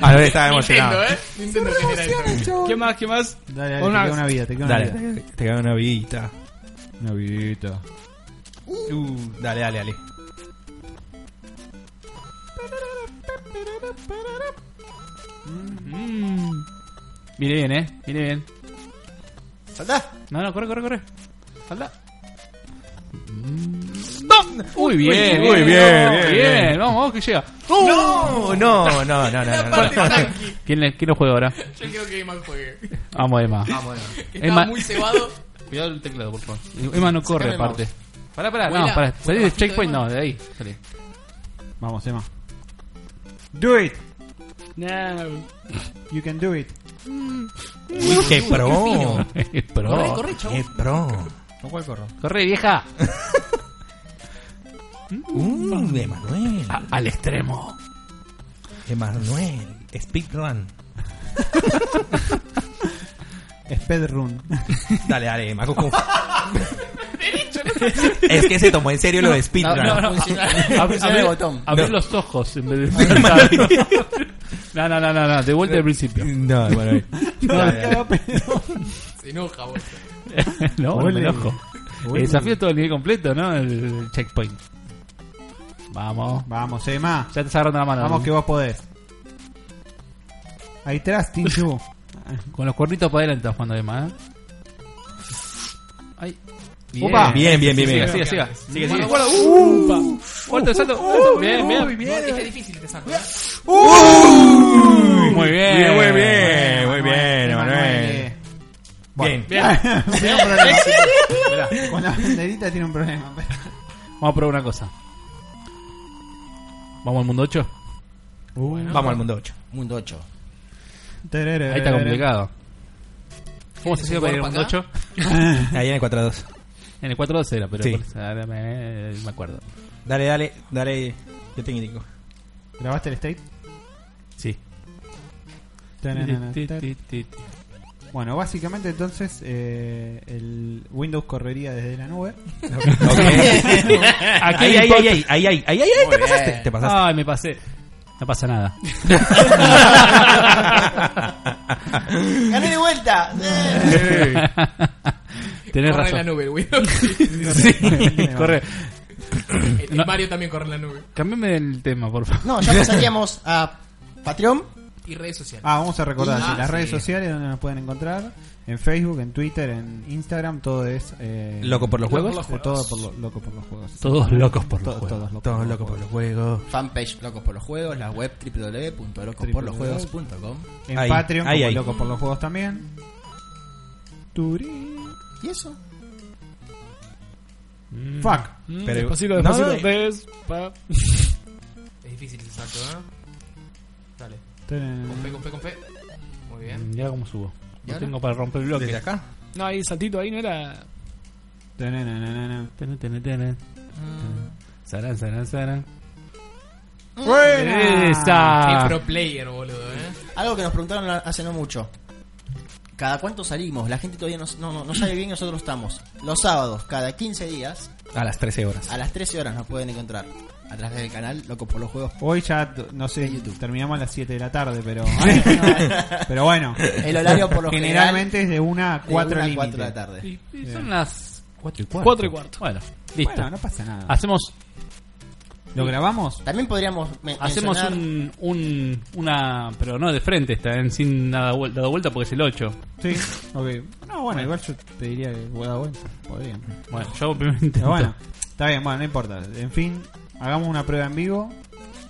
Speaker 2: A ver, estaba emocionado.
Speaker 1: ¿eh? Nintendo genera eso.
Speaker 6: ¿Qué más? ¿Qué más?
Speaker 4: Dale, dale, te
Speaker 6: Una vez.
Speaker 4: queda una vida, te queda una vida.
Speaker 2: Dale, te cago una vidita.
Speaker 4: Una vidita.
Speaker 2: Uh, dale, dale, dale.
Speaker 3: Mm. Mire bien, eh. Mire bien.
Speaker 5: Saltá.
Speaker 3: No, no, corre, corre, corre. Falta.
Speaker 2: ¡No!
Speaker 3: Mm. Uy, bien,
Speaker 2: Uy, bien, bien,
Speaker 3: bien,
Speaker 2: bien.
Speaker 3: vamos, vamos que llega.
Speaker 2: ¡No! No, no, no, no. no,
Speaker 1: La
Speaker 2: no.
Speaker 1: parte tranqui.
Speaker 3: ¿Quién, le- quién lo juega ahora?
Speaker 1: Yo quiero que Eman juegue.
Speaker 3: Vamos, Emma.
Speaker 1: Que
Speaker 3: Emma-
Speaker 1: estaba muy cebado.
Speaker 3: Cuidado el teclado, por favor. Emma no corre,
Speaker 1: Sacame el
Speaker 3: aparte. Pará, pará,
Speaker 1: Vuela,
Speaker 3: no, pará.
Speaker 1: vuela
Speaker 3: Salí del
Speaker 1: bajito,
Speaker 3: checkpoint,
Speaker 1: Emma.
Speaker 3: no, de ahí. Salí.
Speaker 4: Vamos, Emma. Do it.
Speaker 6: No.
Speaker 4: You can do it.
Speaker 2: Uy, qué pro.
Speaker 3: Pero-
Speaker 1: Corre, corre, chavo.
Speaker 2: Qué pro.
Speaker 4: ¿Con cuál corro?
Speaker 3: Corre, vieja.
Speaker 2: Uh, Emanuel.
Speaker 3: A- al extremo.
Speaker 2: Emanuel. Speedrun.
Speaker 4: Speedrun.
Speaker 2: Dale, dale, Ema. Goku. es que se tomó en serio lo de
Speaker 5: No,
Speaker 2: speedrun.
Speaker 5: no, no. Funciona- funciona el botón.
Speaker 3: Abrí
Speaker 2: No.
Speaker 3: los ojos en vez de. no, no, no, no, no, de vuelta al principio.
Speaker 2: No, Emanuel.
Speaker 1: Se enoja, vos.
Speaker 3: no,
Speaker 4: Ole.
Speaker 3: me enojo. El
Speaker 4: Ole.
Speaker 3: Eh, desafío es todo el nivel completo, ¿no? El checkpoint. Vamos.
Speaker 4: Vamos, Emma.
Speaker 3: Ya te está agarrando la mano.
Speaker 4: Vamos que vos podés. Ahí atrás, Team Chu.
Speaker 3: Con los cuernitos para adelante estás jugando de más. ¿eh? Ay. Bien.
Speaker 4: Opa.
Speaker 2: Bien, bien, bien,
Speaker 3: Sigue,
Speaker 2: bien.
Speaker 3: sigue, sigue. Sigue, sigue.
Speaker 1: Guarda, guarda,
Speaker 5: Uh,
Speaker 3: Upa. Cuarto de salto. Bien, bien.
Speaker 1: No, uh, es que es difícil este saco. ¿eh?
Speaker 3: Muy bien.
Speaker 2: Bien, muy bien, muy bien, Emanuel. Bien.
Speaker 4: Tiene un problema. Con la banderita tiene un problema.
Speaker 3: Vamos a probar una cosa. Vamos al mundo 8.
Speaker 2: Vamos al mundo 8.
Speaker 5: Mundo 8.
Speaker 4: Tereré.
Speaker 3: Ahí está complicado. ¿Cómo se hacía para ir al mundo
Speaker 1: ¿Para acá?
Speaker 3: 8?
Speaker 2: Ahí en el 4-2.
Speaker 3: En el 4-2 era, pero
Speaker 2: Sí.
Speaker 3: por eso ahora me, eh, me acuerdo.
Speaker 2: Dale, dale, dale. Yo te indico.
Speaker 4: ¿Grabaste el state?
Speaker 3: Sí.
Speaker 4: Tararana,
Speaker 3: Ti,
Speaker 4: tar-
Speaker 3: ti, ti, ti.
Speaker 4: Bueno, básicamente entonces eh, el Windows correría desde la nube.
Speaker 3: Aquí
Speaker 2: Ahí,
Speaker 3: no
Speaker 2: ahí,
Speaker 3: importa.
Speaker 2: ahí, ahí, ahí, ahí, ahí, ahí, te pasaste. Te pasaste.
Speaker 3: Ay, me pasé. No pasa nada.
Speaker 5: ¡Gané de vuelta!
Speaker 3: Tenés
Speaker 1: Corre en la
Speaker 3: razón.
Speaker 1: nube, güey. El
Speaker 3: Sí, corre.
Speaker 1: el
Speaker 3: No.
Speaker 1: Este, Mario también corre en la nube.
Speaker 3: Cámbiame el tema, por favor.
Speaker 5: No, ya pasaríamos a Patreon.
Speaker 1: Y redes sociales.
Speaker 4: Ah, vamos a recordar
Speaker 1: Ah,
Speaker 4: sí, las
Speaker 1: sí.
Speaker 4: redes sociales donde nos pueden encontrar. En Facebook, en Twitter, en Instagram, todo es... eh,
Speaker 2: ¿Loco por los
Speaker 4: loco
Speaker 2: juegos?
Speaker 4: por los Todo por lo- loco por los juegos.
Speaker 3: Todos locos por los
Speaker 4: Todo-
Speaker 3: juegos.
Speaker 4: Todos locos.
Speaker 2: Todos locos por los juegos.
Speaker 5: Fanpage Locos por los Juegos, la web www.locosporlosjuegos.com.
Speaker 4: En
Speaker 2: Ahí,
Speaker 4: Patreon,
Speaker 2: ahí,
Speaker 4: como
Speaker 2: ahí.
Speaker 4: Loco por los Juegos también. Turín.
Speaker 5: ¿Y eso?
Speaker 4: Fuck.
Speaker 6: Mm,
Speaker 2: Pero-
Speaker 6: despacito,
Speaker 2: no,
Speaker 6: despacito.
Speaker 2: no,
Speaker 6: Des- pa-
Speaker 1: Es difícil este saco, ¿eh? Dale. Con fe,
Speaker 4: Tarán.
Speaker 1: con fe, con fe. Muy bien.
Speaker 3: Mm, Ya cómo subo.
Speaker 1: ¿Y
Speaker 3: No
Speaker 1: ahora?
Speaker 3: tengo para romper el bloque.
Speaker 2: acá?
Speaker 6: No, ahí saltito, ahí no era.
Speaker 4: Tarán.
Speaker 3: Tene, tene, tene. Sarán, sarán, sarán.
Speaker 4: Buena. Ah.
Speaker 1: Qué
Speaker 3: ¡Esa!
Speaker 1: pro player, boludo, ¿eh?
Speaker 5: Algo que nos preguntaron hace no mucho. ¿Cada cuánto salimos? La gente todavía no, no, no- no sabe bien, nosotros estamos. Los sábados, cada 15 días,
Speaker 2: A las 13 horas.
Speaker 5: a las 13 horas nos pueden encontrar. A través del canal Locos por los Juegos.
Speaker 4: Hoy ya, t- no sé,
Speaker 5: En YouTube.
Speaker 4: terminamos a las 7 de la tarde, pero. pero bueno.
Speaker 5: El horario por lo general.
Speaker 4: Generalmente es de 1 a
Speaker 5: de
Speaker 4: 4
Speaker 5: una a
Speaker 4: límite.
Speaker 5: cuatro de la tarde.
Speaker 3: Y- y Son las 4 y cuarto.
Speaker 6: Cuatro y cuarto.
Speaker 3: Bueno, listo.
Speaker 4: Bueno, no pasa nada.
Speaker 3: Hacemos,
Speaker 4: ¿Lo grabamos?
Speaker 5: También podríamos men-
Speaker 3: hacemos
Speaker 5: mencionar-
Speaker 3: un, un, una, pero no de frente, está ¿eh? sin nada vuel- dado vuelta porque es el 8.
Speaker 4: Sí. Ok. No, bueno, igual yo te diría que bueno, bueno, podrían.
Speaker 3: Bueno, yo primero intento.
Speaker 4: Pero bueno, está bien, bueno, no importa. En fin, hagamos una prueba en vivo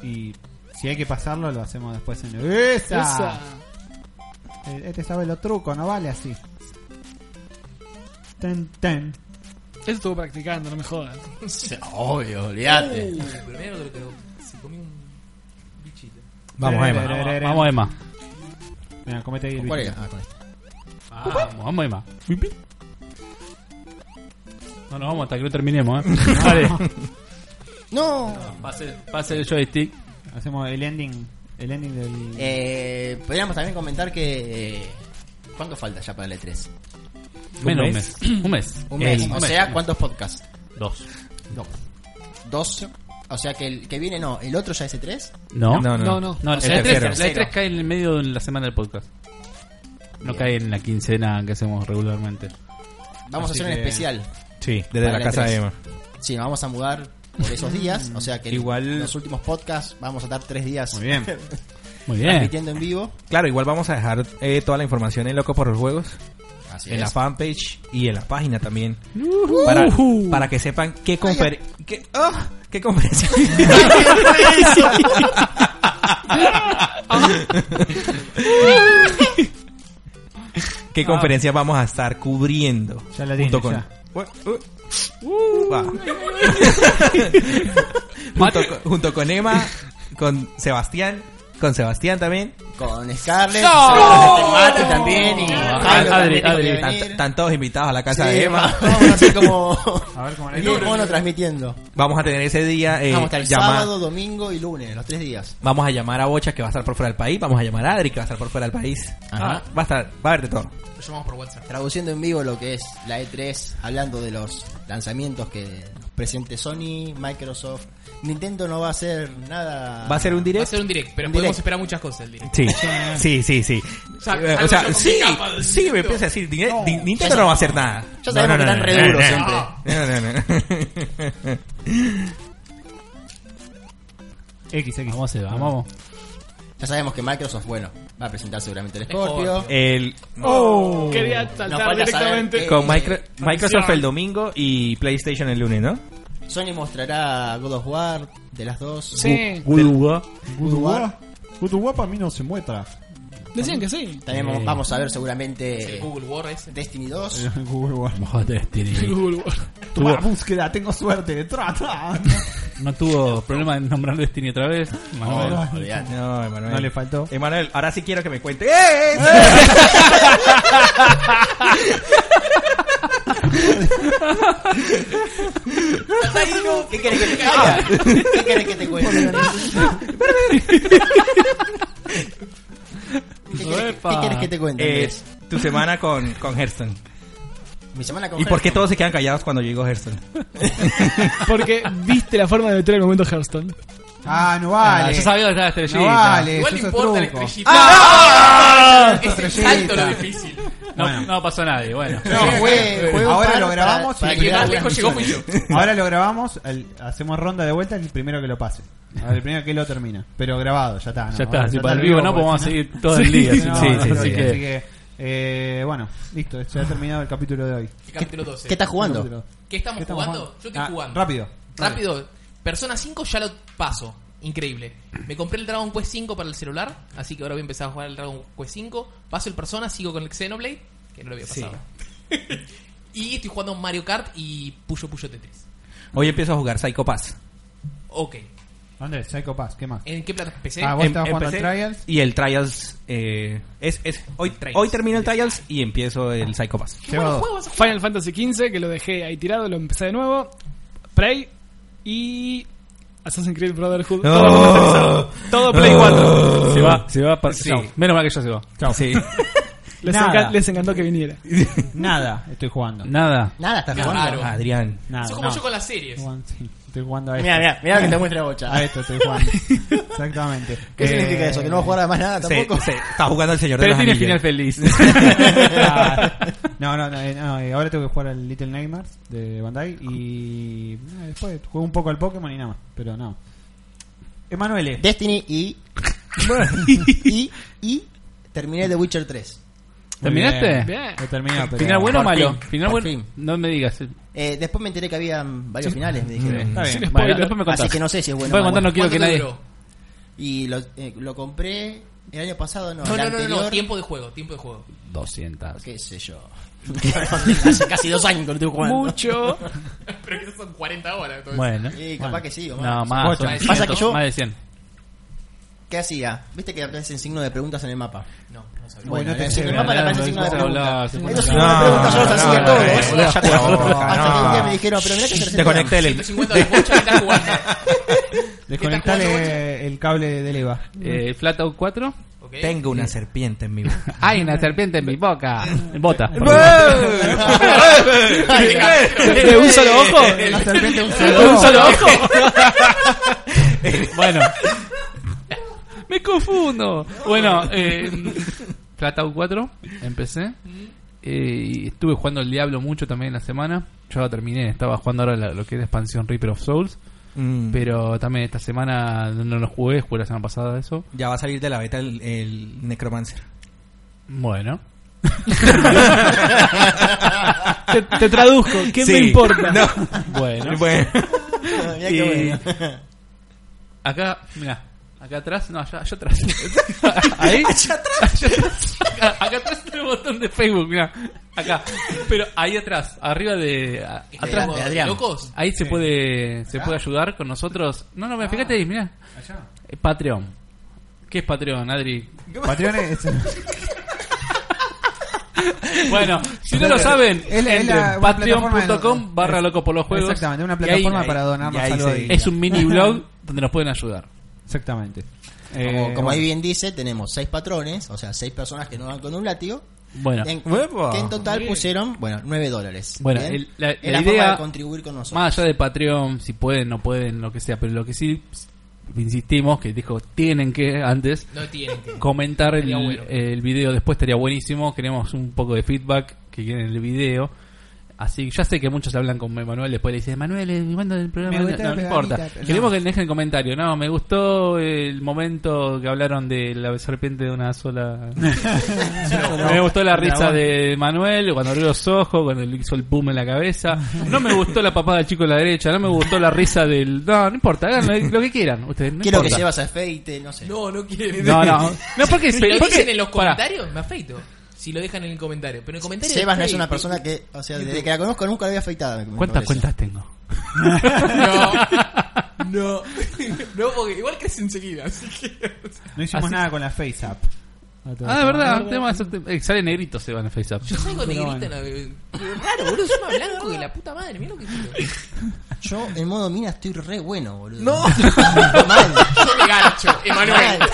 Speaker 4: y si hay que pasarlo, lo hacemos después en el. ¡Esa!
Speaker 6: Esa.
Speaker 4: Eh, Este sabe los trucos, no vale así. Ten, ten.
Speaker 6: Eso estuvo practicando, no me jodas.
Speaker 5: Obvio, olvídate.
Speaker 1: Uh, primero de lo que se comió un bichito.
Speaker 2: Vamos, Emma.
Speaker 3: Vamos, vamos, Emma.
Speaker 4: Mira, comete ahí el
Speaker 5: ¿Cuál
Speaker 4: bicho.
Speaker 5: era? Ah, con este.
Speaker 3: Vamos, vamos, Emma. No, no, vamos hasta que no terminemos, ¿eh? Vale.
Speaker 5: No.
Speaker 3: Pase, pase el joystick.
Speaker 4: Hacemos el ending. El ending del.
Speaker 5: Eh, podríamos también comentar que. eh, ¿Cuánto falta ya para el E3?
Speaker 3: Menos un
Speaker 2: mes.
Speaker 3: mes. Un mes.
Speaker 5: Un mes.
Speaker 2: Eh,
Speaker 5: o
Speaker 3: un mes.
Speaker 5: sea, ¿cuántos podcasts?
Speaker 3: Dos.
Speaker 5: Dos. O sea que el que viene no, el otro ya es E E3.
Speaker 3: No.
Speaker 2: No, no.
Speaker 6: No, no.
Speaker 3: No,
Speaker 5: O
Speaker 3: la
Speaker 5: sea,
Speaker 3: E3,
Speaker 5: tercero.
Speaker 3: la E3
Speaker 5: Tercero.
Speaker 3: cae en el medio de la semana del podcast. No
Speaker 5: Bien.
Speaker 3: cae en la quincena que hacemos regularmente.
Speaker 5: Vamos
Speaker 4: Así
Speaker 5: a hacer
Speaker 4: que-
Speaker 5: un especial.
Speaker 2: Sí, desde
Speaker 5: Para
Speaker 2: la
Speaker 5: la
Speaker 2: casa de
Speaker 5: 13.
Speaker 2: Emma.
Speaker 5: Sí, nos vamos a mudar por esos días. O sea que el-
Speaker 2: Igual-
Speaker 5: los últimos podcasts vamos a estar tres días
Speaker 4: Muy bien.
Speaker 3: Muy bien.
Speaker 5: transmitiendo en vivo.
Speaker 2: Claro, igual vamos a dejar eh, toda la información en Loco por los Juegos.
Speaker 5: Así
Speaker 2: en la
Speaker 5: es.
Speaker 2: fanpage y en la página también. Para, para que sepan qué, confer qué, ah, qué conferencia. ¿Qué conferencia vamos a estar cubriendo?
Speaker 4: Ya la tiene,
Speaker 2: junto con-
Speaker 4: ya.
Speaker 2: Uh, uh, va. junto, con, junto con Emma, con Sebastián, con Sebastián también.
Speaker 5: Con Scarlett,
Speaker 1: ¡No!
Speaker 5: Mate también y Pablo
Speaker 3: Adri,
Speaker 5: también tiene
Speaker 3: Adri,
Speaker 5: que
Speaker 2: Ah, Tan-
Speaker 5: venir.
Speaker 2: Están todos invitados a la casa
Speaker 5: Sí,
Speaker 2: de Emma.
Speaker 5: Vamos a hacer como
Speaker 4: A ver cómo le
Speaker 5: el mono transmitiendo.
Speaker 2: Vamos a tener ese día. eh,
Speaker 5: Vamos a estar el
Speaker 2: llama-
Speaker 5: sábado, domingo y lunes, los tres días.
Speaker 2: Vamos a llamar a Bocha que va a estar por fuera del país. Vamos a llamar a Adri que va a estar por fuera del país.
Speaker 5: Ajá.
Speaker 2: Ah, Va a estar, va a haber de todo.
Speaker 1: Lo llamamos por WhatsApp.
Speaker 5: Traduciendo en vivo lo que es la E3, hablando de los lanzamientos que nos presente Sony, Microsoft. Nintendo no va a hacer nada.
Speaker 2: Va a ser un
Speaker 1: Va a
Speaker 2: directo.
Speaker 1: ser un direct, pero
Speaker 5: Un
Speaker 1: podemos
Speaker 5: direct.
Speaker 1: esperar muchas cosas del direct.
Speaker 2: Sí, sí, sí, sí.
Speaker 1: sea,
Speaker 2: Eh,
Speaker 1: algo
Speaker 2: o sea,
Speaker 1: yo con
Speaker 2: sí,
Speaker 1: mi capa de
Speaker 2: sí, me
Speaker 1: Nintendo.
Speaker 2: empieza a decir, Ni- Ni-
Speaker 5: ya
Speaker 2: Nintendo no va a hacer nada.
Speaker 5: Ya sabemos que están re duros
Speaker 2: siempre.
Speaker 4: X, X.
Speaker 3: Vamos, Seba, vamos.
Speaker 5: Ya sabemos que Microsoft, bueno, va a presentar seguramente el
Speaker 1: Scorpio.
Speaker 5: Scorpio.
Speaker 2: El, eh,
Speaker 6: Oh, quería
Speaker 5: Nos
Speaker 6: saltar
Speaker 5: falta
Speaker 6: directamente.
Speaker 5: saber
Speaker 2: con Micro- Microsoft el domingo y PlayStation el lunes, ¿no?
Speaker 5: Sony mostrará God of War de las dos.
Speaker 6: Sí,
Speaker 3: Guduga.
Speaker 4: Guduwa. Guduwa para mí no se muestra.
Speaker 6: decían que sí.
Speaker 5: También vamos- vamos a ver seguramente
Speaker 1: El Google War ese.
Speaker 5: Destiny 2.
Speaker 4: Guduwa.
Speaker 3: Joder, tiene-
Speaker 6: Google War.
Speaker 4: Toma búsqueda, tengo suerte. Tra, tra.
Speaker 3: No tuvo problema en nombrar Destiny otra vez. Manuel.
Speaker 5: No, olvidate.
Speaker 2: No, Emanuel.
Speaker 4: No le faltó.
Speaker 2: Emanuel, ahora sí quiero que me cuente. ¡Eh,
Speaker 5: ¿Qué querés que te caiga? ¿Qué querés que te cuente? ¿Qué querés,
Speaker 3: Epa.
Speaker 5: qué querés que te cuente?
Speaker 2: Eh,
Speaker 5: Andrés?
Speaker 2: tu semana con, con Hearthstone.
Speaker 5: Mi semana con
Speaker 2: ¿Y por qué
Speaker 5: Hearthstone.
Speaker 2: todos se quedan callados cuando yo digo Hearthstone?
Speaker 6: Porque viste la forma de meter el momento Hearthstone.
Speaker 4: Ah, no
Speaker 3: Ah,
Speaker 4: vale.
Speaker 3: ya sabía dónde estaba la estrellita.
Speaker 4: No vale,
Speaker 1: Igual
Speaker 4: eso
Speaker 1: no
Speaker 4: es
Speaker 1: importa la
Speaker 4: truco.
Speaker 1: estrellita.
Speaker 4: Esto
Speaker 1: Es el
Speaker 4: estrellita.
Speaker 1: salto lo difícil.
Speaker 3: No,
Speaker 4: Bueno.
Speaker 3: no pasó nadie, bueno.
Speaker 5: No, juego- juego
Speaker 4: Ahora
Speaker 5: para-
Speaker 4: lo grabamos y
Speaker 5: para-
Speaker 1: La
Speaker 5: para
Speaker 1: que más
Speaker 5: crear
Speaker 1: lejos llegó fui yo.
Speaker 4: Ahora lo grabamos, el- hacemos ronda de vuelta el primero que lo pase. A ver, el primero que lo termina. Pero grabado, ya está. ¿no?
Speaker 3: Ya está,
Speaker 4: Ahora
Speaker 3: si para el vivo no, pues vamos a seguir todo
Speaker 4: porque
Speaker 3: el día.
Speaker 4: si no-
Speaker 3: sí,
Speaker 4: No,
Speaker 3: sí,
Speaker 4: no,
Speaker 3: así
Speaker 4: no,
Speaker 3: que- Ah.
Speaker 4: así que, eh, bueno, listo, se ha terminado el capítulo de hoy.
Speaker 1: El capítulo 12.
Speaker 5: ¿Qué estás jugando?
Speaker 4: Capítulo.
Speaker 1: ¿Qué estamos, jugando? Yo estoy
Speaker 4: Ah,
Speaker 1: jugando.
Speaker 4: Rápido.
Speaker 1: Rápido. Persona 5 ya lo paso. Increíble. Me compré el Dragon Quest 5 para el celular, así que ahora voy a empezar a jugar el Dragon Quest 5. Paso el Persona, sigo con el Xenoblade, que no lo había pasado. y estoy jugando Mario Kart y Puyo Puyo Tetris.
Speaker 2: Hoy empiezo a jugar Psycho Pass.
Speaker 1: Ok.
Speaker 4: ¿Dónde? Psycho Pass, ¿qué más?
Speaker 1: ¿En qué plata empecé?
Speaker 4: Ah, vos
Speaker 2: Em-
Speaker 4: estabas jugando
Speaker 2: empecé
Speaker 4: Trials.
Speaker 2: Y el Trials. eh, es, es- hoy,
Speaker 1: Trials.
Speaker 2: hoy termino el Trials y empiezo el Psycho Pass.
Speaker 1: ¿Qué buenos
Speaker 4: Llevo dos.
Speaker 1: juegos hace-
Speaker 6: Final Fantasy XV, que lo dejé ahí tirado, lo empecé de nuevo. Prey y Assassin's Creed Brotherhood.
Speaker 2: No.
Speaker 6: Todo remasterizado. Todo Play 4.
Speaker 3: Se va, se va para.
Speaker 2: Sí.
Speaker 3: chao. Menos mal que ya se va.
Speaker 2: Sí.
Speaker 6: Les,
Speaker 4: Nada.
Speaker 6: enca- les encantó que viniera.
Speaker 4: Nada, estoy jugando.
Speaker 3: Nada.
Speaker 5: Nada, estás jugando.
Speaker 1: Claro.
Speaker 2: Adrián.
Speaker 4: Nada,
Speaker 1: Eso es como
Speaker 4: no.
Speaker 1: yo con las series.
Speaker 4: Juan, sí, Estoy jugando a esto.
Speaker 5: Mira, mira, mira que te muestra bocha.
Speaker 4: A Ah, esto estoy jugando. Exactamente. Eh,
Speaker 5: ¿Qué significa eso? ¿Que no va a jugar a más nada
Speaker 2: Se-
Speaker 5: tampoco?
Speaker 2: se- está jugando el señor de
Speaker 3: Pero
Speaker 2: los
Speaker 3: tiene
Speaker 2: Anillos.
Speaker 3: final feliz.
Speaker 4: Ah, no, no, no, eh, no, eh, ahora tengo que jugar al Little Nightmares de Bandai y eh, después juego un poco al Pokémon y nada más, pero no. Emanuele,
Speaker 5: Destiny y... y... Y... Terminé The Witcher 3.
Speaker 4: Muy
Speaker 3: ¿Terminaste?
Speaker 6: Bien.
Speaker 4: Lo terminé, pero-
Speaker 3: ¿Final bueno o
Speaker 5: Por
Speaker 3: malo?
Speaker 5: fin,
Speaker 3: Final
Speaker 5: por
Speaker 3: bueno.
Speaker 5: fin.
Speaker 3: No me digas.
Speaker 5: Eh, después me enteré que había varios finales, me dijeron.
Speaker 4: Está bien.
Speaker 3: Bueno,
Speaker 6: spoiler.
Speaker 3: después me contás.
Speaker 5: Así que no sé si es bueno
Speaker 3: Voy a
Speaker 5: o
Speaker 3: contar, no
Speaker 5: malo.
Speaker 3: quiero que
Speaker 1: ¿Cuánto te
Speaker 3: nadie.
Speaker 1: duró?
Speaker 5: Y lo, eh, lo compré el año pasado,
Speaker 1: No,
Speaker 5: no, el
Speaker 1: no, no, no,
Speaker 5: anterior.
Speaker 1: no, tiempo de juego, tiempo de juego.
Speaker 3: 200.
Speaker 5: Qué sé yo. Hace casi dos años que lo estoy jugando.
Speaker 6: Mucho.
Speaker 1: Pero que son 40 horas. entonces.
Speaker 3: Bueno.
Speaker 5: Y capaz que sí, o más.
Speaker 3: No, más.
Speaker 1: Ocho.
Speaker 3: son
Speaker 1: Pasa
Speaker 3: 100,
Speaker 5: que yo-
Speaker 3: Más de 100.
Speaker 5: ¿Qué hacía? Viste que aparecen signo de preguntas en el mapa.
Speaker 1: No, no sabía.
Speaker 5: Bueno,
Speaker 4: te
Speaker 5: en el
Speaker 4: lleves.
Speaker 5: mapa le aparece
Speaker 3: No,
Speaker 5: signo de
Speaker 3: se hablaba,
Speaker 5: preguntas.
Speaker 3: se
Speaker 5: Estos
Speaker 3: ponía-
Speaker 5: signos de preguntas yo los hacía
Speaker 2: no,
Speaker 5: todos.
Speaker 2: no,
Speaker 5: Hasta que un día
Speaker 2: no.
Speaker 5: me dijeron, pero mirá que interesante.
Speaker 2: Desconecté el.
Speaker 1: 150 de bocha y estás jugando.
Speaker 4: Desconectale el cable del EVA.
Speaker 3: Eh, Flatout 4.
Speaker 1: Ok.
Speaker 2: Tengo una serpiente en mi boca.
Speaker 3: Hay una serpiente en mi boca. Bota.
Speaker 6: ¿De un solo ojo?
Speaker 5: La serpiente un
Speaker 6: ¿De
Speaker 5: solo
Speaker 6: un
Speaker 5: ojo.
Speaker 6: solo ojo?
Speaker 3: Bueno. Me confundo. Bueno, eh, Flatout 4, empecé. Eh, y estuve jugando el Diablo mucho también en la semana. Yo ya terminé, estaba jugando ahora la- lo que es la expansión Reaper of Souls.
Speaker 2: Mm.
Speaker 3: Pero también esta semana no lo jugué, jugué la semana pasada eso.
Speaker 2: Ya va a salir de la beta el, el Necromancer.
Speaker 3: Bueno.
Speaker 6: Te, te traduzco, ¿qué
Speaker 2: Sí.
Speaker 6: me importa?
Speaker 2: Bueno. bueno.
Speaker 5: Mirá
Speaker 3: Y-
Speaker 5: qué bueno.
Speaker 3: Acá, mira, acá atrás, no, allá, allá atrás. Ahí. Allá atrás. Acá, acá atrás tiene el botón de Facebook, mira. Acá. Pero ahí atrás, arriba de a-
Speaker 1: Este,
Speaker 3: atrás.
Speaker 5: de Adrián.
Speaker 1: ¿Locos?
Speaker 3: Ahí se puede se puede ayudar con nosotros. No, no, mira, fíjate ahí, mira.
Speaker 4: Allá.
Speaker 3: Eh, Patreon. ¿Qué es Patreon, Adri?
Speaker 4: Patreon es, es
Speaker 3: Bueno, si no lo saben,
Speaker 4: Es la- es la-
Speaker 3: entren
Speaker 4: una plataforma de-
Speaker 3: patreon.com barra loco por los juegos.
Speaker 4: exactamente una
Speaker 3: Y ahí-
Speaker 4: plataforma
Speaker 3: ahí-
Speaker 4: para donarnos
Speaker 2: y ahí
Speaker 4: algo
Speaker 2: se-
Speaker 4: de guita.
Speaker 3: Es un mini blog donde nos pueden ayudar.
Speaker 4: Exactamente.
Speaker 5: Como,
Speaker 4: Eh,
Speaker 5: como ahí
Speaker 4: bueno.
Speaker 5: bien dice, tenemos seis patrones, o sea, seis personas que nos dan con un látigo.
Speaker 3: Bueno,
Speaker 5: En-
Speaker 2: Uepa.
Speaker 5: que en total pusieron, bueno, 9 dólares.
Speaker 3: Bueno,
Speaker 5: ¿Bien?
Speaker 3: el- la-
Speaker 5: Es
Speaker 3: la
Speaker 5: forma
Speaker 3: idea-
Speaker 5: de contribuir con nosotros.
Speaker 3: Más allá de Patreon, si pueden, no pueden, lo que sea, pero lo que sí insistimos, que dijo, tienen que antes
Speaker 1: No tienen que.
Speaker 3: comentar el,
Speaker 1: Estaría bueno.
Speaker 3: el video después, estaría buenísimo, queremos un poco de feedback que quieren el video. Así que ya sé que muchos hablan con Manuel, después le dicen, Manuel, ¿y ¿cuándo el programa?
Speaker 4: Me
Speaker 3: No,
Speaker 4: gustó
Speaker 3: no,
Speaker 4: la
Speaker 3: no importa.
Speaker 4: pegadita, pero
Speaker 3: Queremos
Speaker 4: no.
Speaker 3: que dejen el comentario. No, me gustó el momento que hablaron de la serpiente de una sola... me gustó la risa de Manuel cuando abrió los ojos, cuando le hizo el boom en la cabeza. No me gustó la papada del chico de la derecha, no me gustó la risa del... No, no importa, hagan lo- lo que quieran. Ustedes, no
Speaker 5: Quiero que
Speaker 3: importa.
Speaker 5: llevas afeite, no sé.
Speaker 1: No, no quieren.
Speaker 3: No, no. No, porque...
Speaker 1: Si lo
Speaker 3: porque-
Speaker 1: dicen en los
Speaker 3: pará.
Speaker 1: comentarios, me afeito. Si lo dejan en el comentario. Pero en el comentario.
Speaker 5: Sebas no
Speaker 1: de
Speaker 5: es una
Speaker 1: Facebook-
Speaker 5: persona que, o sea, desde que la conozco nunca la había afeitada. me
Speaker 3: ¿Cuántas
Speaker 5: parece.
Speaker 3: cuentas tengo?
Speaker 1: No. No, porque igual crece enseguida. Así que.
Speaker 4: No hicimos
Speaker 3: Así-
Speaker 4: nada con la face app. A todo
Speaker 3: Ah,
Speaker 4: esto.
Speaker 3: es verdad. tema de- eh, sale negrito se van a FaceApp.
Speaker 1: Yo salgo negrita en la. Raro, boludo. Yo más blanco que la puta madre. Mira lo que quiero.
Speaker 5: Yo en modo mina estoy re bueno, boludo. No, mal.
Speaker 1: Yo me gancho, Emanuel.
Speaker 5: mal.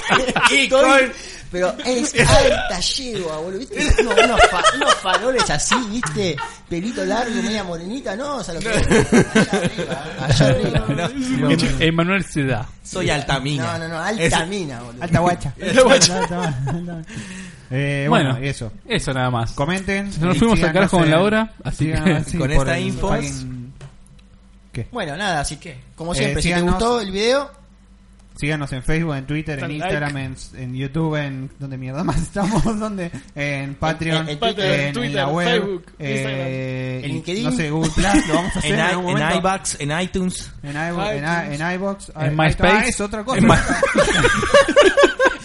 Speaker 5: Estoy- pero es alta yegua, boludo. ¿Viste? Uno- unos, fa- unos faroles así, ¿viste? Pelito largo, media morenita, no, o sea, lo que. Allá arriba, allá arriba.
Speaker 3: Em- Emanuel se da.
Speaker 2: Soy altamina.
Speaker 5: No, no, no, alta mina, boludo.
Speaker 4: Alta guacha. Alta guacha. Eh, bueno,
Speaker 3: Bueno,
Speaker 4: eso.
Speaker 3: Eso nada más.
Speaker 4: Comenten.
Speaker 3: Nos
Speaker 4: y
Speaker 3: fuimos al
Speaker 4: síganos
Speaker 3: carajo con
Speaker 4: en-
Speaker 3: la hora, así
Speaker 4: síganos,
Speaker 3: que-
Speaker 4: sí,
Speaker 2: Con
Speaker 4: por
Speaker 2: esta
Speaker 4: el
Speaker 2: info-
Speaker 4: fucking- ¿Qué?
Speaker 5: Bueno, nada, así
Speaker 1: ¿Qué?
Speaker 5: que, como
Speaker 4: Eh,
Speaker 5: siempre, si te
Speaker 4: síganos.
Speaker 5: gustó el video,
Speaker 4: Síganos en Facebook, en Twitter, en
Speaker 6: Dale
Speaker 4: Instagram, en, en YouTube, en donde mierda más estamos, donde en Patreon,
Speaker 5: en- en
Speaker 4: en,
Speaker 5: Twitter,
Speaker 6: Twitter,
Speaker 4: la web,
Speaker 6: Facebook,
Speaker 4: eh,
Speaker 5: Instagram. En
Speaker 4: y-
Speaker 5: LinkedIn.
Speaker 4: no sé, Google Plus, lo vamos a hacer
Speaker 2: En,
Speaker 4: en,
Speaker 2: i-
Speaker 4: algún
Speaker 2: en
Speaker 4: momento.
Speaker 2: iBox, en iTunes.
Speaker 4: En iVoox, en, i- en iVoox,
Speaker 3: En
Speaker 4: i-
Speaker 3: MySpace.
Speaker 4: Ah, es otra cosa.
Speaker 2: En my-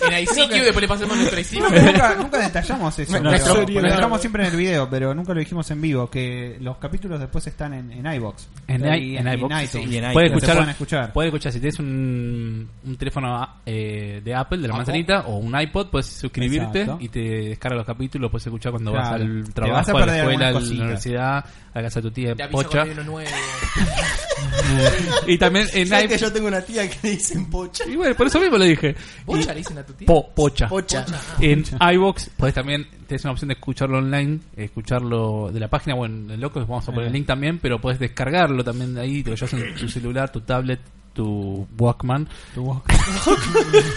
Speaker 1: En ICQ, después le pasamos nuestro ICQ.
Speaker 4: nunca, nunca detallamos eso. pero
Speaker 5: No, nuestro-
Speaker 4: lo dejamos siempre en el video, pero nunca lo dijimos en vivo. Que los capítulos después están en, en iBox.
Speaker 3: En, i-
Speaker 4: Y-
Speaker 3: en
Speaker 4: y
Speaker 3: iVoox,
Speaker 4: iTunes.
Speaker 2: sí, y en
Speaker 3: Puede
Speaker 2: iTunes.
Speaker 4: Se
Speaker 3: escuchar,
Speaker 4: pueden escuchar.
Speaker 3: puede escuchar. Si tienes un, un teléfono eh, de Apple, de la manzanita, o un iPod, puedes suscribirte
Speaker 4: Exacto.
Speaker 3: y te descarga los capítulos. Puedes escuchar cuando vas
Speaker 4: Claro.
Speaker 3: al
Speaker 4: Te
Speaker 3: trabajo,
Speaker 4: vas a
Speaker 3: a, la
Speaker 4: perder
Speaker 3: escuela, a la
Speaker 4: algunas cositas.
Speaker 3: universidad, a la casa de tu tía,
Speaker 1: Te aviso cuando
Speaker 3: pocha.
Speaker 1: hay uno nuevo.
Speaker 3: Y también en
Speaker 5: ¿sabes que
Speaker 3: iPod.
Speaker 5: yo tengo una tía que le dicen pocha.
Speaker 3: Y bueno, por eso mismo le dije. Y-
Speaker 1: ¿Bocha le dicen a tu tía?
Speaker 3: Po- pocha.
Speaker 5: Pocha.
Speaker 3: En iBox puedes también, tienes una opción de escucharlo online, escucharlo de la página, bueno, en Locos vamos a poner el link también, pero puedes descargarlo también de ahí, te lo llevas en tu celular, tu tablet, tu Walkman.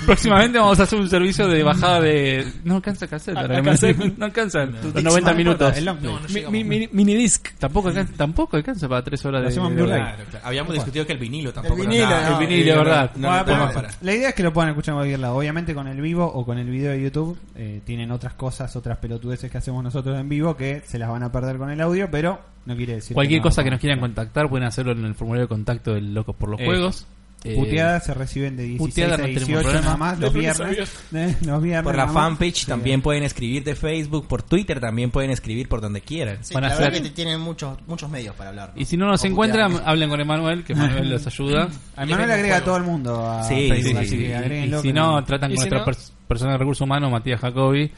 Speaker 3: Próximamente vamos a hacer un servicio de bajada de... No alcanza cassette,
Speaker 6: A- a
Speaker 3: realmente.
Speaker 6: cassette.
Speaker 3: no alcanzan, los
Speaker 5: Dixman,
Speaker 3: 90 minutos.
Speaker 4: El long play.
Speaker 1: No, no
Speaker 6: Mi,
Speaker 1: llegamos.
Speaker 6: mi- mi- minidisc.
Speaker 3: Tampoco alcanza, tampoco alcanza para tres horas
Speaker 4: Lo
Speaker 3: de...
Speaker 4: hacemos en
Speaker 3: de-
Speaker 4: Blu-ray.
Speaker 3: de-
Speaker 2: Claro, claro. Habíamos discutido que el vinilo tampoco.
Speaker 5: El vinilo,
Speaker 2: andaba.
Speaker 5: no.
Speaker 3: El vinilo, ¿verdad?
Speaker 2: No,
Speaker 4: Bueno,
Speaker 2: no
Speaker 4: pero
Speaker 2: podemos parar.
Speaker 4: la idea es que lo puedan escuchar en cualquier lado. Obviamente con el vivo o con el video de YouTube eh, tienen otras cosas, otras pelotudeces que hacemos nosotros en vivo que se las van a perder con el audio, pero no quiere decir
Speaker 3: Cualquier
Speaker 4: no,
Speaker 3: cosa que
Speaker 4: no.
Speaker 3: nos quieran contactar pueden hacerlo en el formulario de contacto del Locos por los
Speaker 2: Eh,
Speaker 3: Juegos. Eh,
Speaker 4: Puteadas se reciben de 16
Speaker 3: puteadas
Speaker 4: a
Speaker 3: no tenemos
Speaker 4: 18
Speaker 3: problema.
Speaker 4: nada más los
Speaker 6: De lunes a
Speaker 4: viernes. Eh, los viernes
Speaker 2: Por la
Speaker 4: nada más.
Speaker 2: fanpage también pueden escribir de Facebook, por Twitter también pueden escribir por donde quieran.
Speaker 5: Sí,
Speaker 3: Van a
Speaker 5: la verdad
Speaker 3: hacer-
Speaker 5: que te tienen muchos, muchos medios para hablar. ¿no?
Speaker 3: Y si no nos
Speaker 5: O
Speaker 3: encuentran,
Speaker 5: putear.
Speaker 3: hablen con Emanuel, que Emanuel los ayuda.
Speaker 4: A Manuel le agrega a todo el mundo a
Speaker 2: Sí,
Speaker 4: Facebook,
Speaker 2: sí,
Speaker 4: así
Speaker 2: sí.
Speaker 4: que
Speaker 3: Y-
Speaker 4: agréguenlo,
Speaker 3: y si
Speaker 4: que
Speaker 3: no, tratan
Speaker 6: ¿Y
Speaker 3: con
Speaker 6: si
Speaker 3: nuestra
Speaker 6: no?
Speaker 3: pers- persona de recursos humanos, Matías Jacobi.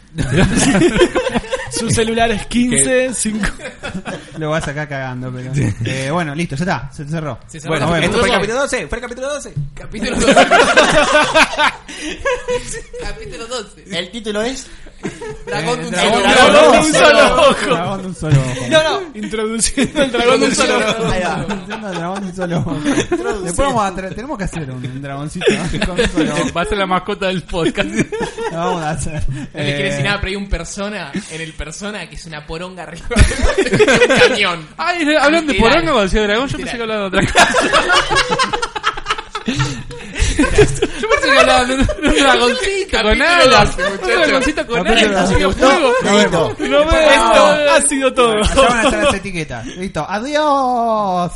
Speaker 6: Su celular es 15, 5.
Speaker 4: lo va a sacar cagando. Pero, eh, bueno, listo, ya está, se cerró.
Speaker 1: Se cerró.
Speaker 2: Bueno,
Speaker 1: Bueno,
Speaker 2: esto fue el
Speaker 1: bueno.
Speaker 2: capítulo 12. Fue el capítulo 12.
Speaker 1: Capítulo 12. Capítulo 12.
Speaker 5: El título es.
Speaker 1: Dragón de un
Speaker 4: Dragón-
Speaker 1: solo
Speaker 4: Dragón de
Speaker 1: ojo.
Speaker 4: un
Speaker 6: solo ojo.
Speaker 4: Dragón de un solo ojo.
Speaker 6: No, no. Introduciendo el dragón de un solo ojo.
Speaker 5: Ahí va.
Speaker 4: Introduciendo al dragón de un solo ojo. Después vamos a tra- tenemos que hacer un, un dragoncito con un solo ojo.
Speaker 3: Va a ser la mascota del podcast.
Speaker 4: Lo vamos a hacer.
Speaker 1: No le quiere
Speaker 4: Eh,
Speaker 1: decir nada, pero hay un persona en el persona que es una poronga arriba. Es un cañón.
Speaker 3: Ay, hablan de
Speaker 1: Literal.
Speaker 3: poronga cuando decía dragón, yo
Speaker 1: Literal.
Speaker 3: pensé que hablaban de otra cosa. Yo pensé que no, no, no, no, un dragoncito con
Speaker 1: Capítulo
Speaker 3: alas.
Speaker 1: 12,
Speaker 3: Un dragoncito con
Speaker 5: No, pero
Speaker 3: alas. Así
Speaker 5: no,
Speaker 3: que fuego.
Speaker 5: no, no,
Speaker 3: No veo.
Speaker 6: Esto ha sido todo.
Speaker 4: Allá van a estar las etiquetas. Listo. ¡Adiós!